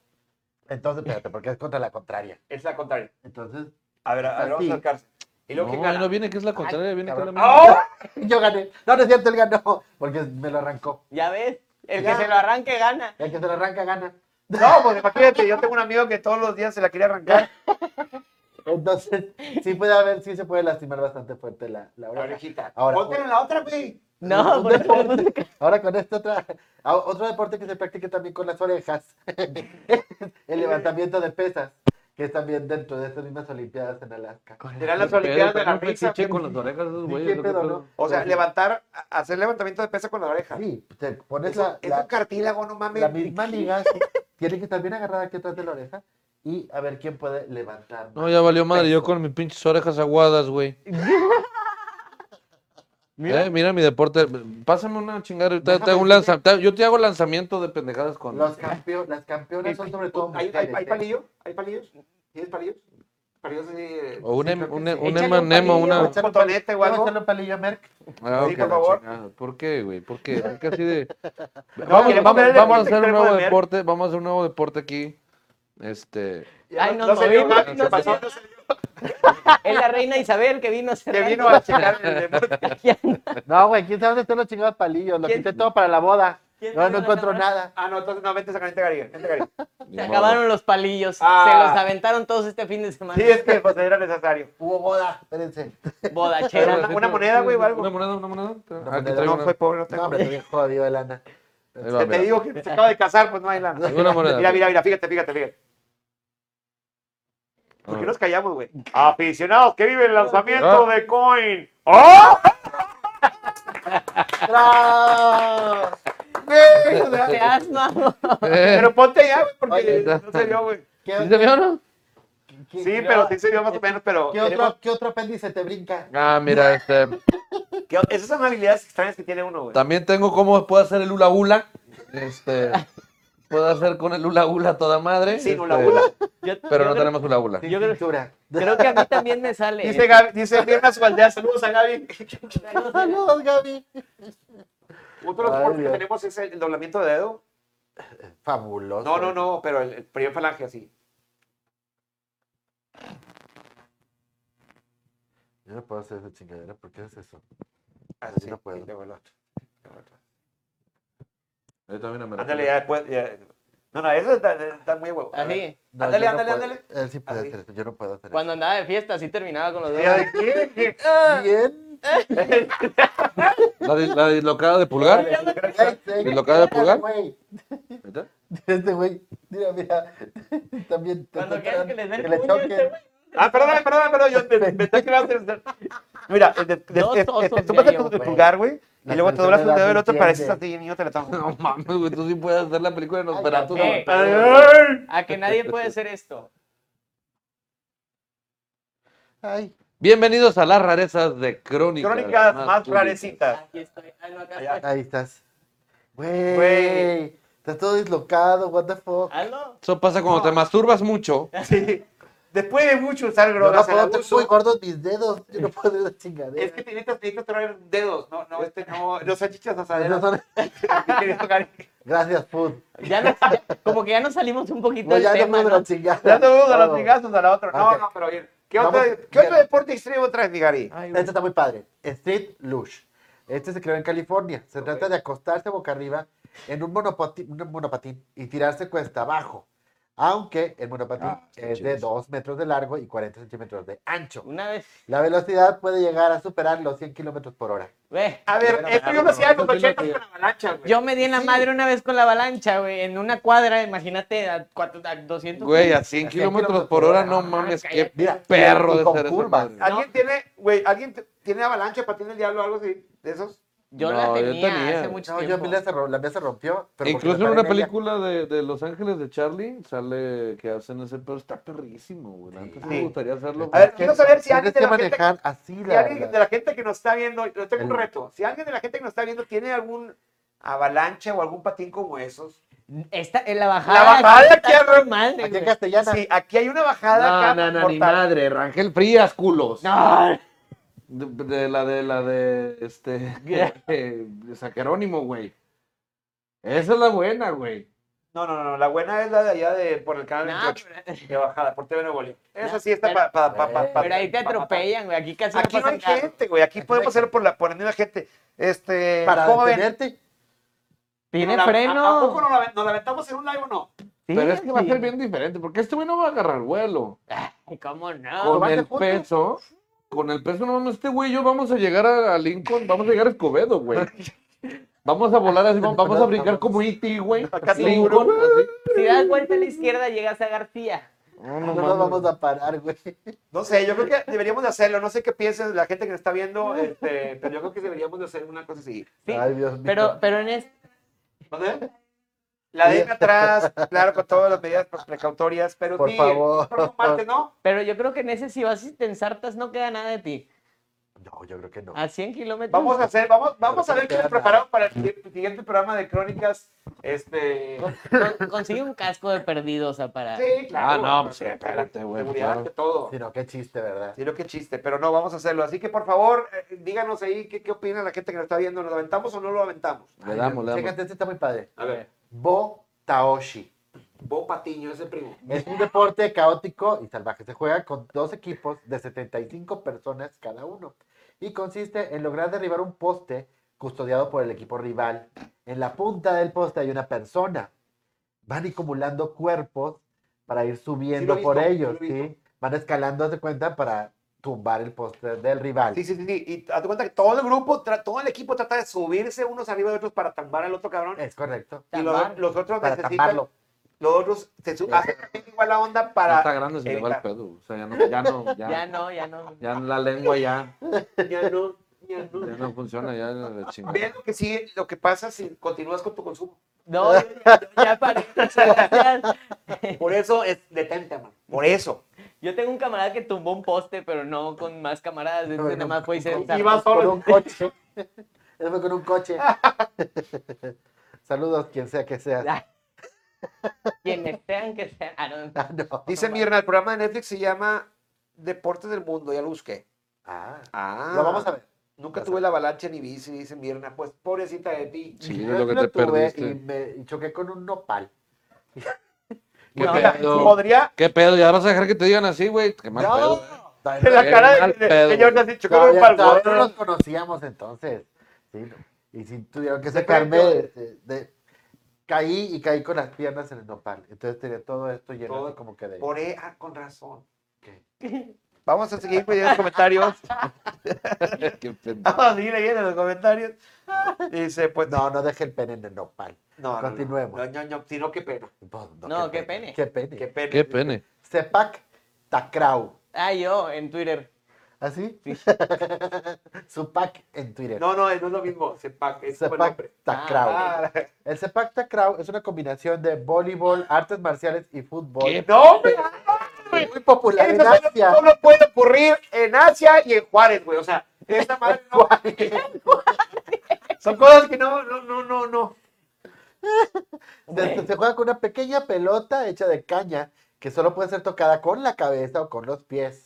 Speaker 3: Entonces, espérate, porque es contra la contraria.
Speaker 4: Es la contraria.
Speaker 3: Entonces,
Speaker 4: A ver, a ver, vamos
Speaker 3: Así.
Speaker 4: a acercarse. Y luego, ¿quién
Speaker 6: No, ahí
Speaker 4: gana?
Speaker 6: no viene que es la contraria, viene que es la
Speaker 3: cabrón. Ah, ¡Oh!
Speaker 6: misma.
Speaker 3: yo gané. No, no es cierto, él ganó, porque me lo arrancó.
Speaker 5: Ya ves, el
Speaker 3: Ya.
Speaker 5: que se lo arranque gana.
Speaker 3: El que se lo arranca gana.
Speaker 4: pues No, porque imagínate, yo tengo un amigo que todos los días se la quiere arrancar.
Speaker 3: Entonces, sí puede haber, sí se puede lastimar bastante fuerte la, la
Speaker 4: La
Speaker 3: oreja.
Speaker 4: orejita.
Speaker 3: Ahora,
Speaker 4: Ponte en la otra, güey.
Speaker 5: No,
Speaker 3: Un
Speaker 5: por favor,
Speaker 3: deporte. Ahora con esta otra, a- otro deporte que se practica también con las orejas, el levantamiento de pesas, que es también dentro de estas mismas Olimpiadas en Alaska.
Speaker 4: Serán las Olimpiadas de la
Speaker 6: Traen un
Speaker 4: risa.
Speaker 6: fetiche con las orejas de esos
Speaker 3: Sí,
Speaker 6: güeyes,
Speaker 3: qué
Speaker 6: ¿no?
Speaker 3: pedo, ¿no?
Speaker 4: O sea, levantar, a- hacer levantamiento de peso con la oreja.
Speaker 3: Sí, te pones
Speaker 4: Eso-
Speaker 3: la,
Speaker 4: es
Speaker 3: la-
Speaker 4: un cartílago, no mames.
Speaker 3: la misma liga, tiene que estar bien agarrada aquí atrás de la oreja y a ver quién puede levantar.
Speaker 6: No, ya valió madre, yo con mis pinches orejas aguadas, güey. Mira. mira mi deporte. Pásame una chingada. ahorita te hago un lanza- te- Yo te hago lanzamiento de pendejadas con. este
Speaker 3: Los campeón, las campeonas son sobre todo
Speaker 4: ¿Hay, hay,
Speaker 3: mujeres,
Speaker 4: hay
Speaker 3: ¿eh?
Speaker 4: palillo? ¿Hay palillos? ¿Tienes palillos? Palillos eh, de...
Speaker 6: O un,
Speaker 3: Sí,
Speaker 6: em-
Speaker 3: creo que
Speaker 6: un,
Speaker 3: sí.
Speaker 6: em- un
Speaker 5: Échale un
Speaker 6: emanemo,
Speaker 5: palillo.
Speaker 6: una.
Speaker 4: Un cotonete o
Speaker 3: ¿Te va a
Speaker 4: algo.
Speaker 3: hacer un palillo, Merck?
Speaker 6: Ah,
Speaker 4: Sí, por
Speaker 6: ok, la
Speaker 4: favor.
Speaker 6: chingada. ¿Por qué, güey? ¿Por qué? ¿Por qué así de.?
Speaker 4: queremos este,
Speaker 6: vamos,
Speaker 4: ver el
Speaker 6: vamos,
Speaker 4: deporte
Speaker 6: vamos a hacer un
Speaker 4: extremo
Speaker 6: nuevo
Speaker 4: de Mer.
Speaker 6: deporte. Vamos a hacer un nuevo deporte aquí. Este.
Speaker 5: Ay,
Speaker 4: no,
Speaker 5: nos
Speaker 4: no se dio,
Speaker 5: movimos,
Speaker 4: Gaby,
Speaker 5: nos
Speaker 4: se pasó.
Speaker 5: movimos. Es la reina Isabel que vino a
Speaker 4: Que
Speaker 5: cerrar.
Speaker 4: vino a checar el deporte.
Speaker 5: Aquí anda.
Speaker 3: No, güey, quién sabe dónde están los chingados palillos. Los
Speaker 5: ¿Quién-
Speaker 3: quité todo para la boda.
Speaker 5: quién
Speaker 3: No,
Speaker 5: hizo
Speaker 3: no
Speaker 5: la
Speaker 3: encuentro
Speaker 5: tabla?
Speaker 3: nada.
Speaker 4: Ah, no, entonces no, vente a sacar, vente, Gary, vente, Gary.
Speaker 5: Se acabaron los palillos.
Speaker 4: Ah.
Speaker 5: Se los aventaron todos este fin de semana.
Speaker 4: Sí, es que pues era necesario.
Speaker 3: Hubo boda, espérense.
Speaker 5: Bodachera.
Speaker 4: Una- una moneda, güey, o algo.
Speaker 6: Una moneda, una moneda. Ah, aquí
Speaker 3: moneda.
Speaker 6: traigo
Speaker 4: No,
Speaker 6: una.
Speaker 4: soy pobre, no
Speaker 3: No,
Speaker 4: tengo.
Speaker 3: hombre, estoy bien jodido de lana.
Speaker 6: Ahí va,
Speaker 4: Que te
Speaker 6: mira.
Speaker 4: digo que se acaba de casar, pues no hay lana.
Speaker 6: Una moneda.
Speaker 4: Mira, mira, mira, fíjate, fíjate, fíjate. ¿Por qué
Speaker 6: Ah.
Speaker 4: nos callamos, güey? Aficionados que viven el lanzamiento
Speaker 6: Ah. Eh.
Speaker 4: de coin. ¡Oh!
Speaker 3: ¡Bravo!
Speaker 4: Güey, o sea,
Speaker 5: Te has mamado.
Speaker 6: Eh,
Speaker 4: Pero ponte ya, güey, porque
Speaker 6: Oye.
Speaker 4: no se vio, güey.
Speaker 3: ¿Qué-
Speaker 6: ¿Sí se vio, no?
Speaker 3: qué-
Speaker 4: Sí,
Speaker 3: qué-
Speaker 4: pero sí se vio más o menos, pero...
Speaker 3: ¿Qué otro, ¿Qué otro apéndice te brinca?
Speaker 6: Ah, mira, este.
Speaker 4: ¿Qué- Esas son habilidades extrañas que tiene uno, güey.
Speaker 6: También tengo cómo puedo hacer el hula hula. Este, puedo hacer con el hula hula a toda madre.
Speaker 4: Sin
Speaker 6: este,
Speaker 4: hula hula.
Speaker 5: Yo- yo
Speaker 6: Pero no
Speaker 5: creo-
Speaker 6: tenemos hula hula.
Speaker 3: Sin
Speaker 5: Yo creo-
Speaker 3: cintura.
Speaker 5: Creo que a mí también me sale. ¿eh?
Speaker 4: Dice Gaby, dice Mirna Sualdea, saludos a Gaby.
Speaker 3: Saludos, Gaby.
Speaker 4: Otro de los
Speaker 3: Ay,
Speaker 4: deportes que
Speaker 3: Dios.
Speaker 4: tenemos es el doblamiento de dedo.
Speaker 3: Fabuloso.
Speaker 4: No, no, no, pero el, el primer falange así.
Speaker 3: Yo no puedo hacer esa chingadera. ¿Por qué haces eso?
Speaker 4: Así
Speaker 3: Ah, no puedo.
Speaker 4: y luego el otro. Luego el otro.
Speaker 6: Yo también me
Speaker 4: Ándale, ya después. ya. No, no, eso está, está muy huevo. A ver.
Speaker 5: Así.
Speaker 3: No,
Speaker 4: Ándale,
Speaker 3: yo no
Speaker 4: ándale,
Speaker 3: puedo.
Speaker 4: ándale.
Speaker 3: Él sí puede
Speaker 4: Así.
Speaker 3: hacer eso. Yo no puedo hacer
Speaker 5: Cuando andaba de fiesta, así terminaba con los
Speaker 4: Ya
Speaker 5: dedos.
Speaker 4: de qué, qué.
Speaker 3: eso. Ah, Bien.
Speaker 6: La, dis- la dislocada de pulgar.
Speaker 3: ¿Y
Speaker 6: ¿Y lo acaba de pulgar? Ahorita.
Speaker 3: Este güey, mira, mira, también te
Speaker 5: Cuando quieras que les den
Speaker 3: que
Speaker 5: el
Speaker 3: le
Speaker 5: puño a este
Speaker 3: choquen.
Speaker 5: güey.
Speaker 4: Ah, perdón, perdón, perdón. Yo te, me estoy quedando sin hacer- Mira, de- de- de-
Speaker 5: Dos
Speaker 4: este,
Speaker 5: osos
Speaker 4: tú vas a
Speaker 5: diario,
Speaker 4: tu
Speaker 3: güey.
Speaker 4: pulgar, güey. Y
Speaker 3: La
Speaker 4: luego te
Speaker 3: tercera
Speaker 4: doblas un
Speaker 3: edad
Speaker 4: dedo y el
Speaker 3: no
Speaker 4: otro
Speaker 3: entiende.
Speaker 4: pareces a ti, niño teletón.
Speaker 6: No mames, güey, tú sí puedes hacer la película de Nosferatu.
Speaker 3: Ay,
Speaker 5: eh.
Speaker 4: ¡Ay!
Speaker 5: A que nadie puede hacer esto.
Speaker 3: Ay,
Speaker 6: Bienvenidos a las rarezas de Crónicas.
Speaker 4: Crónicas más
Speaker 6: Curiosas.
Speaker 4: rarecitas.
Speaker 5: Aquí estoy. Ah, no, acá
Speaker 4: Allá.
Speaker 5: estoy.
Speaker 3: ahí estás. Güey,
Speaker 4: Güey.
Speaker 3: estás todo dislocado, what the fuck.
Speaker 5: Hazlo.
Speaker 6: Eso pasa cuando te masturbas mucho.
Speaker 4: Sí. Después de mucho usar
Speaker 3: Yo no
Speaker 4: drogas, el
Speaker 3: puedo, tengo
Speaker 4: abuso,
Speaker 3: muy gordos mis dedos, yo no puedo hacer esa chingadera.
Speaker 4: es que te necesitas, necesitas traer dedos, no, no, este, no, no salchichas
Speaker 3: Esas
Speaker 4: asaderas.
Speaker 3: son-
Speaker 4: querido Gary.
Speaker 3: Gracias, food.
Speaker 5: Ya nos- ya- como que ya nos salimos un poquito
Speaker 3: No,
Speaker 5: del
Speaker 3: ya no
Speaker 5: tema.
Speaker 3: me
Speaker 5: ¿no?
Speaker 3: la chingada.
Speaker 4: Ya te vamos a los
Speaker 3: Vamos.
Speaker 4: chingazos a la otra. No,
Speaker 3: Ok.
Speaker 4: no, pero bien. ¿Qué,
Speaker 3: Vamos,
Speaker 4: otro, ¿qué otro
Speaker 3: bien.
Speaker 4: deporte extremo traes, mi Gary?
Speaker 5: Ay, güey.
Speaker 3: Este está muy padre. Street Lush. Este se creó en California. Se trata de acostarse boca arriba en un monopati- un monopatín, y tirarse cuesta abajo. Aunque el monopatín
Speaker 6: Ah, está
Speaker 3: es
Speaker 6: chido
Speaker 3: de
Speaker 6: eso.
Speaker 3: 2 metros de largo y 40 centímetros de ancho.
Speaker 5: Una vez.
Speaker 3: La velocidad puede llegar a superar los 100 kilómetros por hora.
Speaker 5: Güey.
Speaker 4: A ver, esto yo lo hacía en los 80 con avalancha, güey.
Speaker 5: Yo me di en la madre una vez con la avalancha, güey, en una cuadra, imagínate, a, cuatro, a 200.
Speaker 6: Güey, a
Speaker 3: 100
Speaker 6: 100 kilómetros por hora, no
Speaker 3: kilómetros
Speaker 6: mames,
Speaker 5: Ah,
Speaker 6: qué
Speaker 3: Mira,
Speaker 6: perro
Speaker 3: y
Speaker 6: de
Speaker 3: con
Speaker 6: ser esa
Speaker 3: curvas.
Speaker 6: madre.
Speaker 4: ¿Alguien tiene, güey, alguien t- tiene avalancha, patín del diablo, algo así, de esos?
Speaker 5: Yo
Speaker 6: No,
Speaker 5: la
Speaker 6: yo
Speaker 5: tenía,
Speaker 6: tenía.
Speaker 5: hace mucho
Speaker 3: No, yo a
Speaker 5: tiempo.
Speaker 3: mí la, se ro- la mía se rompió. pero porque
Speaker 6: Incluso
Speaker 3: me
Speaker 6: en
Speaker 3: paré
Speaker 6: una
Speaker 3: ella.
Speaker 6: película de, de Los Ángeles de Charlie sale que hacen ese, pero está perrísimo, güey. La neta sí me
Speaker 4: Sí.
Speaker 6: gustaría hacerlo.
Speaker 4: A ver,
Speaker 6: güey.
Speaker 4: quiero saber si alguien
Speaker 3: Tienes
Speaker 4: de la
Speaker 3: que
Speaker 4: gente...
Speaker 3: manejar así
Speaker 4: Si
Speaker 3: la...
Speaker 4: alguien
Speaker 3: la-
Speaker 4: de la gente que nos está viendo, yo tengo un
Speaker 3: El-
Speaker 4: reto. Si alguien de la gente que nos está viendo tiene algún avalancha o algún patín como esos.
Speaker 5: Esta, en la bajada.
Speaker 4: La bajada
Speaker 5: está
Speaker 4: aquí,
Speaker 5: con
Speaker 4: güey.
Speaker 5: madre,
Speaker 3: Aquí en
Speaker 5: güey.
Speaker 3: castellana.
Speaker 4: Sí, aquí hay una bajada
Speaker 6: No,
Speaker 4: acá.
Speaker 6: no, no, ni
Speaker 4: mortal.
Speaker 6: madre, Rangel Frías, culos.
Speaker 5: No,
Speaker 6: De, de la de la de este de San Jerónimo, güey. Esa es la buena, güey.
Speaker 4: No, no, no, la buena es la de allá de por el canal
Speaker 5: no,
Speaker 4: 28.
Speaker 5: pero,
Speaker 4: De bajada, por TV Nuevo León. Esa
Speaker 5: No,
Speaker 4: sí está
Speaker 5: pero-
Speaker 4: para... Pa, pa, pa- pa-
Speaker 5: pero ahí te
Speaker 4: pa- pa-
Speaker 5: atropellan, güey, aquí casi
Speaker 4: Aquí no
Speaker 5: pasa
Speaker 4: hay
Speaker 5: nada.
Speaker 4: gente, güey. Aquí
Speaker 3: Aquí no
Speaker 4: podemos
Speaker 3: hay
Speaker 4: hacer por la por la misma gente. Este,
Speaker 3: Para
Speaker 4: ¿cómo ven?
Speaker 3: detenerte.
Speaker 5: Tiene
Speaker 4: ¿La- a- ¿A
Speaker 5: freno.
Speaker 4: poco nos la, nos la aventamos en un live o no?
Speaker 5: Sí,
Speaker 6: Pero es que va a
Speaker 5: sí.
Speaker 6: ser bien diferente, porque este güey no va a agarrar vuelo.
Speaker 5: Ay, ¿Cómo no?
Speaker 6: Con
Speaker 3: van de
Speaker 6: el
Speaker 3: juntos.
Speaker 6: peso, con el peso, no mames, este güey y yo vamos a llegar a, a Lincoln, vamos a llegar a Escobedo, güey. Vamos a volar así, vamos a brincar como E.T., güey.
Speaker 4: Acá
Speaker 6: Lincoln, así.
Speaker 5: Si das vuelta a la izquierda, llegas a García.
Speaker 6: No,
Speaker 3: No
Speaker 6: no
Speaker 3: nos
Speaker 6: mames.
Speaker 3: vamos a parar, güey.
Speaker 4: No sé, yo creo que deberíamos de hacerlo. No sé qué piensen la gente que nos está viendo, este, pero yo creo que deberíamos de hacer una cosa así.
Speaker 5: Sí,
Speaker 3: Ay, Dios mío.
Speaker 5: pero, pero en este.
Speaker 4: ¿Dónde? La de irme atrás, claro, con todas las medidas pre- precautorias, pero
Speaker 3: Por
Speaker 4: sí,
Speaker 3: favor.
Speaker 4: el próximo martes, ¿no?
Speaker 5: Pero yo creo que en ese, si vas y te ensartas, no queda nada de ti.
Speaker 3: No, yo creo que no.
Speaker 5: A 100 kilómetros.
Speaker 4: Vamos a hacer, vamos, vamos a ver qué les
Speaker 3: Nada.
Speaker 4: prepararon para el si- siguiente programa de crónicas. Este.
Speaker 5: Con- Consigue un casco de perdido, o sea, para.
Speaker 4: Sí,
Speaker 6: Ah,
Speaker 4: claro.
Speaker 6: no, pues, sí, espérate, güey,
Speaker 4: Seguridad
Speaker 6: claro.
Speaker 4: de todo.
Speaker 3: Sino qué chiste, ¿verdad?
Speaker 4: Sí, no, qué chiste, pero no, vamos a hacerlo. Así que por favor, eh, díganos ahí qué, qué opina la gente que nos está viendo. ¿Nos lo aventamos o no lo aventamos?
Speaker 6: Le damos, le damos.
Speaker 3: Fíjate, este está muy padre.
Speaker 4: A ver.
Speaker 3: Bo Taoshi.
Speaker 4: Bo Patiño, ese primo.
Speaker 3: Es un deporte caótico y salvaje. Se juega con dos equipos de 75 personas cada uno y consiste en lograr derribar un poste custodiado por el equipo rival. En la punta del poste hay una persona. Van acumulando cuerpos para ir subiendo
Speaker 4: he
Speaker 3: por
Speaker 4: visto, sí
Speaker 3: ellos.
Speaker 4: lo he visto.
Speaker 3: ¿sí? Van escalando de cuenta para tumbar el poste del rival.
Speaker 4: Sí, sí, sí, sí. Y hazte cuenta que todo el grupo, tra- todo el equipo trata de subirse unos arriba de otros para tambar al otro cabrón.
Speaker 3: Es correcto.
Speaker 4: Y lo-
Speaker 5: Tambar.
Speaker 4: los otros
Speaker 3: Eh, Para
Speaker 4: necesitan,
Speaker 3: taparlo.
Speaker 4: los otros se su- hacen igual la onda para...
Speaker 6: Ya está grande, se le va el
Speaker 4: evitar.
Speaker 6: pedo. O sea, ya no, ya no, ya,
Speaker 5: Ya
Speaker 6: ya,
Speaker 5: no, ya no.
Speaker 6: la lengua ya,
Speaker 4: Ya no, ya no.
Speaker 6: ya no funciona, ya la chingada.
Speaker 4: Vean lo que sí, lo que pasa si continúas con tu consumo.
Speaker 5: No, yo ya, yo ya paré. muchas gracias.
Speaker 4: Por eso es detente, man. Por eso.
Speaker 5: Yo tengo un camarada que tumbó un poste, pero no con más camaradas. Este
Speaker 3: No,
Speaker 5: nada
Speaker 3: no,
Speaker 5: más fue y se
Speaker 3: con-
Speaker 5: ensartó.
Speaker 3: Con un coche. Él fue con un coche. Saludos, quien sea que sea.
Speaker 5: Ah, Quienes sean que sean. Ah, no.
Speaker 3: Ah, no.
Speaker 4: Dice Mirna, el programa de Netflix se llama Deportes del Mundo, ya lo busqué.
Speaker 3: Ah,
Speaker 4: Ah.
Speaker 3: lo vamos a ver.
Speaker 4: Nunca tuve la avalancha ni bici, dice Mirna. Pues pobrecita de ti.
Speaker 6: Sí,
Speaker 3: Yo
Speaker 6: es lo que te
Speaker 3: tuve
Speaker 6: perdiste.
Speaker 3: Y me y choqué con un nopal.
Speaker 6: ¿Qué
Speaker 5: No,
Speaker 6: pedo?
Speaker 4: Podría...
Speaker 6: ¿Qué pedo? ¿Ya vas a dejar que te digan así, güey? Qué mal pedo.
Speaker 4: En la
Speaker 6: Qué
Speaker 4: cara
Speaker 6: mal
Speaker 4: de, de,
Speaker 6: pedo,
Speaker 4: de Jordan,
Speaker 6: güey.
Speaker 4: así, chocando
Speaker 3: Todavía-
Speaker 4: el palo.
Speaker 3: todavía no nos conocíamos entonces. Sí, no. Y si tuvieron que sacarme de, de- Caí y caí con las piernas en el nopal. Entonces tenía todo esto lleno
Speaker 4: Todo-
Speaker 3: así como que de...
Speaker 4: Por e- ah, con razón.
Speaker 3: ¿Qué?
Speaker 4: Vamos a seguir leyendo los comentarios.
Speaker 6: Qué pendejo.
Speaker 4: Vamos a seguir leyendo los comentarios. Dice, pues no,
Speaker 3: No, no deje el pene en el nopal.
Speaker 4: no, no,
Speaker 3: continuemos.
Speaker 4: No, no, no, sino qué pena.
Speaker 3: Pues, No,
Speaker 5: No, qué pene.
Speaker 3: Qué pene.
Speaker 4: Qué pena.
Speaker 6: Qué pene.
Speaker 3: Sepak Takrau.
Speaker 5: Ah, yo, en Twitter.
Speaker 3: ¿Así? Supak en Twitter.
Speaker 4: No, no, no es lo mismo. Sepac, es como el
Speaker 3: Sepak
Speaker 4: nombre.
Speaker 3: Takrau.
Speaker 4: Ah,
Speaker 3: El Sepak Takraw es una combinación de voleibol, artes marciales y fútbol.
Speaker 4: no, güey, ah,
Speaker 3: Muy popular en
Speaker 4: eso solo-
Speaker 3: Asia.
Speaker 4: solo puede ocurrir en Asia y en Juárez, güey. O sea, esta madre no. Son cosas que no, no, no, no, no.
Speaker 3: Se, se juega con una pequeña pelota hecha de caña que solo puede ser tocada con la cabeza o con los pies.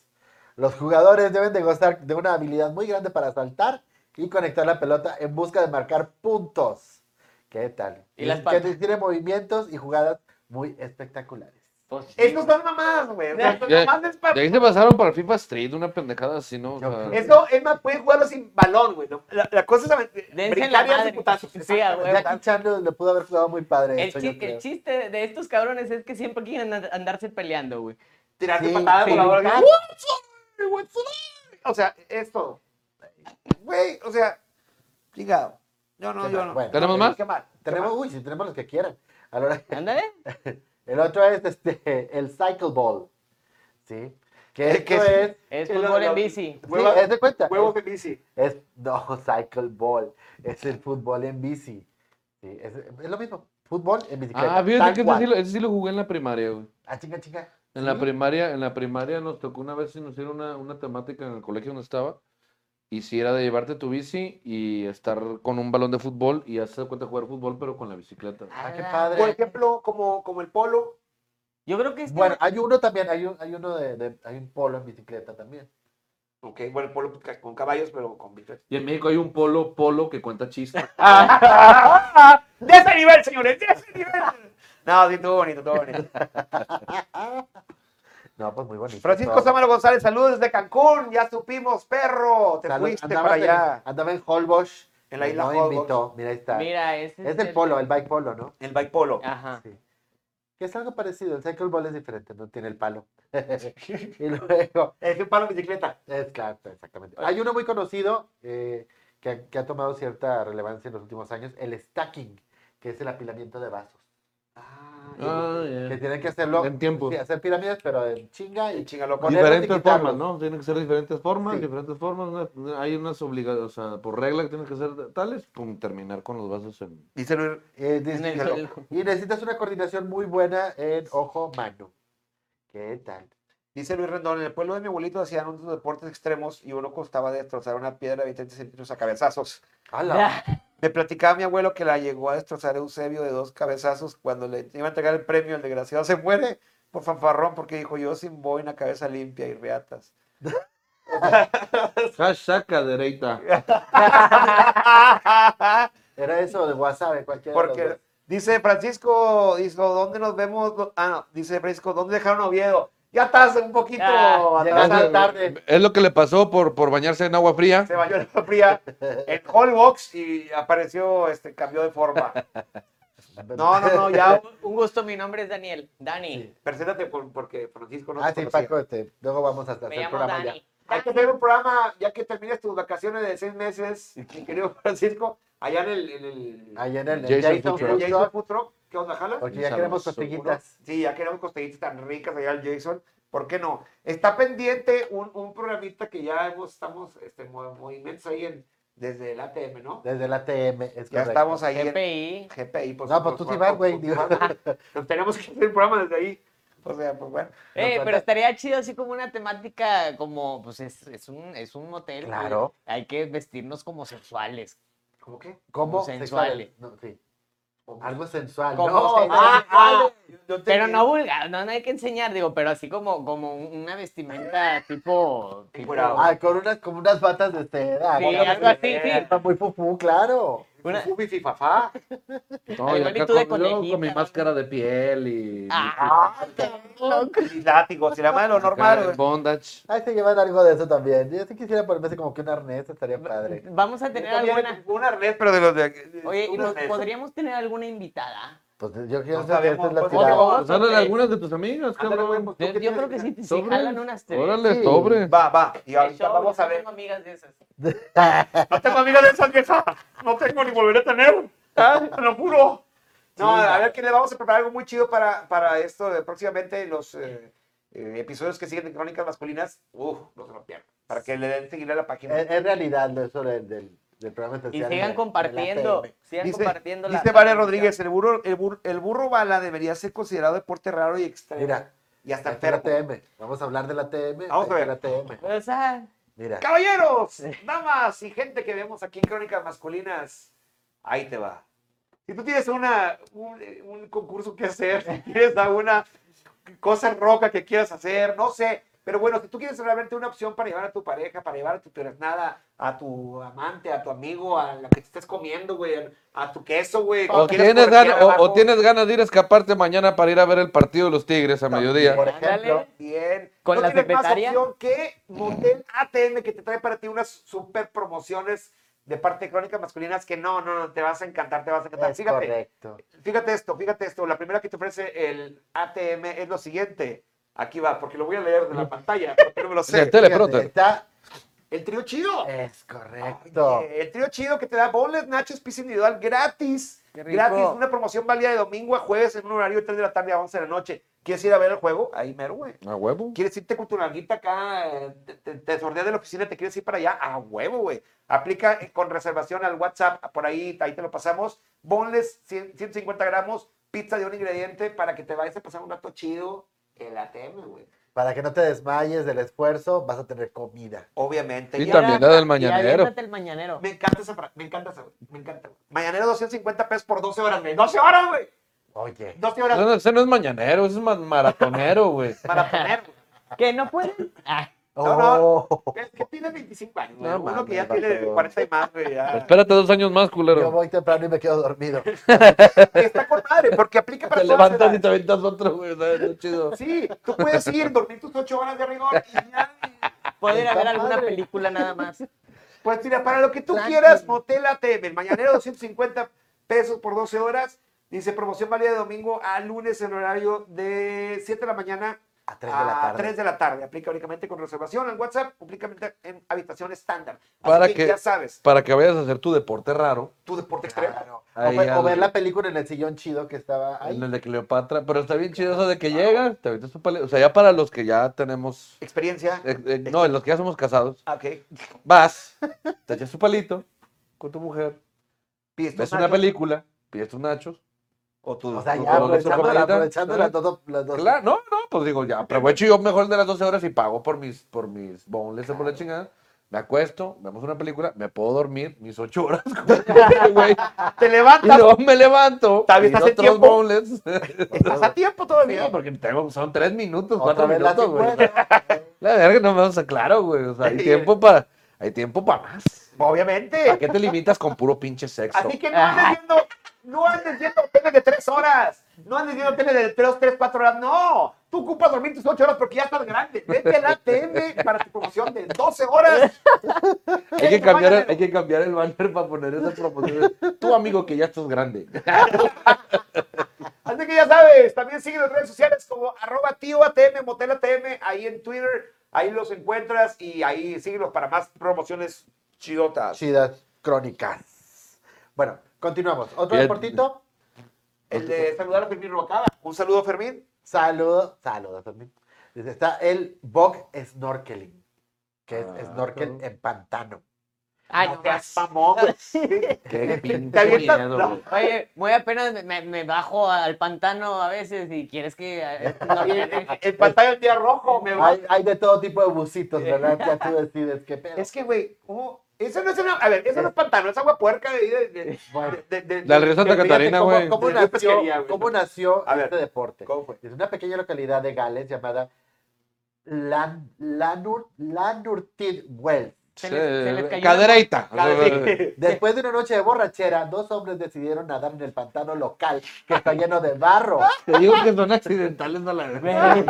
Speaker 3: Los jugadores deben de gozar de una habilidad muy grande para saltar y conectar la pelota en busca de marcar puntos. ¿Qué tal?
Speaker 5: Y las
Speaker 3: que
Speaker 5: patas.
Speaker 3: tiene movimientos y jugadas muy espectaculares.
Speaker 5: Pues,
Speaker 4: Estos son mamadas, güey. O sea, son
Speaker 6: Ya-
Speaker 4: mamadas
Speaker 6: De
Speaker 4: para
Speaker 6: ahí se pasaron para el FIFA Street, una pendejada así, ¿no? O sea,
Speaker 3: Yo-
Speaker 4: Eso, es más, pueden jugarlo sin balón, güey. ¿no? La, la cosa es avent-
Speaker 5: dense en
Speaker 4: brincar
Speaker 5: la
Speaker 4: y darse
Speaker 5: madre.
Speaker 4: putazos.
Speaker 5: Sí, a huevo.
Speaker 3: Jackie Chan lo, lo pudo haber jugado muy padre.
Speaker 5: El,
Speaker 3: eso,
Speaker 5: chi-
Speaker 3: yo
Speaker 5: el
Speaker 3: creo.
Speaker 5: chiste de estos cabrones es que siempre quieren and- andarse peleando, güey.
Speaker 4: Tirarte
Speaker 3: Sí,
Speaker 4: patadas
Speaker 5: sí.
Speaker 4: por la bola.
Speaker 3: Ah.
Speaker 4: O sea, es todo. Güey, o sea, chingado. Yo no,
Speaker 3: Qué
Speaker 4: yo
Speaker 3: mal,
Speaker 4: no.
Speaker 3: bueno.
Speaker 6: ¿Tenemos más?
Speaker 4: Qué mal.
Speaker 3: Tenemos, uy, si tenemos los que quieran. A la hora-
Speaker 5: Ándale.
Speaker 3: el otro es este, el cycleball. ¿Sí? Que
Speaker 4: ¿Qué- qué
Speaker 3: esto
Speaker 4: es?
Speaker 3: es.
Speaker 5: Es
Speaker 4: Que lo-
Speaker 5: fútbol
Speaker 4: lo-
Speaker 5: en bici.
Speaker 4: Huevo-
Speaker 3: sí, haz de cuenta.
Speaker 4: Huevo que bici.
Speaker 3: Es, no, cycleball. Es el fútbol en bici. Sí, es, es lo mismo. Fútbol en bicicleta.
Speaker 6: Ah, fíjate
Speaker 3: tal
Speaker 6: que ese
Speaker 3: cual.
Speaker 6: sí, lo, ese sí lo jugué en la primaria, güey.
Speaker 3: Ah, chinga, chinga.
Speaker 6: En la
Speaker 3: Sí.
Speaker 6: primaria, en la primaria nos tocó una vez y nos hicieron una, una temática en el colegio donde estaba. Y si era de llevarte tu bici y estar con un balón de fútbol y hacer cuenta de jugar fútbol, pero con la bicicleta.
Speaker 3: Ah, qué
Speaker 5: Ah,
Speaker 3: padre.
Speaker 4: Por ejemplo, como, como el polo.
Speaker 5: Yo creo que este
Speaker 3: Bueno, hay uno también, hay, un, hay uno de, de- hay un polo en bicicleta también.
Speaker 4: Ok, bueno, el polo ca- con caballos, pero con bicicleta.
Speaker 6: Y en México hay un polo, polo que cuenta chistes.
Speaker 4: ¡De ese nivel, señores! ¡De ese nivel! No, sí, estuvo bonito, estuvo bonito.
Speaker 3: No, pues muy bonito.
Speaker 4: Francisco
Speaker 3: todo.
Speaker 4: Sámano González, saludos desde Cancún. Ya supimos, perro. Te
Speaker 3: Salud,
Speaker 4: fuiste
Speaker 3: andaba
Speaker 4: para
Speaker 3: en-
Speaker 4: allá.
Speaker 3: Andaba en Holbox.
Speaker 4: En la
Speaker 3: y
Speaker 4: isla
Speaker 3: no
Speaker 4: Holbox.
Speaker 3: invitó. Mira, ahí está.
Speaker 5: Mira, ese
Speaker 4: Ah.
Speaker 3: es el polo, el bike polo, ¿no?
Speaker 4: El bike polo.
Speaker 5: Ajá.
Speaker 3: Sí. que es algo parecido. El cycleball es diferente, no tiene el palo. y luego,
Speaker 4: Es un palo de bicicleta.
Speaker 3: es claro, exactamente. Hay uno muy conocido eh, que, ha- que ha tomado cierta relevancia en los últimos años, el stacking, que es el apilamiento de vasos.
Speaker 6: Ah,
Speaker 3: Que
Speaker 6: ya.
Speaker 3: tienen que hacerlo
Speaker 6: En tiempo.
Speaker 3: sí, hacer pirámides, pero en chinga
Speaker 4: Y
Speaker 3: y
Speaker 4: chingalo
Speaker 3: Con
Speaker 4: con
Speaker 3: él.
Speaker 6: diferentes
Speaker 3: quitarlo.
Speaker 6: formas, ¿no? Tienen que ser diferentes formas,
Speaker 3: Sí.
Speaker 6: diferentes formas. una- hay unas obligadas, o sea, por regla que tienen que ser tales, pum, terminar con los vasos en...
Speaker 4: Dice Luis.
Speaker 3: Eh,
Speaker 5: En el-
Speaker 3: disfrútalo. Y necesitas una coordinación muy buena en ojo mano. ¿Qué tal?
Speaker 4: Dice Luis Rendón, en el pueblo de mi abuelito hacían unos deportes extremos y uno costaba destrozar una piedra de 20 centímetros a cabezazos.
Speaker 3: ¡Hala!
Speaker 4: Me platicaba mi abuelo que la llegó a destrozar Eusebio de dos cabezazos cuando le iba a entregar el premio, el desgraciado se muere por fanfarrón porque dijo yo sin boina, cabeza limpia y reatas.
Speaker 6: Hashtag cadereita.
Speaker 3: Era eso de WhatsApp, cualquiera. de los
Speaker 4: Porque
Speaker 3: dos.
Speaker 4: dice Francisco, dice, ¿dónde nos vemos? Ah, no, dice Francisco, ¿dónde dejaron a Oviedo? Ya estás un poquito
Speaker 5: Ah,
Speaker 4: atrasado.
Speaker 3: llegaste tarde.
Speaker 6: Es lo que le pasó por, por bañarse en agua fría.
Speaker 4: se bañó en agua fría en Holbox y apareció, este, cambió de forma. No, no, no, ya
Speaker 5: Un gusto, mi nombre es Daniel. Dani.
Speaker 4: preséntate por- porque Francisco no
Speaker 3: Ah,
Speaker 4: te
Speaker 3: sí,
Speaker 4: conocía.
Speaker 3: Paco, este, luego vamos a hacer
Speaker 5: Me
Speaker 3: el
Speaker 5: llamo
Speaker 3: programa
Speaker 5: Dani.
Speaker 4: Hay que hacer un programa ya que termines tus vacaciones de seis meses, mi querido Francisco, allá en el, en el,
Speaker 3: ya. Allá en el
Speaker 6: Jason
Speaker 3: Jason,
Speaker 6: Food
Speaker 4: en
Speaker 3: Food
Speaker 4: el
Speaker 3: Truck,
Speaker 4: Jason Food Truck. ¿Qué onda, jala?
Speaker 3: Porque
Speaker 6: Un
Speaker 3: ya queremos
Speaker 6: sabroso,
Speaker 3: costillitas.
Speaker 4: Sí, ya queremos costillitas tan ricas allá al Jason. ¿Por qué no? Está pendiente un, un programita que ya hemos, estamos este, mo- movimientos ahí en, desde el ATM, ¿no?
Speaker 3: Desde la TM. Es
Speaker 4: Ya
Speaker 3: correcto.
Speaker 4: estamos ahí en
Speaker 5: GPI.
Speaker 4: GPI. Pues,
Speaker 3: No, pues tú sí vas, güey.
Speaker 4: pues, pues, tenemos que hacer un programa desde ahí. O sea, pues bueno.
Speaker 5: Eh,
Speaker 3: Nos
Speaker 5: pero
Speaker 3: falta-
Speaker 5: estaría chido así como una temática como, pues es, es un, es un motel. güey.
Speaker 3: Claro.
Speaker 5: Hay que vestirnos como sensuales.
Speaker 4: ¿Cómo qué?
Speaker 3: Como
Speaker 5: Como
Speaker 3: sensuales.
Speaker 5: sensuales.
Speaker 3: No, sí. Algo sensual.
Speaker 5: Como
Speaker 3: no,
Speaker 5: sensuales.
Speaker 3: ah, ah,
Speaker 4: Pues
Speaker 5: Pero no vulgar, no, no hay que enseñar, digo, pero así como, como una vestimenta tipo... tipo
Speaker 4: Encuerado.
Speaker 3: ah, con unas, con unas batas de seda.
Speaker 5: Sí,
Speaker 3: claro.
Speaker 5: algo así, sí.
Speaker 3: Está Muy pupú, claro.
Speaker 5: Una-
Speaker 4: Fufi, fifafá.
Speaker 6: No, y
Speaker 5: Igual y
Speaker 6: acá
Speaker 5: tú de
Speaker 6: con, yo con mi
Speaker 5: conejita,
Speaker 6: máscara de piel y...
Speaker 5: Ah,
Speaker 4: Y látigos. Y la madre de lo
Speaker 6: y acá
Speaker 4: normal.
Speaker 6: en
Speaker 4: güey.
Speaker 6: bondage.
Speaker 3: Ay, se llevan algo de eso también. Yo sí quisiera ponerme así como que un arnés, estaría padre.
Speaker 5: Vamos a tener
Speaker 4: Yo también,
Speaker 5: alguna...
Speaker 4: Un arnés, pero de los de. de-
Speaker 5: Oye, ¿y
Speaker 4: un
Speaker 5: nos-
Speaker 4: arnés.
Speaker 5: podríamos tener alguna invitada?
Speaker 3: Pues yo quiero
Speaker 4: No
Speaker 3: saber
Speaker 4: sabemos,
Speaker 3: esta es la
Speaker 4: pues,
Speaker 3: tirada.
Speaker 5: otro-
Speaker 6: Pues háblale a
Speaker 5: Ok.
Speaker 6: algunas de tus amigas,
Speaker 4: Ándale,
Speaker 6: cabrón.
Speaker 4: güey, pues, ¿tú
Speaker 5: Yo,
Speaker 4: qué
Speaker 5: yo
Speaker 4: tienes?
Speaker 5: creo que sí, si
Speaker 6: Sobre.
Speaker 5: jalan unas tres.
Speaker 6: Órale,
Speaker 3: Sí.
Speaker 6: sobre.
Speaker 4: Va, va. Y
Speaker 5: De
Speaker 4: ahorita
Speaker 5: show,
Speaker 4: vamos
Speaker 5: yo
Speaker 4: a ver.
Speaker 5: tengo amigas de esas.
Speaker 4: No tengo amigas de esas viejas. No tengo ni volveré a tener. ¿eh? Te lo juro. No, a ver que le vamos a preparar algo muy chido para, para esto de próximamente los eh, eh, episodios que siguen de Crónicas Masculinas. Uf, no se lo pierdan. Para que le den seguir a la página.
Speaker 3: Es, es realidad lo- eso del, del, del programa
Speaker 5: Y
Speaker 3: especial. de- de
Speaker 5: sigan
Speaker 3: la
Speaker 5: compartiendo,
Speaker 3: PM.
Speaker 5: sigan
Speaker 4: Dice-
Speaker 5: compartiendo la-
Speaker 4: Dice
Speaker 5: la
Speaker 4: Vale
Speaker 5: música.
Speaker 4: Rodríguez, el burro, el, bur- el burro bala debería ser considerado deporte raro y extremo.
Speaker 3: Mira,
Speaker 4: y hasta
Speaker 3: aquí la
Speaker 4: enfermo.
Speaker 3: TM. Vamos a hablar de la TM.
Speaker 4: Vamos a
Speaker 3: aquí
Speaker 4: ver.
Speaker 3: La TM.
Speaker 5: O sea,
Speaker 3: Mira,
Speaker 4: Caballeros, damas y gente que vemos aquí en Crónicas Masculinas, ahí te va. Si tú tienes una, un, un concurso que hacer, si tienes alguna cosa roca que quieras hacer, no sé, pero bueno, si tú quieres realmente una opción para llevar a tu pareja, para llevar a tu nada, a tu amante, a tu amigo, a la que te estés comiendo, güey, a, a tu queso, güey. que
Speaker 6: O
Speaker 4: quieras
Speaker 6: tienes,
Speaker 4: corretear
Speaker 6: ganas, o,
Speaker 4: abajo.
Speaker 6: o tienes ganas de ir a escaparte mañana para ir a ver el partido de los Tigres a mediodía.
Speaker 3: por
Speaker 5: Ándale.
Speaker 3: ejemplo,
Speaker 4: Bien.
Speaker 5: ¿Con
Speaker 4: no
Speaker 5: la
Speaker 4: tienes
Speaker 5: secretaria?
Speaker 4: más opción que Motel ATM que te trae para ti unas super promociones de parte de crónicas masculinas que no, no, no, te vas a encantar, te vas a encantar.
Speaker 3: es
Speaker 4: fíjate,
Speaker 3: correcto.
Speaker 4: fíjate esto, fíjate esto. La primera que te ofrece el ATM es lo siguiente. Aquí va, porque lo voy a leer de la pantalla, porque no me lo
Speaker 6: Sí,
Speaker 4: sé.
Speaker 5: pues.
Speaker 3: Fíjate,
Speaker 6: teleprompter.
Speaker 3: Está,
Speaker 4: El trío chido.
Speaker 3: es correcto.
Speaker 4: Oye, el trío chido que te da boneless nachos, pizza individual gratis.
Speaker 5: Qué rico.
Speaker 4: Gratis, una promoción válida de domingo a jueves en un horario de 3 de la tarde a 11 de la noche. ¿Quieres ir a ver el juego? Ahí mero, güey.
Speaker 6: A huevo.
Speaker 4: ¿Quieres irte con tu nalguita acá? eh, Te, te, te sordeas de la oficina, te quieres ir para allá. A huevo, güey. Aplica eh, con reservación al WhatsApp. Por ahí, ahí te lo pasamos. Bonles 100 150 gramos, pizza de un ingrediente para que te vayas a pasar un rato chido. El ATM, güey.
Speaker 3: Para que no te desmayes del esfuerzo, vas a tener comida.
Speaker 4: Obviamente.
Speaker 6: Y
Speaker 4: Y
Speaker 6: también
Speaker 5: ahora-
Speaker 6: la del
Speaker 5: y
Speaker 6: mañanero.
Speaker 5: aviéntate el mañanero.
Speaker 4: Me encanta esa fra- Me encanta esa, güey, Me encanta. güey. Mañanero 250 pesos por 12 horas, güey. 12 horas, güey.
Speaker 3: Oye,
Speaker 4: 12
Speaker 6: No,
Speaker 4: horas
Speaker 6: no, ese no es mañanero, ese es ma- maratonero, güey.
Speaker 4: para tener, güey.
Speaker 5: Que no pueden. Ah,
Speaker 4: No, no.
Speaker 3: Oh,
Speaker 4: Es que tiene 25 años, güey.
Speaker 6: No
Speaker 4: Uno que ya
Speaker 6: mames,
Speaker 4: tiene
Speaker 6: vato.
Speaker 4: 40 y más, güey. ya.
Speaker 6: Espérate dos años más,
Speaker 3: Ah. yo
Speaker 6: culero.
Speaker 3: voy temprano y me quedo dormido.
Speaker 4: Está con madre, porque aplica para
Speaker 6: Te
Speaker 4: todas
Speaker 6: levantas
Speaker 4: edades.
Speaker 6: y te aventas otro, güey. ¿sabes? No chido.
Speaker 4: Sí, tú puedes ir, dormir tus ocho horas de rigor y ya.
Speaker 5: puedo ir a
Speaker 3: Está
Speaker 5: ver alguna
Speaker 3: padre.
Speaker 5: película nada más.
Speaker 4: Pues mira, para lo que tú
Speaker 5: Tranqui.
Speaker 4: quieras, Motel ATM, el mañanero 250 pesos por 12 horas. Dice promoción válida de domingo a lunes en horario de 7 de la mañana
Speaker 3: A 3 de la
Speaker 4: a
Speaker 3: tarde.
Speaker 4: 3 Ah, de la tarde. Aplica únicamente con reservación en WhatsApp, únicamente en habitación estándar. Así
Speaker 6: Para
Speaker 4: que,
Speaker 6: que-
Speaker 4: ya sabes,
Speaker 6: Para que vayas a hacer tu deporte raro.
Speaker 4: tu deporte extremo.
Speaker 3: Claro. O,
Speaker 6: Ahí
Speaker 3: ver, o
Speaker 6: al-
Speaker 3: ver la película en el sillón chido que estaba ahí.
Speaker 6: En el de Cleopatra. Pero está bien
Speaker 3: Ah.
Speaker 6: chido eso de que llega. Te avientas tu pale- O sea, ya para los que ya tenemos.
Speaker 4: Experiencia.
Speaker 6: eh, eh, no, en los que ya somos casados.
Speaker 4: Ah, ok.
Speaker 6: Vas, te echas tu palito con tu mujer.
Speaker 4: Pides tus
Speaker 6: Ves una
Speaker 4: nachos
Speaker 6: película, pides tus nachos. O tus.
Speaker 3: O sea,
Speaker 6: tus-
Speaker 3: ya
Speaker 6: o tus
Speaker 3: aprovechando,
Speaker 6: sopalitas.
Speaker 3: aprovechando las dos. Las dos
Speaker 6: Claro, no, no, pues digo, ya aprovecho yo mejor el de las 12 horas y pago por mis, por mis boneless o por la chingada. Me acuesto, vemos una película, me puedo dormir mis 8 horas. como este güey,
Speaker 4: Te
Speaker 6: y
Speaker 4: levantas.
Speaker 6: luego me levanto.
Speaker 4: Todavía
Speaker 6: y
Speaker 4: estás en
Speaker 6: otros
Speaker 4: tiempo.
Speaker 6: boneless.
Speaker 4: Estás a tiempo
Speaker 6: Sí,
Speaker 4: todavía.
Speaker 6: porque tengo, son 3 minutos,
Speaker 3: Otra
Speaker 6: 4
Speaker 3: vez las
Speaker 6: minutos, güey.
Speaker 3: 50.
Speaker 6: La verga no me a claro, güey. O sea, hay tiempo para, hay tiempo para más. ¿Para
Speaker 4: Obviamente.
Speaker 6: qué te limitas con puro pinche sexo?
Speaker 4: Así que no andes viendo, no andes viendo tele de tres horas. No andes viendo tele de tres, tres, cuatro horas. No. Tú ocupas dormir tus ocho horas porque ya estás grande. Vete a la tele para tu promoción de 12 horas.
Speaker 6: Hay que, cambiar el, hay que cambiar el banner para poner esa proposición. Tú, amigo, que ya estás grande.
Speaker 4: Así que ya sabes, también síguenos en redes sociales como arroba tío ATM, motel ATM, ahí en Twitter, ahí los encuentras y ahí síguenos para más promociones chidotas.
Speaker 3: Chidas crónicas. Bueno, continuamos. Otro
Speaker 6: Bien.
Speaker 3: deportito.
Speaker 4: El de saludar a Fermín Rubalcaba. Un saludo, Fermín.
Speaker 3: Saludos. Saludos también. Dice, Está el bog snorkeling, que es
Speaker 6: Ah.
Speaker 3: snorkel en pantano.
Speaker 5: Ay,
Speaker 4: Ah, No
Speaker 5: no
Speaker 4: seas
Speaker 5: más.
Speaker 4: mamón, güey.
Speaker 6: Qué pinche
Speaker 4: Te avientas-
Speaker 6: miedo,
Speaker 4: no.
Speaker 6: güey.
Speaker 5: Oye, muy apenas me- me, me bajo al pantano a veces y quieres que... eh, no,
Speaker 4: Oye, el- El pantalla del día rojo me va.
Speaker 3: Hay, hay de todo tipo de bucitos, ¿verdad? Ya tú decides qué pedo.
Speaker 4: Es que, güey, ¿cómo? Eso no es una. A ver, eso no es pantano, es agua puerca de. de, de, de, de, de-
Speaker 6: La Río Santa
Speaker 4: de-
Speaker 6: Catarina,
Speaker 4: fíjate
Speaker 6: güey.
Speaker 3: ¿Cómo
Speaker 4: de pesquería,
Speaker 3: nació,
Speaker 4: güey.
Speaker 3: cómo nació
Speaker 4: A ver,
Speaker 3: este deporte?
Speaker 4: ¿Cómo fue?
Speaker 3: Es una pequeña localidad de Gales llamada Lan, Lanur, Lanurtid Wells.
Speaker 5: Se les- se les cayó la-
Speaker 6: Cadereita.
Speaker 4: Ah,
Speaker 3: Después de una noche de borrachera, dos hombres decidieron nadar en el pantano local que está lleno de barro.
Speaker 6: Te digo que son accidentales a la vez.
Speaker 5: Güey,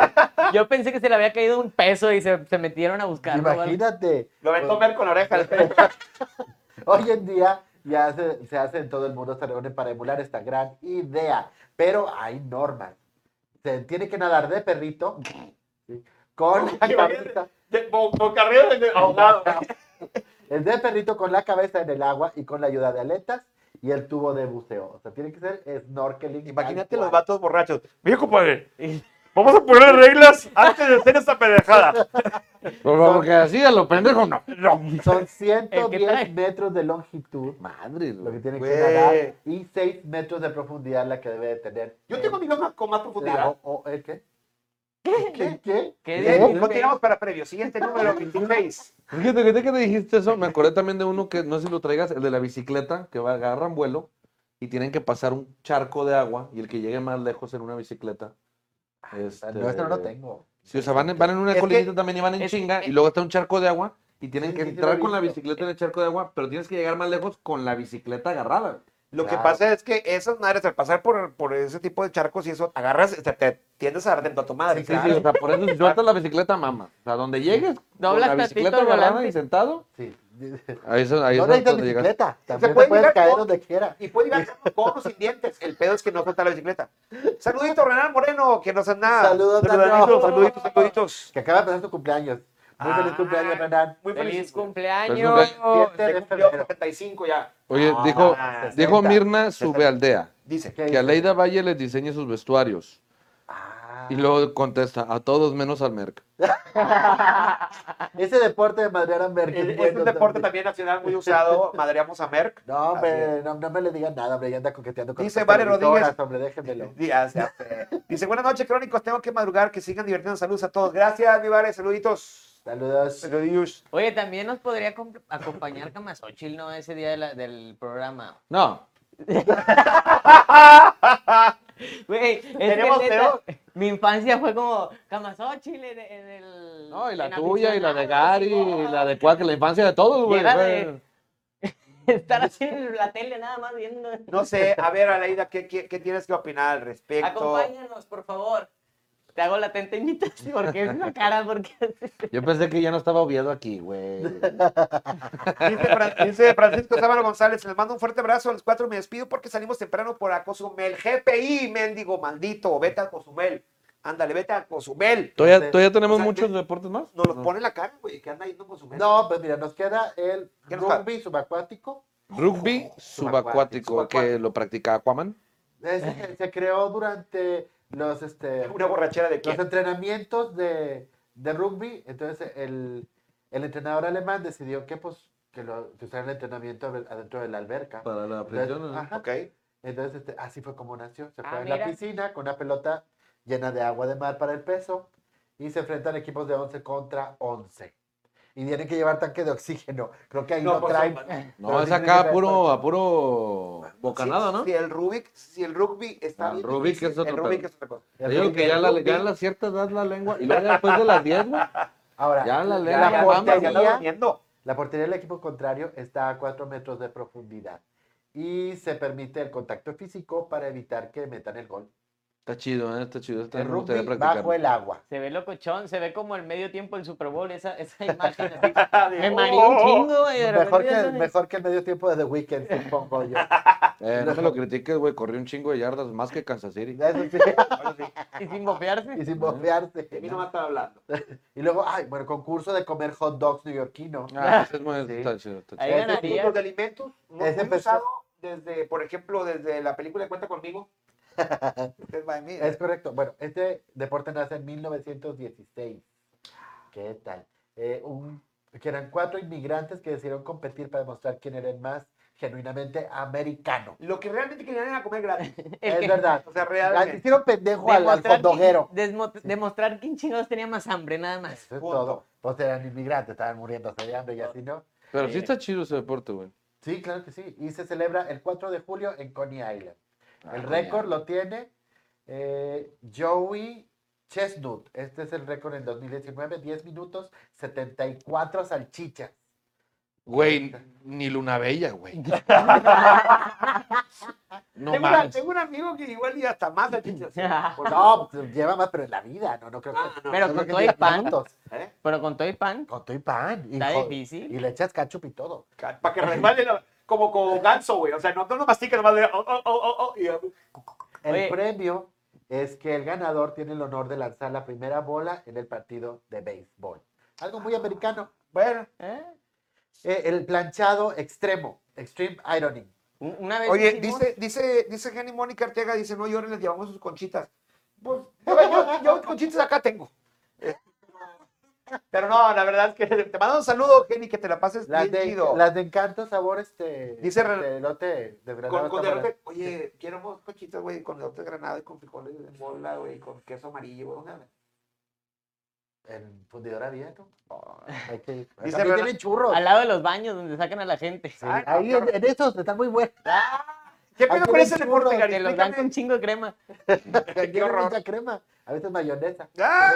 Speaker 5: Yo pensé que se le había caído un peso y se, se metieron a buscarlo. ¿vale?
Speaker 3: Imagínate.
Speaker 4: Lo ven comer con orejas.
Speaker 3: Hoy en día ya se, se hace en todo el mundo, se reúnen para emular esta gran idea, pero hay normas. Se tiene que nadar de perrito ¿sí? con la cabeza.
Speaker 4: De bo- boca arriba de ahogado.
Speaker 3: El de perrito con la cabeza en el agua y con la ayuda de aletas y el tubo de buceo. O sea, tiene que ser snorkeling.
Speaker 4: Imagínate
Speaker 3: tal
Speaker 4: los
Speaker 3: cual.
Speaker 4: vatos borrachos. Mira, compadre. Vamos a poner reglas antes de hacer esta pendejada.
Speaker 6: Porque así a lo pendejo no.
Speaker 3: Son
Speaker 5: El que trae.
Speaker 3: 110 metros de longitud,
Speaker 6: Madre,
Speaker 3: lo que
Speaker 6: güey.
Speaker 3: tiene que
Speaker 4: Güey.
Speaker 3: nadar, y 6 metros de profundidad la que debe de tener.
Speaker 4: Yo tengo mi mamá con más profundidad.
Speaker 3: lago o el qué? ¿Qué? ¿Qué? ¿Qué?
Speaker 5: ¿Qué
Speaker 4: Eh,
Speaker 5: dices,
Speaker 4: Continuamos para previo. Siguiente número 26.
Speaker 6: Fíjate ahorita que te dijiste eso, me acordé también de uno que no sé si lo traigas, el de la bicicleta, que va, agarran vuelo y tienen que pasar un charco de agua y el que llegue más lejos en una bicicleta. este,
Speaker 3: No, esto no lo tengo.
Speaker 6: Sí, o sea, van en, van en una
Speaker 4: Es que-
Speaker 6: colinita también y van en
Speaker 5: es que-
Speaker 6: chinga y luego está un charco de agua y tienen
Speaker 3: Sí,
Speaker 6: que
Speaker 3: sí, sí lo he
Speaker 6: entrar con la
Speaker 3: visto.
Speaker 6: bicicleta en el charco de agua, pero tienes que llegar más lejos con la bicicleta agarrada.
Speaker 4: Lo que
Speaker 3: Claro.
Speaker 4: pasa es que esas madres, al pasar por, por ese tipo de charcos y eso, agarras, te, te tiendes a dar dentro a tu madre.
Speaker 6: Sí, sí, o sea, por eso si sueltas la bicicleta, mama. O sea, donde llegues, con
Speaker 5: Doblas
Speaker 6: la
Speaker 5: tantito
Speaker 6: bicicleta
Speaker 5: el
Speaker 6: agarrada
Speaker 5: volante.
Speaker 6: y sentado,
Speaker 3: Sí.
Speaker 6: ahí es, ahí
Speaker 3: No necesitas
Speaker 6: es donde llegas.
Speaker 3: bicicleta. También
Speaker 4: puede
Speaker 3: te puedes
Speaker 4: llegar
Speaker 3: caer
Speaker 4: con-
Speaker 3: donde quiera.
Speaker 4: Y puede llegar con o sin dientes. El pedo es que no suelta la bicicleta. Saludito, Renan Moreno, que nos anda.
Speaker 3: Saludos,
Speaker 4: saluditos,
Speaker 3: Renan.
Speaker 4: saluditos, saluditos.
Speaker 3: Que acaba de pasar tu cumpleaños. Muy feliz
Speaker 4: Ah,
Speaker 3: cumpleaños, Renan.
Speaker 4: Muy
Speaker 5: Feliz
Speaker 4: feliz.
Speaker 5: cumpleaños.
Speaker 6: Feliz
Speaker 3: cumpleaños.
Speaker 4: Se cumplió 75 ya.
Speaker 6: Oye,
Speaker 3: Ah,
Speaker 6: dijo,
Speaker 4: sesenta.
Speaker 6: dijo Mirna Subealdea
Speaker 4: Dice.
Speaker 3: ¿Qué
Speaker 6: que a
Speaker 3: dice?
Speaker 6: Leida Valle les diseñe sus vestuarios.
Speaker 3: Ah.
Speaker 6: Y luego contesta, a todos menos al Merck.
Speaker 3: Ah, Ese deporte de madrear a Merck
Speaker 4: Es,
Speaker 3: es
Speaker 4: es
Speaker 3: bueno
Speaker 4: un deporte también nacional muy usado. Madreamos a Merck.
Speaker 3: No,
Speaker 4: Así
Speaker 3: hombre, no, no me le digan nada, hombre, ya anda coqueteando con
Speaker 4: Dice
Speaker 3: otras
Speaker 4: Vale
Speaker 3: televisoras,
Speaker 4: Rodríguez.
Speaker 3: hombre, déjenmelo.
Speaker 4: Di- ya, ya, eh. Dice, buenas noches, crónicos. Tengo que madrugar. Que sigan divirtiendo. Saludos a todos. Gracias, mi Vare. Saluditos.
Speaker 3: Saludos.
Speaker 4: Saluditos.
Speaker 5: Oye, también nos podría com- acompañar Camasochil, ¿no? Ese día de la- del programa.
Speaker 6: No,
Speaker 5: Güey, es que
Speaker 4: Tenemos
Speaker 5: neta,
Speaker 4: peor.
Speaker 5: mi infancia fue como Camasochil en, en el...
Speaker 6: no, y la
Speaker 5: en
Speaker 6: tuya, y la de
Speaker 5: aficionados,
Speaker 6: Gary, y
Speaker 5: no.
Speaker 6: la de Cuac, la infancia de todos, güey.
Speaker 5: Llegar
Speaker 6: güey.
Speaker 5: de- Estar así en la tele nada más viendo.
Speaker 4: No sé, a ver, Aleida, ¿qué, qué, qué tienes que opinar al respecto?
Speaker 5: Acompáñanos, por favor. Te hago la tenta invitación porque es una cara, porque
Speaker 2: Yo pensé que ya no estaba obviado aquí, güey.
Speaker 4: Dice, Fran- dice Francisco Sábalo González, les mando un fuerte abrazo a los cuatro, me despido porque salimos temprano por a Cozumel. GPI, mendigo, maldito, vete a Cozumel. Ándale, vete a Cozumel.
Speaker 6: ¿Todavía, todavía tenemos
Speaker 4: O sea,
Speaker 6: muchos
Speaker 4: que-
Speaker 6: deportes más?
Speaker 4: Nos los
Speaker 6: No.
Speaker 4: pone en la cara, güey, que anda yendo a Cozumel.
Speaker 3: No, pues mira, nos queda el
Speaker 4: ¿Qué nos queda?
Speaker 3: rugby subacuático.
Speaker 6: Rugby
Speaker 4: Subacuático,
Speaker 6: subacuático, que
Speaker 4: subacuático.
Speaker 6: lo practica Aquaman.
Speaker 3: Ese que se creó durante los, este,
Speaker 4: Una borrachera de
Speaker 3: los
Speaker 4: quién.
Speaker 3: entrenamientos de, de rugby. Entonces el, el entrenador alemán decidió que pues que, lo, que usara el entrenamiento ade- adentro de la alberca.
Speaker 6: Para la
Speaker 3: Entonces,
Speaker 6: prisión.
Speaker 3: ajá.
Speaker 4: Ok.
Speaker 3: Entonces, este, así fue como nació. Se
Speaker 5: Ah,
Speaker 3: fue a la
Speaker 5: mira.
Speaker 3: piscina con una pelota llena de agua de mar para el peso y se enfrentan equipos de 11 contra 11. Y tienen que llevar tanque de oxígeno. Creo que ahí no,
Speaker 4: No, pues,
Speaker 3: traen.
Speaker 6: No,
Speaker 3: pero sí
Speaker 6: es
Speaker 3: tiene
Speaker 6: acá
Speaker 3: que
Speaker 6: a
Speaker 3: ver
Speaker 6: puro,
Speaker 3: con-
Speaker 6: a puro bocanada,
Speaker 4: si,
Speaker 6: ¿no?
Speaker 4: Si el Rubik, si el rugby está
Speaker 6: Ah,
Speaker 4: bien
Speaker 6: Rubik
Speaker 4: difícil,
Speaker 6: es otro
Speaker 4: el Rubik
Speaker 6: pedo.
Speaker 4: es otra cosa.
Speaker 6: Te digo que ya, la, ya a la cierta edad la lengua. Y luego ya después de las 10, güey.
Speaker 3: Ahora,
Speaker 6: Ya la ley
Speaker 3: la
Speaker 6: ya
Speaker 4: Ya
Speaker 6: vamos,
Speaker 4: anda
Speaker 3: portería-
Speaker 4: durmiendo.
Speaker 3: La portería del equipo contrario está a 4 metros de profundidad y se permite el contacto físico para evitar que metan el gol.
Speaker 6: Está chido, ¿eh? Está chido. Está
Speaker 3: El
Speaker 6: me gustaría
Speaker 3: rugby
Speaker 6: practicarlo.
Speaker 3: bajo el agua.
Speaker 5: se ve locochón, se ve como el medio tiempo del Super Bowl, esa, esa imagen así. Oh, Me mareó un chingo, güey. de
Speaker 3: Mejor
Speaker 5: repente
Speaker 3: que,
Speaker 5: ya
Speaker 3: el,
Speaker 5: son-
Speaker 3: mejor que el medio tiempo de The Weeknd, supongo yo.
Speaker 6: Eh, no me lo critiques, güey. Corrió un chingo de yardas más que Kansas City.
Speaker 3: Eso sí,
Speaker 5: Y sin bofearse.
Speaker 3: y sin bofearse.
Speaker 4: De mí no me está hablando.
Speaker 3: Y luego, ay, bueno, concurso de comer hot dogs neoyorquino.
Speaker 6: Ah, ese es muy,
Speaker 3: Sí.
Speaker 6: está chido. Está chido.
Speaker 5: Ahí
Speaker 3: Ese
Speaker 5: ganaría.
Speaker 4: Los de alimentos, muy,
Speaker 3: Ese
Speaker 4: muy
Speaker 3: empezó-
Speaker 4: usado desde, por ejemplo, desde la película Cuenta Conmigo. Usted va a mí.
Speaker 3: Es correcto. Bueno, este deporte nace en 1916. ¿Qué tal? Eh, un- que eran cuatro inmigrantes que decidieron competir para demostrar quién era el más genuinamente americano.
Speaker 4: Lo que realmente querían era comer gratis.
Speaker 5: el
Speaker 3: es
Speaker 5: que-
Speaker 3: verdad.
Speaker 4: O sea,
Speaker 3: La
Speaker 4: realmente.
Speaker 3: hicieron pendejo al, al
Speaker 5: demostrar quién-
Speaker 3: fondoguero.
Speaker 5: desmo- Demostrar quién chingados tenía más hambre, nada más.
Speaker 3: Eso es
Speaker 4: Punto.
Speaker 3: todo. Pues eran inmigrantes, estaban muriendo de hambre y así, ¿no?
Speaker 6: Pero sí está chido ese deporte, güey.
Speaker 3: Sí, claro que sí. Y se celebra el 4 de julio en Coney Island. El
Speaker 6: Ah,
Speaker 3: récord lo tiene eh, Joey Chestnut. Este es el récord en 2019. 10 minutos, 74 salchichas.
Speaker 6: Güey, ni Luna Bella, güey. No
Speaker 4: tengo, una-
Speaker 6: mames.
Speaker 4: tengo un amigo que igual y hasta más salchichas. Por-
Speaker 3: No, pues, lleva más, pero en la vida, no, no creo que.
Speaker 4: Ah, no.
Speaker 3: no
Speaker 5: Pero
Speaker 3: creo
Speaker 5: con
Speaker 3: que
Speaker 5: todo y
Speaker 3: 10
Speaker 5: pan.
Speaker 3: minutos.
Speaker 4: ¿eh?
Speaker 5: Pero con todo y pan.
Speaker 3: Con todo y pan. Y,
Speaker 5: Está
Speaker 3: jo-
Speaker 5: difícil.
Speaker 3: y le echas ketchup y todo.
Speaker 4: Para que resbale la- como como ganso, güey. O sea, no, no, no mastica, nomás de. Oh, oh, oh, oh, oh, y, uh,
Speaker 3: El
Speaker 5: Oye.
Speaker 3: premio es que el ganador tiene el honor de lanzar la primera bola en el partido de béisbol. Algo muy americano. Bueno,
Speaker 5: ¿eh?
Speaker 3: eh, el planchado extremo, extreme ironing.
Speaker 5: Un- Una vez
Speaker 4: Oye,
Speaker 5: hicimos-
Speaker 4: dice, dice, dice Jenny Mónica Arteaga, dice, no lloren, les llevamos sus conchitas. Pues, yo, yo, yo conchitas acá tengo. Eh, Pero no, la verdad es que te mando un saludo, Jenny, que te la pases
Speaker 3: Las
Speaker 4: Pues bien
Speaker 3: de,
Speaker 4: chido.
Speaker 3: las de encanto, sabor, este.
Speaker 4: Dice Ren-
Speaker 3: este elote de verdad.
Speaker 4: Con, con derrote, oye, quiero unos conchitas, güey, con elote de granada y con frijoles de mola, güey, con queso amarillo, güey. una-
Speaker 3: El fundidor abierto. Hay que ir.
Speaker 4: Dice
Speaker 3: También
Speaker 4: Ren-
Speaker 3: tienen churros.
Speaker 5: Al lado de los baños donde sacan a la gente.
Speaker 3: Sí,
Speaker 4: Ay, no,
Speaker 3: ahí
Speaker 4: qué
Speaker 3: en,
Speaker 4: horror.
Speaker 3: en esos están muy buenos.
Speaker 4: ¿Qué pedo
Speaker 3: Aquí
Speaker 4: con
Speaker 3: ven
Speaker 4: ese deporte,
Speaker 3: churros,
Speaker 4: Gary?
Speaker 5: Te los dan con
Speaker 4: Explícame.
Speaker 5: chingo de crema.
Speaker 3: Tienen
Speaker 4: horror.
Speaker 3: mucha crema. A veces mayonesa.
Speaker 4: Ah,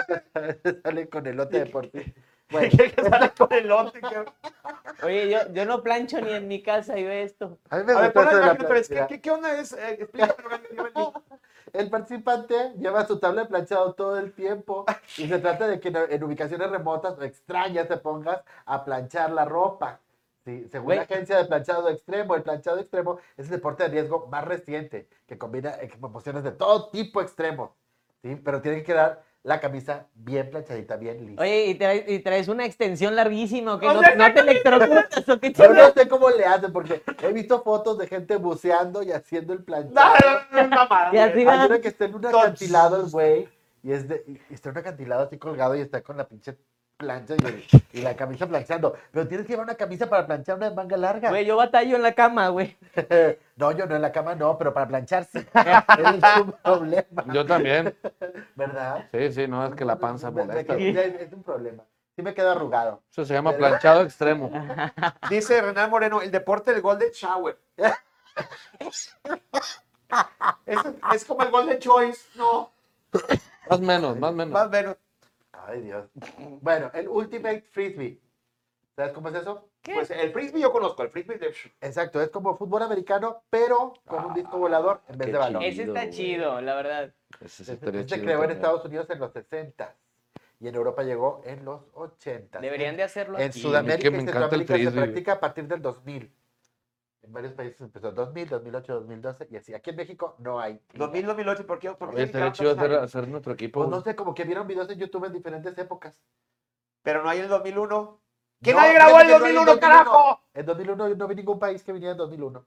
Speaker 3: Salen con elote de por sí. Bueno,
Speaker 4: que sale con elote, qué horror.
Speaker 5: Oye, yo, yo no plancho ni en mi casa y veo esto.
Speaker 3: a mí me
Speaker 4: A ver,
Speaker 3: gustó
Speaker 4: pon la
Speaker 3: eso de la
Speaker 4: imagen otra vez. ¿Qué,
Speaker 3: plasticidad.
Speaker 4: qué, qué onda es? Eh, explícame, Gary, dime el link.
Speaker 3: El participante lleva su tabla de planchado todo el tiempo y se trata de que en, en ubicaciones remotas o extrañas te pongas a planchar la ropa. Sí, según la
Speaker 5: Güey.
Speaker 3: agencia de planchado extremo, el planchado extremo es el deporte de riesgo más reciente que combina ex- emociones de todo tipo extremo. Sí, pero tiene que quedar la camisa bien planchadita, bien lista.
Speaker 5: Oye, y traes, y traes una extensión larguísima, ¿o qué?
Speaker 4: O
Speaker 5: ¿No,
Speaker 4: sea,
Speaker 5: no te electrocutas o qué
Speaker 3: Yo
Speaker 5: chingados?
Speaker 3: no sé cómo le hacen porque he visto fotos de gente buceando y haciendo el
Speaker 4: No,
Speaker 3: planchado.
Speaker 4: no, no, no, mamada,
Speaker 5: Y
Speaker 4: güey.
Speaker 5: así
Speaker 3: Hay
Speaker 5: va.
Speaker 3: uno que está en un acantilado el güey y, es de, y está en un acantilado así colgado y está con la pinche plancha y, el- y la camisa planchando. Pero tienes que llevar una camisa para planchar una de manga larga.
Speaker 5: Güey, yo batallo en la cama, güey.
Speaker 3: No, yo no en la cama, no, pero para planchar sí. es un problema,
Speaker 6: Yo también.
Speaker 3: ¿verdad?
Speaker 6: Sí, sí, no, es que la panza
Speaker 3: Me- me
Speaker 6: molesta.
Speaker 3: quedé- Es, es un problema. Sí me queda arrugado.
Speaker 6: Eso se llama planchado extremo.
Speaker 4: Dice Renan Moreno, el deporte del Golden Shower. es, es como el Golden Choice, ¿no?
Speaker 6: Más menos, más menos.
Speaker 4: Más o menos.
Speaker 3: Ay, Dios. Bueno, el Ultimate Frisbee. ¿Sabes cómo es eso?
Speaker 4: Pues el frisbee yo conozco, el frisbee de...
Speaker 3: Exacto, es como fútbol americano, pero con un
Speaker 6: Ah,
Speaker 3: disco volador en vez
Speaker 2: qué
Speaker 3: de balón.
Speaker 5: Ese está
Speaker 2: güey.
Speaker 5: chido, la verdad.
Speaker 2: Ese
Speaker 3: Se
Speaker 2: estaría chido
Speaker 3: creó en
Speaker 2: también.
Speaker 3: Estados Unidos en los 60 y en Europa llegó en los 80.
Speaker 5: Deberían de hacerlo
Speaker 3: En
Speaker 5: aquí.
Speaker 2: Sudamérica.
Speaker 3: Sudamérica
Speaker 2: me
Speaker 3: y
Speaker 2: encanta el
Speaker 3: Centroamérica se
Speaker 2: frisbee.
Speaker 3: practica a partir del 2000. En varios países empezó 2000, 2008, 2012 y así. Aquí en México no hay.
Speaker 4: 2000, 2008, ¿por qué? ¿Por qué
Speaker 2: Oye, estaría
Speaker 4: dedicaron
Speaker 2: chido
Speaker 4: tantos
Speaker 2: hacer,
Speaker 4: años?
Speaker 2: hacer nuestro equipo.
Speaker 3: Pues no sé, como que vieron videos en YouTube en diferentes épocas.
Speaker 4: Pero no hay en el 2001. ¿Quién
Speaker 3: No,
Speaker 4: nadie grabó el
Speaker 3: fíjate que no hay en
Speaker 4: 2001, carajo?
Speaker 3: En 2001 yo no vi ningún país que viniera en 2001.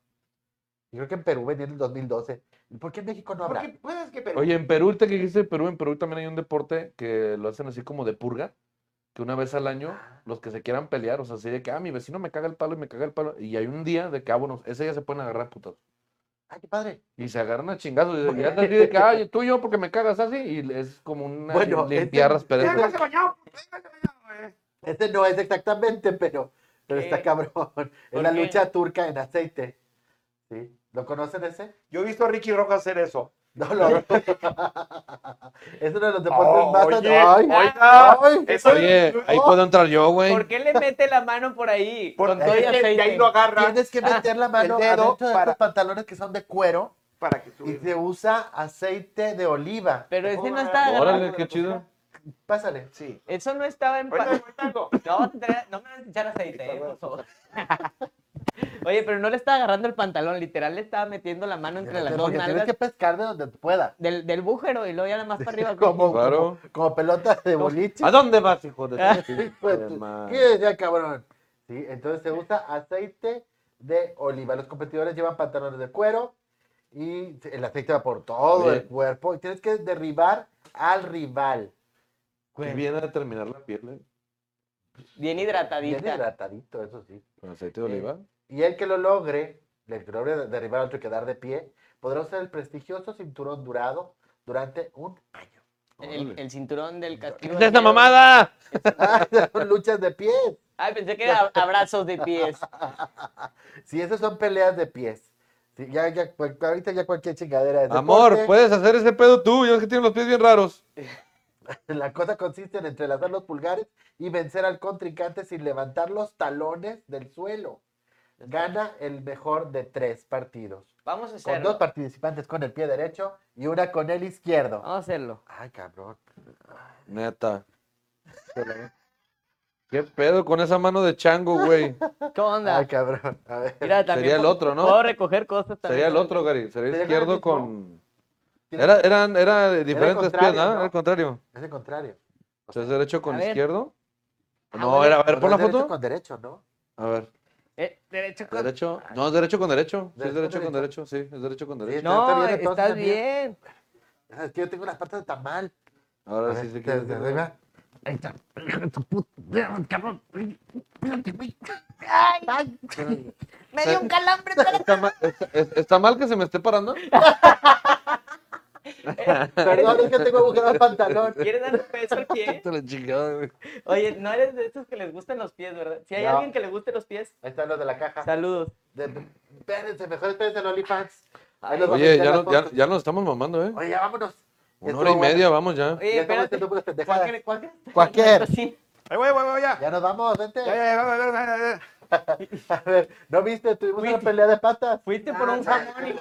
Speaker 3: Yo creo que en Perú venía en el 2012. ¿Y ¿Por qué en México no habrá?
Speaker 4: Porque puedes que... pero-
Speaker 2: Oye, en Perú, ahorita que dijiste Perú, en Perú también hay un deporte que lo hacen así como de purga, que una vez al año
Speaker 6: Ah.
Speaker 2: los que se quieran pelear, o sea, así de que, ah, mi vecino me caga el palo y me caga el palo, y hay un día de que, ah, bueno, ese día se pueden agarrar a putas.
Speaker 3: ¡Ay, qué padre!
Speaker 2: Y se agarran a chingazos y se- y andan así de que, ay, tú y yo porque me cagas así, y es como una
Speaker 3: Bueno,
Speaker 2: lim- limpiar
Speaker 3: este-
Speaker 2: las perezas.
Speaker 4: Venga, se bañó, venga, se bañó, eh.
Speaker 3: Este no es exactamente, pero, pero
Speaker 5: ¿Qué?
Speaker 3: está cabrón. Es la
Speaker 5: qué?
Speaker 3: lucha turca en aceite. ¿Sí? ¿Lo conocen ese?
Speaker 4: Yo he visto a Ricky Roca hacer eso.
Speaker 3: No lo Es uno de los deportes
Speaker 4: Oh,
Speaker 3: más...
Speaker 4: oye,
Speaker 3: ¡Ay!
Speaker 4: oiga,
Speaker 3: ay,
Speaker 4: eso-
Speaker 6: Oye, ahí
Speaker 4: Oh,
Speaker 6: puedo entrar yo, güey.
Speaker 5: ¿Por qué le mete la mano por ahí?
Speaker 4: por-
Speaker 5: con todo y
Speaker 4: es que de
Speaker 5: aceite.
Speaker 4: ahí lo agarra
Speaker 3: Tienes que meter la mano
Speaker 4: el dedo
Speaker 3: adentro de
Speaker 4: para-
Speaker 3: estos pantalones que son de cuero
Speaker 4: para que
Speaker 3: y
Speaker 4: suba.
Speaker 3: se usa aceite de oliva.
Speaker 5: Pero ese
Speaker 4: puedo
Speaker 5: no
Speaker 4: agarrar?
Speaker 5: está agarrando.
Speaker 6: Órale, qué chido.
Speaker 3: Pásale.
Speaker 4: Sí.
Speaker 5: Eso no estaba en... pa-
Speaker 4: Ahorita, ahorita algo.
Speaker 5: No, te tra- no me vas a echar aceite, eh, por favor. Oye, pero no le estaba agarrando el pantalón, literal le estaba metiendo la mano entre las dos
Speaker 3: Porque tienes
Speaker 5: nalgas
Speaker 3: que pescar de donde pueda.
Speaker 5: del, del bújero y luego ya nada más para arriba.
Speaker 3: Como,
Speaker 6: Claro.
Speaker 3: como, como pelota de boliche.
Speaker 6: ¿A dónde vas, hijo de tu pinche
Speaker 3: Pues, tú-
Speaker 6: madre?
Speaker 3: ¿Qué decía, cabrón? Sí, entonces se usa aceite de oliva. Los competidores llevan pantalones de cuero y el aceite va por todo
Speaker 6: Oye.
Speaker 3: el cuerpo. Y tienes que derribar al rival.
Speaker 6: Qué bien a determinar la piel, eh,
Speaker 5: Bien
Speaker 3: Bien
Speaker 5: hidratadita.
Speaker 3: hidratadito, eso sí.
Speaker 6: con aceite de oliva.
Speaker 3: Y el que lo logre, el que logre derribar al otro y quedar de pie, podrá usar el prestigioso cinturón dorado durante un año.
Speaker 5: el, el cinturón del castigo.
Speaker 6: ¡Es
Speaker 5: del
Speaker 6: esta
Speaker 5: miedo.
Speaker 6: mamada!
Speaker 3: Ah, son luchas de pies.
Speaker 5: Ay, pensé que era abrazos de pies.
Speaker 3: Sí, esas son peleas de pies. Sí, ya, ya, cual- ahorita ya cualquier chingadera es
Speaker 6: Amor, pues.
Speaker 3: deporte.
Speaker 6: puedes hacer ese pedo tú. Yo es que tienes los pies bien raros.
Speaker 3: La cosa consiste en entrelazar los pulgares y vencer al contrincante sin levantar los talones del suelo. Gana el mejor de tres partidos.
Speaker 5: Vamos a
Speaker 3: Con dos
Speaker 5: hacerlo.
Speaker 3: participantes con el pie derecho y una con el izquierdo.
Speaker 5: Vamos a hacerlo.
Speaker 3: Ay, cabrón.
Speaker 6: Neta. ¿Qué pedo con esa mano de chango, güey?
Speaker 5: ¿Qué onda?
Speaker 3: Ay, cabrón. A ver.
Speaker 5: Mira, también
Speaker 6: Sería el
Speaker 5: puedo-
Speaker 6: otro, ¿no?
Speaker 5: Puedo recoger cosas también.
Speaker 6: Sería el otro, Gary. Sería
Speaker 3: Sería el
Speaker 6: izquierdo
Speaker 3: mismo.
Speaker 6: con.
Speaker 3: Tiene-
Speaker 6: Era, eran, era diferentes pies,
Speaker 3: contrario,
Speaker 6: ¿no?
Speaker 3: ¿no?
Speaker 6: Era el contrario.
Speaker 3: Es el contrario.
Speaker 6: O sea, es derecho con
Speaker 5: A ver.
Speaker 6: izquierdo.
Speaker 5: Ah,
Speaker 6: No,
Speaker 5: bueno,
Speaker 6: era, a ver,
Speaker 3: Pero
Speaker 6: pon la
Speaker 3: es derecho
Speaker 6: foto.
Speaker 3: Con derecho, ¿no?
Speaker 6: A ver,
Speaker 5: Eh, derecho con-
Speaker 6: derecho. No, es derecho con derecho. Sí, es
Speaker 3: Derecho
Speaker 6: derecho
Speaker 3: con
Speaker 6: con derecho. Sí, es derecho con derecho.
Speaker 5: No,
Speaker 3: Está bien, entonces,
Speaker 5: estás
Speaker 3: amigo.
Speaker 5: bien.
Speaker 3: Ah, Es que yo tengo las patas de tamal. A
Speaker 6: Ahora
Speaker 3: ver,
Speaker 6: Ah, sí se
Speaker 3: desde
Speaker 6: quiere.
Speaker 3: arriba. Ahí está. Tu puta- cabrón. Espérate, güey. Ay.
Speaker 5: Me dio un calambre, pero
Speaker 6: ¿Está mal, está- es- está mal que se me esté parando?
Speaker 3: Perdón, es que tengo agujero al pantalón.
Speaker 5: ¿Quieres dar un peso al pie?
Speaker 6: Te la chingada, güey.
Speaker 5: Oye, no eres de esos que les gustan los pies, ¿verdad? Si hay
Speaker 3: No.
Speaker 5: alguien que le guste los pies,
Speaker 3: Ahí están los de la caja.
Speaker 5: saludos.
Speaker 3: De- Espérense, mejor espérense en OnlyFans. Ahí los voy a
Speaker 6: Oye,
Speaker 3: meter
Speaker 6: ya,
Speaker 3: las
Speaker 6: no- ya,
Speaker 3: fotos.
Speaker 6: ya nos estamos mamando, ¿eh?
Speaker 3: Oye, ya vámonos.
Speaker 6: Una
Speaker 3: estuvo
Speaker 6: hora y
Speaker 3: bueno.
Speaker 6: media, vamos
Speaker 5: Oye,
Speaker 6: ya.
Speaker 3: Ya estamos
Speaker 5: espérate.
Speaker 3: haciendo puras pendejadas.
Speaker 5: ¿Cuál, cuál,
Speaker 3: Cualquier.
Speaker 5: Sí.
Speaker 4: Ahí voy, ahí voy, ahí voy, ya.
Speaker 3: Ya nos vamos, vente.
Speaker 4: Ya, ya, ya, ya, ya, ya, ya.
Speaker 3: A ver, ¿no viste? Tuvimos
Speaker 5: Fuiste-
Speaker 3: una pelea de patas.
Speaker 5: Fuiste por un jamón y lo...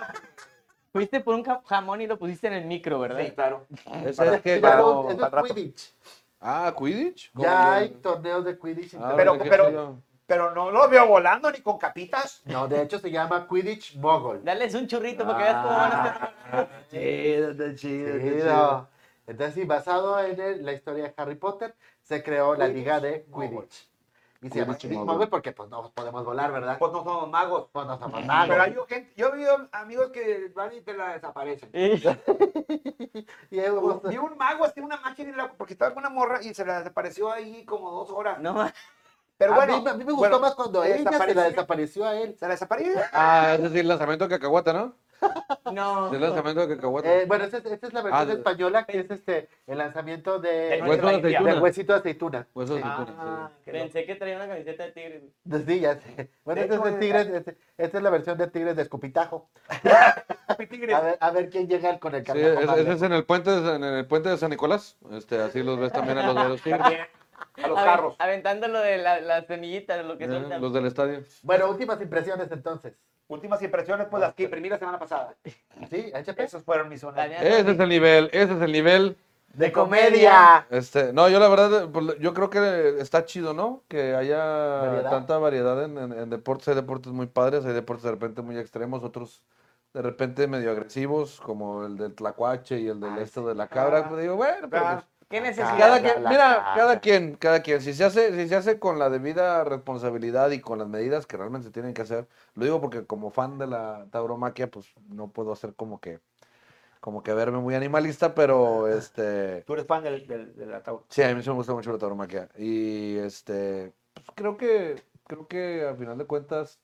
Speaker 5: Fuiste por un ca- jamón y lo pusiste en el micro, ¿verdad?
Speaker 4: Sí, claro.
Speaker 6: Esa es que.
Speaker 3: Ya
Speaker 4: para-
Speaker 3: no, eso
Speaker 4: para
Speaker 3: Este es
Speaker 4: rato.
Speaker 3: Quidditch.
Speaker 6: Ah, Quidditch.
Speaker 3: Ya hay torneos de Quidditch.
Speaker 6: Ah,
Speaker 4: Pero-
Speaker 6: bueno, qué
Speaker 4: pero-
Speaker 6: chido.
Speaker 4: Pero no lo veo volando ni con capitas.
Speaker 3: No, de hecho se llama Quidditch Mogol.
Speaker 5: Dales un churrito para que veas cómo van a estar.
Speaker 6: Chido, está chido, está chido.
Speaker 3: Chido. Entonces, sí, basado en el- la historia de Harry Potter, se creó la liga de Quidditch. Y se llama
Speaker 6: Quidditch
Speaker 3: Quidditch
Speaker 6: Mogul.
Speaker 3: Mogul porque pues no podemos volar, ¿verdad?
Speaker 4: Pues no somos magos.
Speaker 3: Pues no somos
Speaker 4: Pero
Speaker 3: magos.
Speaker 4: hay gente, yo he visto amigos que van y te la desaparecen.
Speaker 5: este
Speaker 3: Y ahí vamos a-
Speaker 4: Vi un mago así una máquina en la- porque estaba con una morra y se la desapareció ahí como dos horas.
Speaker 5: No, ma-
Speaker 4: Pero
Speaker 3: a,
Speaker 4: bueno,
Speaker 3: mí, a mí me gustó
Speaker 4: bueno,
Speaker 3: más cuando ella se la
Speaker 4: desapareció.
Speaker 3: desapareció a él.
Speaker 4: se la desapareció.
Speaker 6: Ah, ese sí, el lanzamiento de cacahuata, ¿no?
Speaker 5: no.
Speaker 6: Es El lanzamiento de cacahuata.
Speaker 3: Eh, bueno, esta es, esta es la versión
Speaker 6: Ah, de-
Speaker 3: española que es este el lanzamiento
Speaker 4: El
Speaker 3: de,
Speaker 6: Hueso de
Speaker 4: Del
Speaker 3: de
Speaker 6: aceituna.
Speaker 3: huesito de aceituna.
Speaker 6: Hueso de
Speaker 3: Sí.
Speaker 4: Ah,
Speaker 6: aceituna, sí.
Speaker 5: Pensé que traía una camiseta de tigre.
Speaker 3: Sí, ya sé. Bueno,
Speaker 4: De
Speaker 3: esta es,
Speaker 4: hecho,
Speaker 3: de
Speaker 4: eh,
Speaker 3: tigres, este- esta es la versión de Tigres de Escupitajo. A ver, a ver quién llega con el
Speaker 6: Sí,
Speaker 3: carnaval.
Speaker 6: ese, ese es en el puente de, San- en el puente de San Nicolás. Este, así los ves también a los de los tigres.
Speaker 4: a los
Speaker 5: Aven-
Speaker 4: carros.
Speaker 5: Aventándolo de la, las semillitas, lo que
Speaker 6: Eh,
Speaker 5: sueltan.
Speaker 6: los del estadio.
Speaker 3: Bueno, últimas impresiones entonces.
Speaker 4: Últimas impresiones, pues las que imprimí la semana pasada.
Speaker 3: Sí, HP.
Speaker 4: Esos fueron mis
Speaker 5: La
Speaker 4: sones.
Speaker 5: neta,
Speaker 6: Ese es el nivel, ese es el nivel.
Speaker 3: De
Speaker 5: comedia.
Speaker 3: comedia.
Speaker 6: Este, no, yo la verdad, pues, yo creo que está chido, ¿no? Que haya
Speaker 3: Variedad.
Speaker 6: tanta variedad en, en- en deportes. Hay deportes muy padres, hay deportes de repente muy extremos, otros de repente medio agresivos, como el del tlacuache y el
Speaker 3: Ah,
Speaker 6: del esto de la cabra. Pues, digo, bueno, pero pues,
Speaker 5: ¿Qué necesidad?
Speaker 6: cada
Speaker 3: la-
Speaker 6: quien,
Speaker 3: la
Speaker 6: mira,
Speaker 3: cabra.
Speaker 6: cada quien, cada quien. Si se hace, si se hace con la debida responsabilidad y con las medidas que realmente se tienen que hacer, lo digo porque como fan de la tauromaquia, pues no puedo hacer como que, como que verme muy animalista, pero este.
Speaker 4: Tú eres fan del, del, del ataúd.
Speaker 6: Sí, a mí sí me gusta mucho la tauromaquia. Y este, pues creo que, creo que al final de cuentas,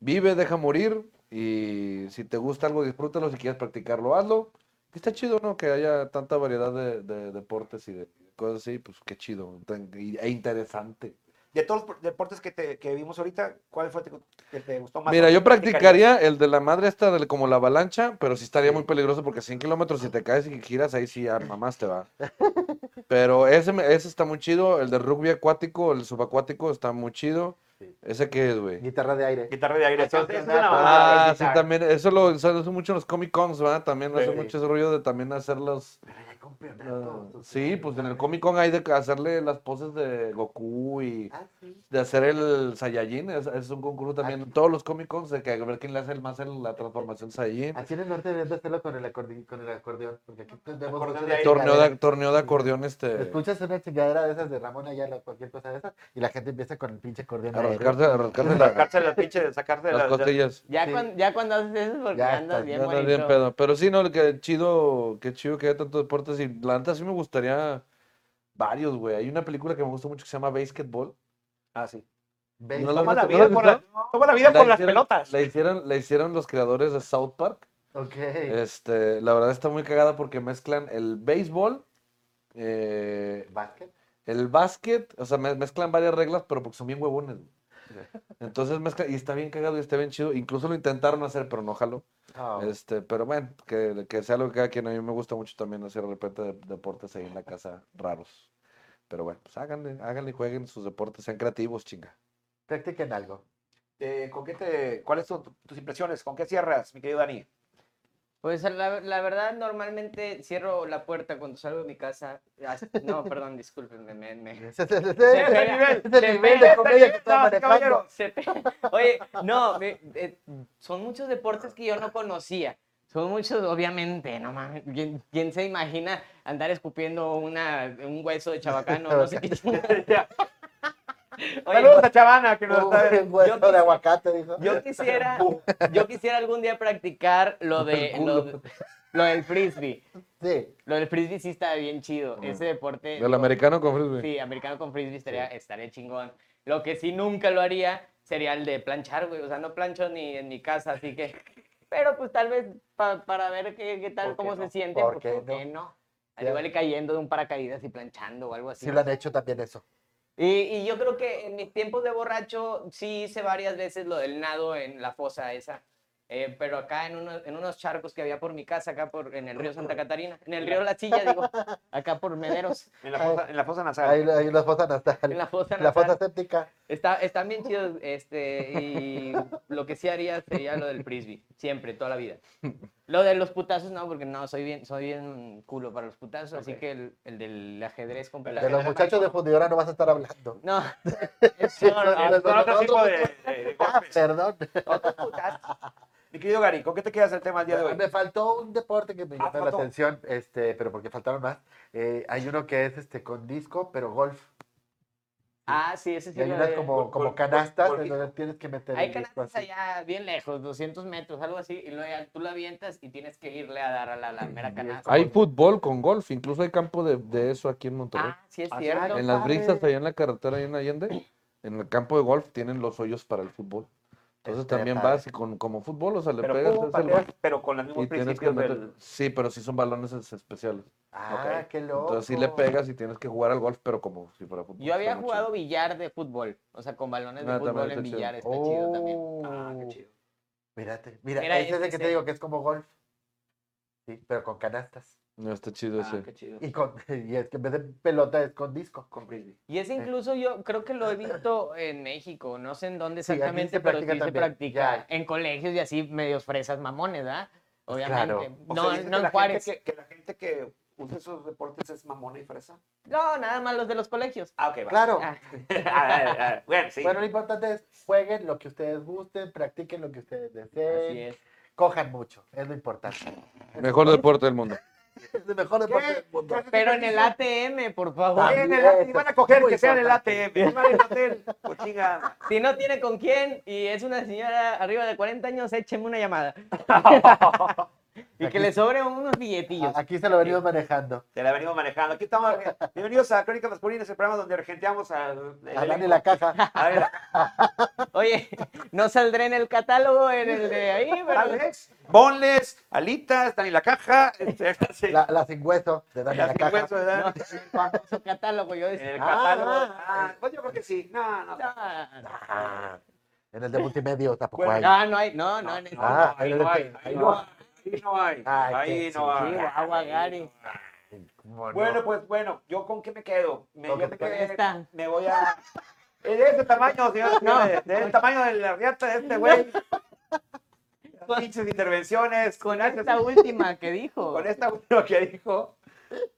Speaker 6: vive, deja morir. Y si te gusta algo, disfrútalo. Si quieres practicarlo, hazlo. Y está chido, ¿no? Que haya tanta variedad de, de deportes y de cosas así. Pues qué chido. tan- y- E interesante.
Speaker 4: De todos los deportes que, te, que vimos ahorita, ¿cuál fue el que- que te gustó más?
Speaker 6: Mira, yo
Speaker 4: ¿Practicarías?
Speaker 6: practicaría el de la madre esta del, como la avalancha, pero sí estaría muy peligroso porque 100 kilómetros si te caes y giras, ahí sí a mamás te va. Pero ese, me- ese está muy chido, el de rugby acuático, el subacuático está muy chido.
Speaker 3: Sí.
Speaker 6: ¿Ese qué es, güey?
Speaker 3: Guitarra de aire.
Speaker 4: Guitarra de aire. Eso, eso es una mamada,
Speaker 6: Ah,
Speaker 4: güey,
Speaker 6: sí,
Speaker 4: guitarra.
Speaker 6: también, eso lo eso lo hacen mucho en los Comic Cons, ¿verdad? También hace
Speaker 4: Sí.
Speaker 6: mucho ese rollo de también hacer los...
Speaker 3: Pero ya hay
Speaker 6: los-
Speaker 3: campeonatos.
Speaker 6: sí, pues en el Comic Con hay de hacerle las poses de Goku y
Speaker 3: Ah, sí.
Speaker 6: de hacer el Saiyajin, es, es un concurso
Speaker 4: Ah,
Speaker 6: también. en Todos los Comic Cons de que a ver quién le hace el más el- la transformación Saiyajin.
Speaker 4: Ah,
Speaker 3: Aquí en el norte debes de hacerlo con el acordeón, con el acordeón porque aquí tenemos
Speaker 4: Acordeón
Speaker 3: mucho
Speaker 4: de aire.
Speaker 6: Torneo de,
Speaker 3: chingadera.
Speaker 6: torneo de acordeón, este.
Speaker 3: Escuchas una chingadera de esas de Ramón Ayala, cualquier cosa de esas, y la gente empieza con el pinche acordeón.
Speaker 6: A
Speaker 3: aire.
Speaker 6: rascarse, a rascarse la-
Speaker 4: Sacarse la pinche, sacarse
Speaker 6: las
Speaker 4: la- la-
Speaker 6: costillas.
Speaker 5: Ya,
Speaker 3: Sí.
Speaker 5: cuando, ya cuando haces eso es porque
Speaker 3: Ya
Speaker 5: andas
Speaker 3: estás,
Speaker 5: bien
Speaker 6: No, no,
Speaker 5: bonito.
Speaker 6: bien pedo. Pero sí, no, que chido, qué chido que haya tantos deportes. Y la neta sí me gustaría varios, güey. Hay una película que me gustó mucho que se llama Basketball.
Speaker 4: Ah, sí.
Speaker 3: Ve-
Speaker 6: No lo-
Speaker 4: Toma la
Speaker 6: ¿No
Speaker 4: vida
Speaker 6: has
Speaker 4: por, la- toma la vida por las
Speaker 6: hicieron-
Speaker 4: pelotas.
Speaker 6: La hicieron, la hicieron los creadores de South Park.
Speaker 3: Ok.
Speaker 6: Este, la verdad está muy cagada porque mezclan el béisbol, eh,
Speaker 3: ¿Básquet?
Speaker 6: El básquet, o sea, me- mezclan varias reglas, pero porque son bien huevones. güey. Entonces mezcla y está bien cagado y está bien chido. Incluso lo intentaron hacer, pero no jaló.
Speaker 3: No.
Speaker 6: Este, pero bueno, que, que sea lo que cada quien. A mí me gusta mucho también hacer de repente de- deportes ahí en la casa raros. Pero bueno, pues háganle, háganle, y jueguen sus deportes, sean creativos, chinga.
Speaker 3: Practiquen algo.
Speaker 4: Eh, ¿con qué te, ¿Cuáles son tu- tus impresiones? ¿Con qué cierras, mi querido Dani?
Speaker 5: Pues la, la verdad, normalmente cierro la puerta cuando salgo de mi casa. As- No, perdón, discúlpenme. me- me-
Speaker 3: Ese es el,
Speaker 5: el nivel,
Speaker 3: ese es el
Speaker 5: se
Speaker 3: nivel
Speaker 5: pega,
Speaker 3: de comedia que está
Speaker 4: damas y
Speaker 3: manejando.
Speaker 4: caballeros.
Speaker 5: se pe- Oye, no, me- eh, son muchos deportes que yo no conocía. Son muchos, obviamente, no mames. ¿Quién, quién se imagina andar escupiendo una, un hueso de chabacano? No sé qué chingadera. Oye,
Speaker 4: Saludos a Chavana, que nos está viendo.
Speaker 3: Un hueso
Speaker 5: yo-
Speaker 3: de aguacate, dijo.
Speaker 5: yo quisiera, yo quisiera algún día practicar lo de lo, de- lo del frisbee.
Speaker 3: Sí.
Speaker 5: Lo del frisbee sí está bien chido. Ese deporte.
Speaker 6: El
Speaker 5: lo-
Speaker 6: americano con frisbee.
Speaker 5: Sí, americano con frisbee estaría, estaría chingón. Lo que sí nunca lo haría sería el de planchar, güey. O sea, no plancho ni en mi casa, así que. Pero pues tal vez pa- para ver qué, qué
Speaker 4: ¿Por
Speaker 5: tal,
Speaker 4: qué
Speaker 5: cómo
Speaker 4: no?
Speaker 5: se siente.
Speaker 3: ¿Por
Speaker 5: pues,
Speaker 3: qué
Speaker 5: ¿por qué
Speaker 3: no?
Speaker 5: no? Al
Speaker 3: Ya.
Speaker 5: igual y cayendo de un paracaídas y planchando o algo así.
Speaker 3: Sí lo han hecho también eso.
Speaker 5: Y, y yo creo que en mis tiempos de borracho sí hice varias veces lo del nado en la fosa esa. Eh, pero acá en, uno- en unos charcos que había por mi casa, acá por, en el río Santa Catarina, en el río La Silla, digo, acá por Mederos,
Speaker 4: En la fosa, en la fosa nasal.
Speaker 3: Ahí, ahí las fosa nasal.
Speaker 5: en la fosa.
Speaker 3: La fosa
Speaker 5: nasal.
Speaker 3: séptica.
Speaker 5: Está, están bien chidos, este, y lo que sí haría sería lo del frisbee, siempre, toda la vida. Lo de los putazos, no, porque no, soy bien, soy bien culo para los putazos, así que el, el del ajedrez con
Speaker 3: De los
Speaker 5: putazos.
Speaker 3: muchachos de fundidora no vas a estar hablando.
Speaker 5: No,
Speaker 3: Sí,
Speaker 4: No, no, no,
Speaker 3: los-
Speaker 4: son
Speaker 3: los-
Speaker 4: otro
Speaker 3: los-
Speaker 4: tipo de, de- de
Speaker 3: Ah,
Speaker 4: golpes.
Speaker 3: perdón.
Speaker 5: otros putazos.
Speaker 4: Mi querido Gary, ¿con qué te quedas el tema el día de hoy?
Speaker 3: Me faltó un deporte que me
Speaker 4: Ah,
Speaker 3: llamó la
Speaker 4: faltó.
Speaker 3: atención, este, pero porque faltaron más. Eh, hay uno que es este con disco, pero golf.
Speaker 5: Ah, sí, ese
Speaker 3: Y
Speaker 5: sí
Speaker 3: hay
Speaker 5: lo
Speaker 3: unas
Speaker 5: de-
Speaker 3: como,
Speaker 4: Gol-
Speaker 3: como
Speaker 4: gol-
Speaker 3: canastas
Speaker 4: golfista.
Speaker 3: en donde tienes que meter
Speaker 5: Hay
Speaker 3: el disco
Speaker 5: canastas
Speaker 3: así.
Speaker 5: allá bien lejos, 200 metros, algo así, y luego ya tú la avientas y tienes que irle a dar a la, la mera canasta.
Speaker 6: Hay fútbol con golf, incluso hay campo de, de eso aquí en Monterrey.
Speaker 5: Ah, sí es
Speaker 4: Ah,
Speaker 5: cierto.
Speaker 6: en las
Speaker 3: padre.
Speaker 6: brisas, allá en la carretera, ahí en Allende, en el campo de golf tienen los hoyos para el fútbol. Entonces
Speaker 3: Estaría
Speaker 6: también
Speaker 3: padre.
Speaker 6: vas y con, como fútbol, o sea, le
Speaker 4: Pero,
Speaker 6: pegas,
Speaker 4: ¿cómo
Speaker 6: haces el
Speaker 4: pateas?
Speaker 6: gol
Speaker 4: pero con los
Speaker 6: y
Speaker 4: mismos
Speaker 6: tienes que
Speaker 4: principios
Speaker 6: meter-
Speaker 4: del...
Speaker 6: Sí, pero sí son balones es- especiales.
Speaker 3: Ah,
Speaker 4: Ok.
Speaker 3: qué loco.
Speaker 6: Entonces sí le pegas y tienes que jugar al golf, pero como si fuera fútbol.
Speaker 5: Yo había
Speaker 6: Está muy
Speaker 5: jugado billar de fútbol, o sea, con balones de
Speaker 6: Ah, también
Speaker 5: fútbol
Speaker 6: está
Speaker 5: en
Speaker 6: chido.
Speaker 5: billar, está chido también.
Speaker 4: Ah, qué
Speaker 3: Oh,
Speaker 4: chido.
Speaker 3: Mírate, mira,
Speaker 5: Mira,
Speaker 3: ese es el
Speaker 5: este
Speaker 3: que te
Speaker 5: sí.
Speaker 3: digo que es como golf. Sí, pero con canastas.
Speaker 6: No, está chido
Speaker 5: Ah,
Speaker 6: ese.
Speaker 5: qué chido.
Speaker 3: Y, con, y es que en vez de pelota es con disco.
Speaker 4: Con Frisbee.
Speaker 5: Y es incluso yo creo que lo he visto en México, no sé en dónde
Speaker 3: Sí, aquí
Speaker 5: exactamente,
Speaker 3: se
Speaker 5: pero
Speaker 3: practica
Speaker 5: aquí se
Speaker 3: también, ya.
Speaker 5: practica en colegios y así medios fresas mamones, ¿verdad?
Speaker 3: Pues
Speaker 5: Obviamente.
Speaker 3: claro.
Speaker 4: O
Speaker 5: No,
Speaker 4: sea, dices que
Speaker 5: no
Speaker 4: la
Speaker 5: en
Speaker 4: gente
Speaker 5: Juárez.
Speaker 4: Que, que la gente que usa esos deportes es mamona y fresa.
Speaker 5: No, nada más los de los colegios.
Speaker 4: Ah, ok, va. ah,
Speaker 3: Claro.
Speaker 5: Ah,
Speaker 4: bueno, sí.
Speaker 3: Bueno, lo importante es jueguen lo que ustedes gusten, practiquen lo que ustedes
Speaker 5: así
Speaker 3: deseen,
Speaker 5: es.
Speaker 3: cojan mucho, es lo importante.
Speaker 6: Mejor deporte del mundo.
Speaker 3: Es el mejor deporte del mundo.
Speaker 5: Pero en el ATM, por favor.
Speaker 4: También el ATM,
Speaker 3: Eso
Speaker 4: van a
Speaker 3: es
Speaker 4: coger
Speaker 3: muy
Speaker 4: que sea en el
Speaker 3: importante.
Speaker 4: ATM. no en el hotel. Pues chinga.
Speaker 5: Si no tiene con quién y es una señora arriba de 40 años, écheme una llamada. y que le sobre unos billetillos.
Speaker 3: Aquí se lo venimos manejando.
Speaker 4: Te la venimos manejando. Aquí estamos. eh, Bienvenidos a Crónica Masculina, el programa donde regenteamos a.
Speaker 3: A Dani la caja.
Speaker 4: A ver,
Speaker 5: Oye, no saldré en el catálogo, en el de ahí, pero...
Speaker 4: Alex, Bonles, Alitas, Dani la caja. Este, sí.
Speaker 3: La, la sin hueso de Dani la
Speaker 4: Las
Speaker 3: caja.
Speaker 4: vergüenzas, ¿verdad?
Speaker 5: No, en el famoso catálogo, yo
Speaker 4: En
Speaker 5: decía...
Speaker 4: el
Speaker 3: Ah,
Speaker 4: catálogo.
Speaker 3: ah,
Speaker 4: Ah, pues yo creo que sí. No, no.
Speaker 5: "Ah,
Speaker 3: Ah, en el de multimedia tampoco
Speaker 4: Bueno,
Speaker 3: hay.
Speaker 5: No, no hay, no, no, en el-
Speaker 3: Ah,
Speaker 4: ahí
Speaker 3: ahí
Speaker 4: no
Speaker 3: lo
Speaker 4: hay.
Speaker 3: dejé,
Speaker 4: Ahí
Speaker 3: ahí
Speaker 4: no
Speaker 3: lo
Speaker 4: hay. Ahí no hay.
Speaker 3: Ay,
Speaker 4: Ahí
Speaker 3: qué
Speaker 4: no hay.
Speaker 5: Sí, Agua Gari.
Speaker 3: Bueno,
Speaker 4: Bueno, pues bueno, ¿yo con qué me quedo? Me,
Speaker 3: Con
Speaker 4: yo
Speaker 3: que
Speaker 4: me,
Speaker 3: te
Speaker 4: quedé-
Speaker 5: gusta.
Speaker 4: me voy a... Es de ese tamaño, señor. De, de ese tamaño de la riata de este güey. Las
Speaker 5: Con-
Speaker 4: Pinches intervenciones.
Speaker 5: Con
Speaker 4: esas-
Speaker 5: esta última que dijo.
Speaker 4: con esta última que dijo.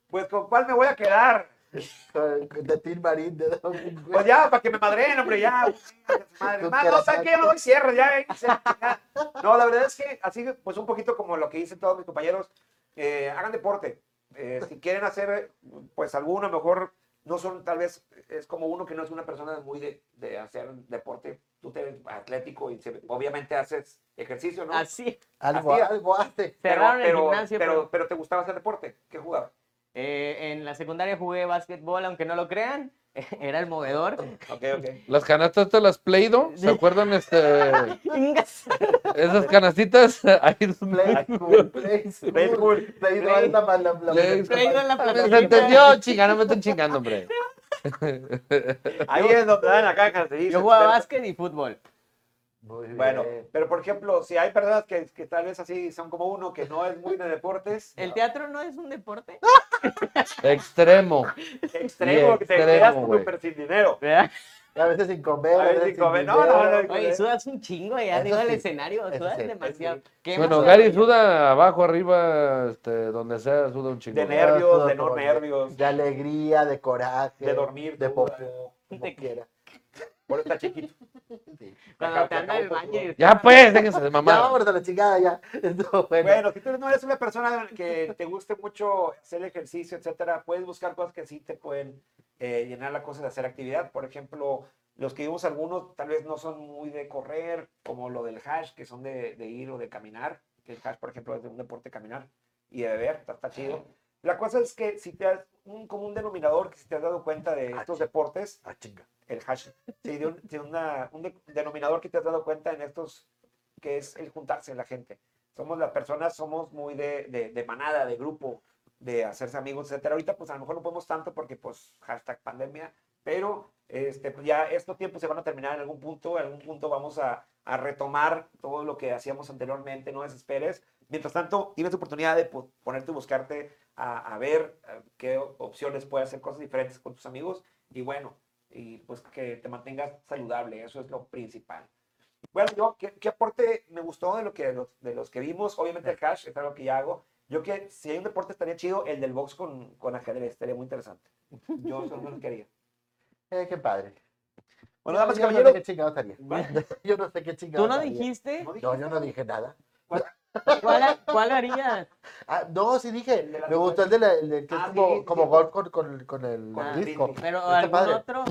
Speaker 4: Pues con cuál me voy a quedar.
Speaker 3: de Tim Marín, de Don
Speaker 4: Pues ya, para que me madreen, hombre, ya. Madre.
Speaker 3: Tú
Speaker 4: Más,
Speaker 3: te
Speaker 4: no,
Speaker 3: la
Speaker 4: ¿sabes qué? Ya me doy cierre, ya. eh, ya. No, la verdad es que así, pues un poquito como lo que dicen todos mis compañeros, eh, hagan deporte. Eh, si quieren hacer, pues alguno, a lo mejor no son, tal vez, es como uno que no es una persona muy de, de hacer deporte. Tú te ves atlético y se- obviamente haces ejercicio, ¿no?
Speaker 5: Así.
Speaker 3: Algo,
Speaker 4: Así es.
Speaker 3: algo hace.
Speaker 5: Cerraron el gimnasio.
Speaker 4: pero,
Speaker 5: pero-
Speaker 4: pero te gustaba hacer deporte. ¿Qué jugabas?
Speaker 5: Eh, en la secundaria jugué básquetbol, aunque no lo crean. Era el movedor.
Speaker 4: Ok, ok.
Speaker 6: Las canastas te las Play-Doh, ¿se acuerdan? Este,
Speaker 5: Ingas.
Speaker 6: esas canastitas. Ahí
Speaker 3: Play school, play school.
Speaker 4: Play school.
Speaker 3: Play school, la- la- la- la-
Speaker 6: Play
Speaker 5: Play en la
Speaker 6: se entendió, chinga, no me estén chingando, hombre.
Speaker 4: Ahí es donde dan la caja. se dice.
Speaker 5: Yo jugaba
Speaker 4: Pero-
Speaker 5: básquet y fútbol.
Speaker 3: Muy bien.
Speaker 4: Bueno,
Speaker 6: Eh,
Speaker 4: pero por ejemplo, si hay personas que, que tal vez así son como uno que no es muy de deportes,
Speaker 5: ¿El teatro no es un deporte?
Speaker 6: Extremo.
Speaker 4: extremo, que te
Speaker 6: extremo,
Speaker 4: quedas
Speaker 6: güey.
Speaker 4: súper sin dinero.
Speaker 5: ¿verdad?
Speaker 3: A veces sin comer.
Speaker 4: A
Speaker 3: A
Speaker 4: veces
Speaker 3: veces
Speaker 4: sin comer.
Speaker 3: sin
Speaker 4: No, no,
Speaker 3: dinero.
Speaker 4: no.
Speaker 5: Oye, sudas un chingo allá
Speaker 3: Eso
Speaker 5: arriba del
Speaker 3: sí,
Speaker 5: escenario.
Speaker 3: eso
Speaker 5: Sudas
Speaker 3: sí.
Speaker 5: demasiado. Quemas
Speaker 6: Bueno,
Speaker 5: todo.
Speaker 6: Gary suda abajo, arriba, este, donde sea, suda un chingo.
Speaker 4: De nervios,
Speaker 3: no,
Speaker 4: de
Speaker 3: no,
Speaker 4: no
Speaker 3: no.
Speaker 4: nervios,
Speaker 3: De alegría, de coraje.
Speaker 4: de dormir,
Speaker 3: De
Speaker 4: tú,
Speaker 3: popó, como
Speaker 5: Te-
Speaker 3: quiera.
Speaker 4: Por eso está chiquito.
Speaker 3: Sí.
Speaker 5: Cuando
Speaker 4: Acabo-
Speaker 5: te anda
Speaker 4: acabo
Speaker 5: el
Speaker 4: con
Speaker 5: baño.
Speaker 4: todo.
Speaker 5: y-
Speaker 6: Ya pues, déjense de
Speaker 3: Ya
Speaker 6: mamar.
Speaker 3: vámonos a la chingada ya. Estuvo bueno.
Speaker 4: Bueno, si tú no eres una persona que te guste mucho hacer ejercicio, etcétera, puedes buscar cosas que sí te pueden eh, llenar la cosa de hacer actividad. Por ejemplo, los que vimos algunos tal vez no son muy de correr, como lo del hash, que son de, de ir o de caminar. Que el hash, por ejemplo, es de un deporte caminar y de beber, está, está chido. La cosa es que si te has un común denominador, que si te has dado cuenta de estos deportes,
Speaker 3: Ah, chinga.
Speaker 4: el hash, sí, de, un, de una- un de- denominador que te has dado cuenta en estos, que es el juntarse la gente. Somos las personas, somos muy de, de- de manada, de grupo, de hacerse amigos, etcétera. Ahorita, pues a lo mejor no podemos tanto porque, pues, hashtag pandemia, pero este, pues, ya estos tiempos se van a terminar en algún punto, en algún punto vamos a, a retomar todo lo que hacíamos anteriormente, no desesperes. Mientras tanto, tienes oportunidad de po- ponerte y buscarte a, a ver eh, qué opciones puedes hacer cosas diferentes con tus amigos y bueno, y pues que te mantengas saludable, eso es lo principal. Bueno, yo, ¿qué, qué aporte me gustó de, lo que, de, los, de los que vimos? Obviamente el hash es algo que ya hago. Yo que si hay un deporte estaría chido, el del box con, con ajedrez, estaría muy interesante. Yo eso no lo quería.
Speaker 3: Eh, qué padre.
Speaker 4: Bueno, damas y
Speaker 3: Yo no sé
Speaker 4: caballeros.
Speaker 3: qué chingados haría.
Speaker 4: Bueno,
Speaker 3: Yo no sé qué chingados
Speaker 5: ¿Tú no
Speaker 3: haría.
Speaker 5: dijiste?
Speaker 4: ¿cómo dije?
Speaker 3: No, yo no dije nada.
Speaker 5: ¿Cuál, ha- cuál harías?
Speaker 3: Ah, no, sí dije.
Speaker 4: El de la
Speaker 3: Me gustó el de la, el de que
Speaker 4: Ah,
Speaker 3: es como,
Speaker 4: sí,
Speaker 3: como
Speaker 4: sí.
Speaker 3: golf con, con, con el
Speaker 4: Con
Speaker 5: el
Speaker 3: disco.
Speaker 4: disco.
Speaker 5: ¿Pero
Speaker 3: Está
Speaker 5: algún
Speaker 3: padre.
Speaker 5: otro?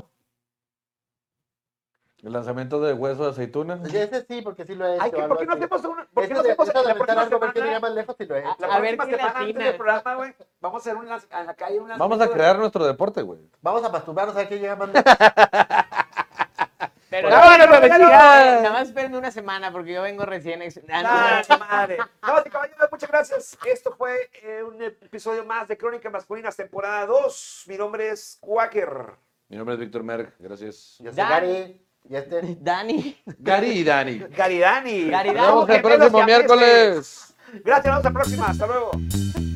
Speaker 6: El lanzamiento de hueso de aceituna.
Speaker 3: Sí, ese sí, porque sí lo he hecho.
Speaker 4: Ay, este que, Este ¿por
Speaker 3: algo
Speaker 4: qué no
Speaker 3: así.
Speaker 4: hacemos un, ¿por qué
Speaker 3: Eso
Speaker 4: no
Speaker 3: de-
Speaker 4: hacemos
Speaker 3: eso de
Speaker 4: la
Speaker 3: aventar
Speaker 4: próxima
Speaker 3: algo, ver qué llega
Speaker 4: semana,
Speaker 3: más lejos y lo he hecho.
Speaker 5: Ah,
Speaker 4: la
Speaker 5: A ver
Speaker 4: próxima
Speaker 5: qué le
Speaker 4: semana antes del
Speaker 5: atinan.
Speaker 4: programa, güey? Vamos a hacer un lanz- en la calle un
Speaker 6: Vamos a
Speaker 4: lanzamiento de-
Speaker 6: crear nuestro deporte, güey.
Speaker 3: Vamos a masturbarnos a ver qué llega más lejos.
Speaker 5: Pero
Speaker 6: Ah, bueno, la chingada.
Speaker 5: Nada más espérenme una semana porque yo vengo recién. ex- Ah, no.
Speaker 4: ¡Ah, ni madre! Damas y caballeros, muchas gracias. Esto fue eh, un episodio más de Crónicas Masculinas, temporada 2. Mi nombre es Quaker.
Speaker 6: Mi nombre es Víctor Merck, gracias.
Speaker 3: Yo soy
Speaker 5: Dan.
Speaker 3: Gary. Y este.
Speaker 5: Dani.
Speaker 6: Gary y Dani.
Speaker 4: Garidani.
Speaker 5: Garidani.
Speaker 6: Nos vemos el
Speaker 4: Gemelos
Speaker 6: próximo
Speaker 4: siameses.
Speaker 6: miércoles.
Speaker 4: Gracias, nos vemos la próxima. Hasta luego.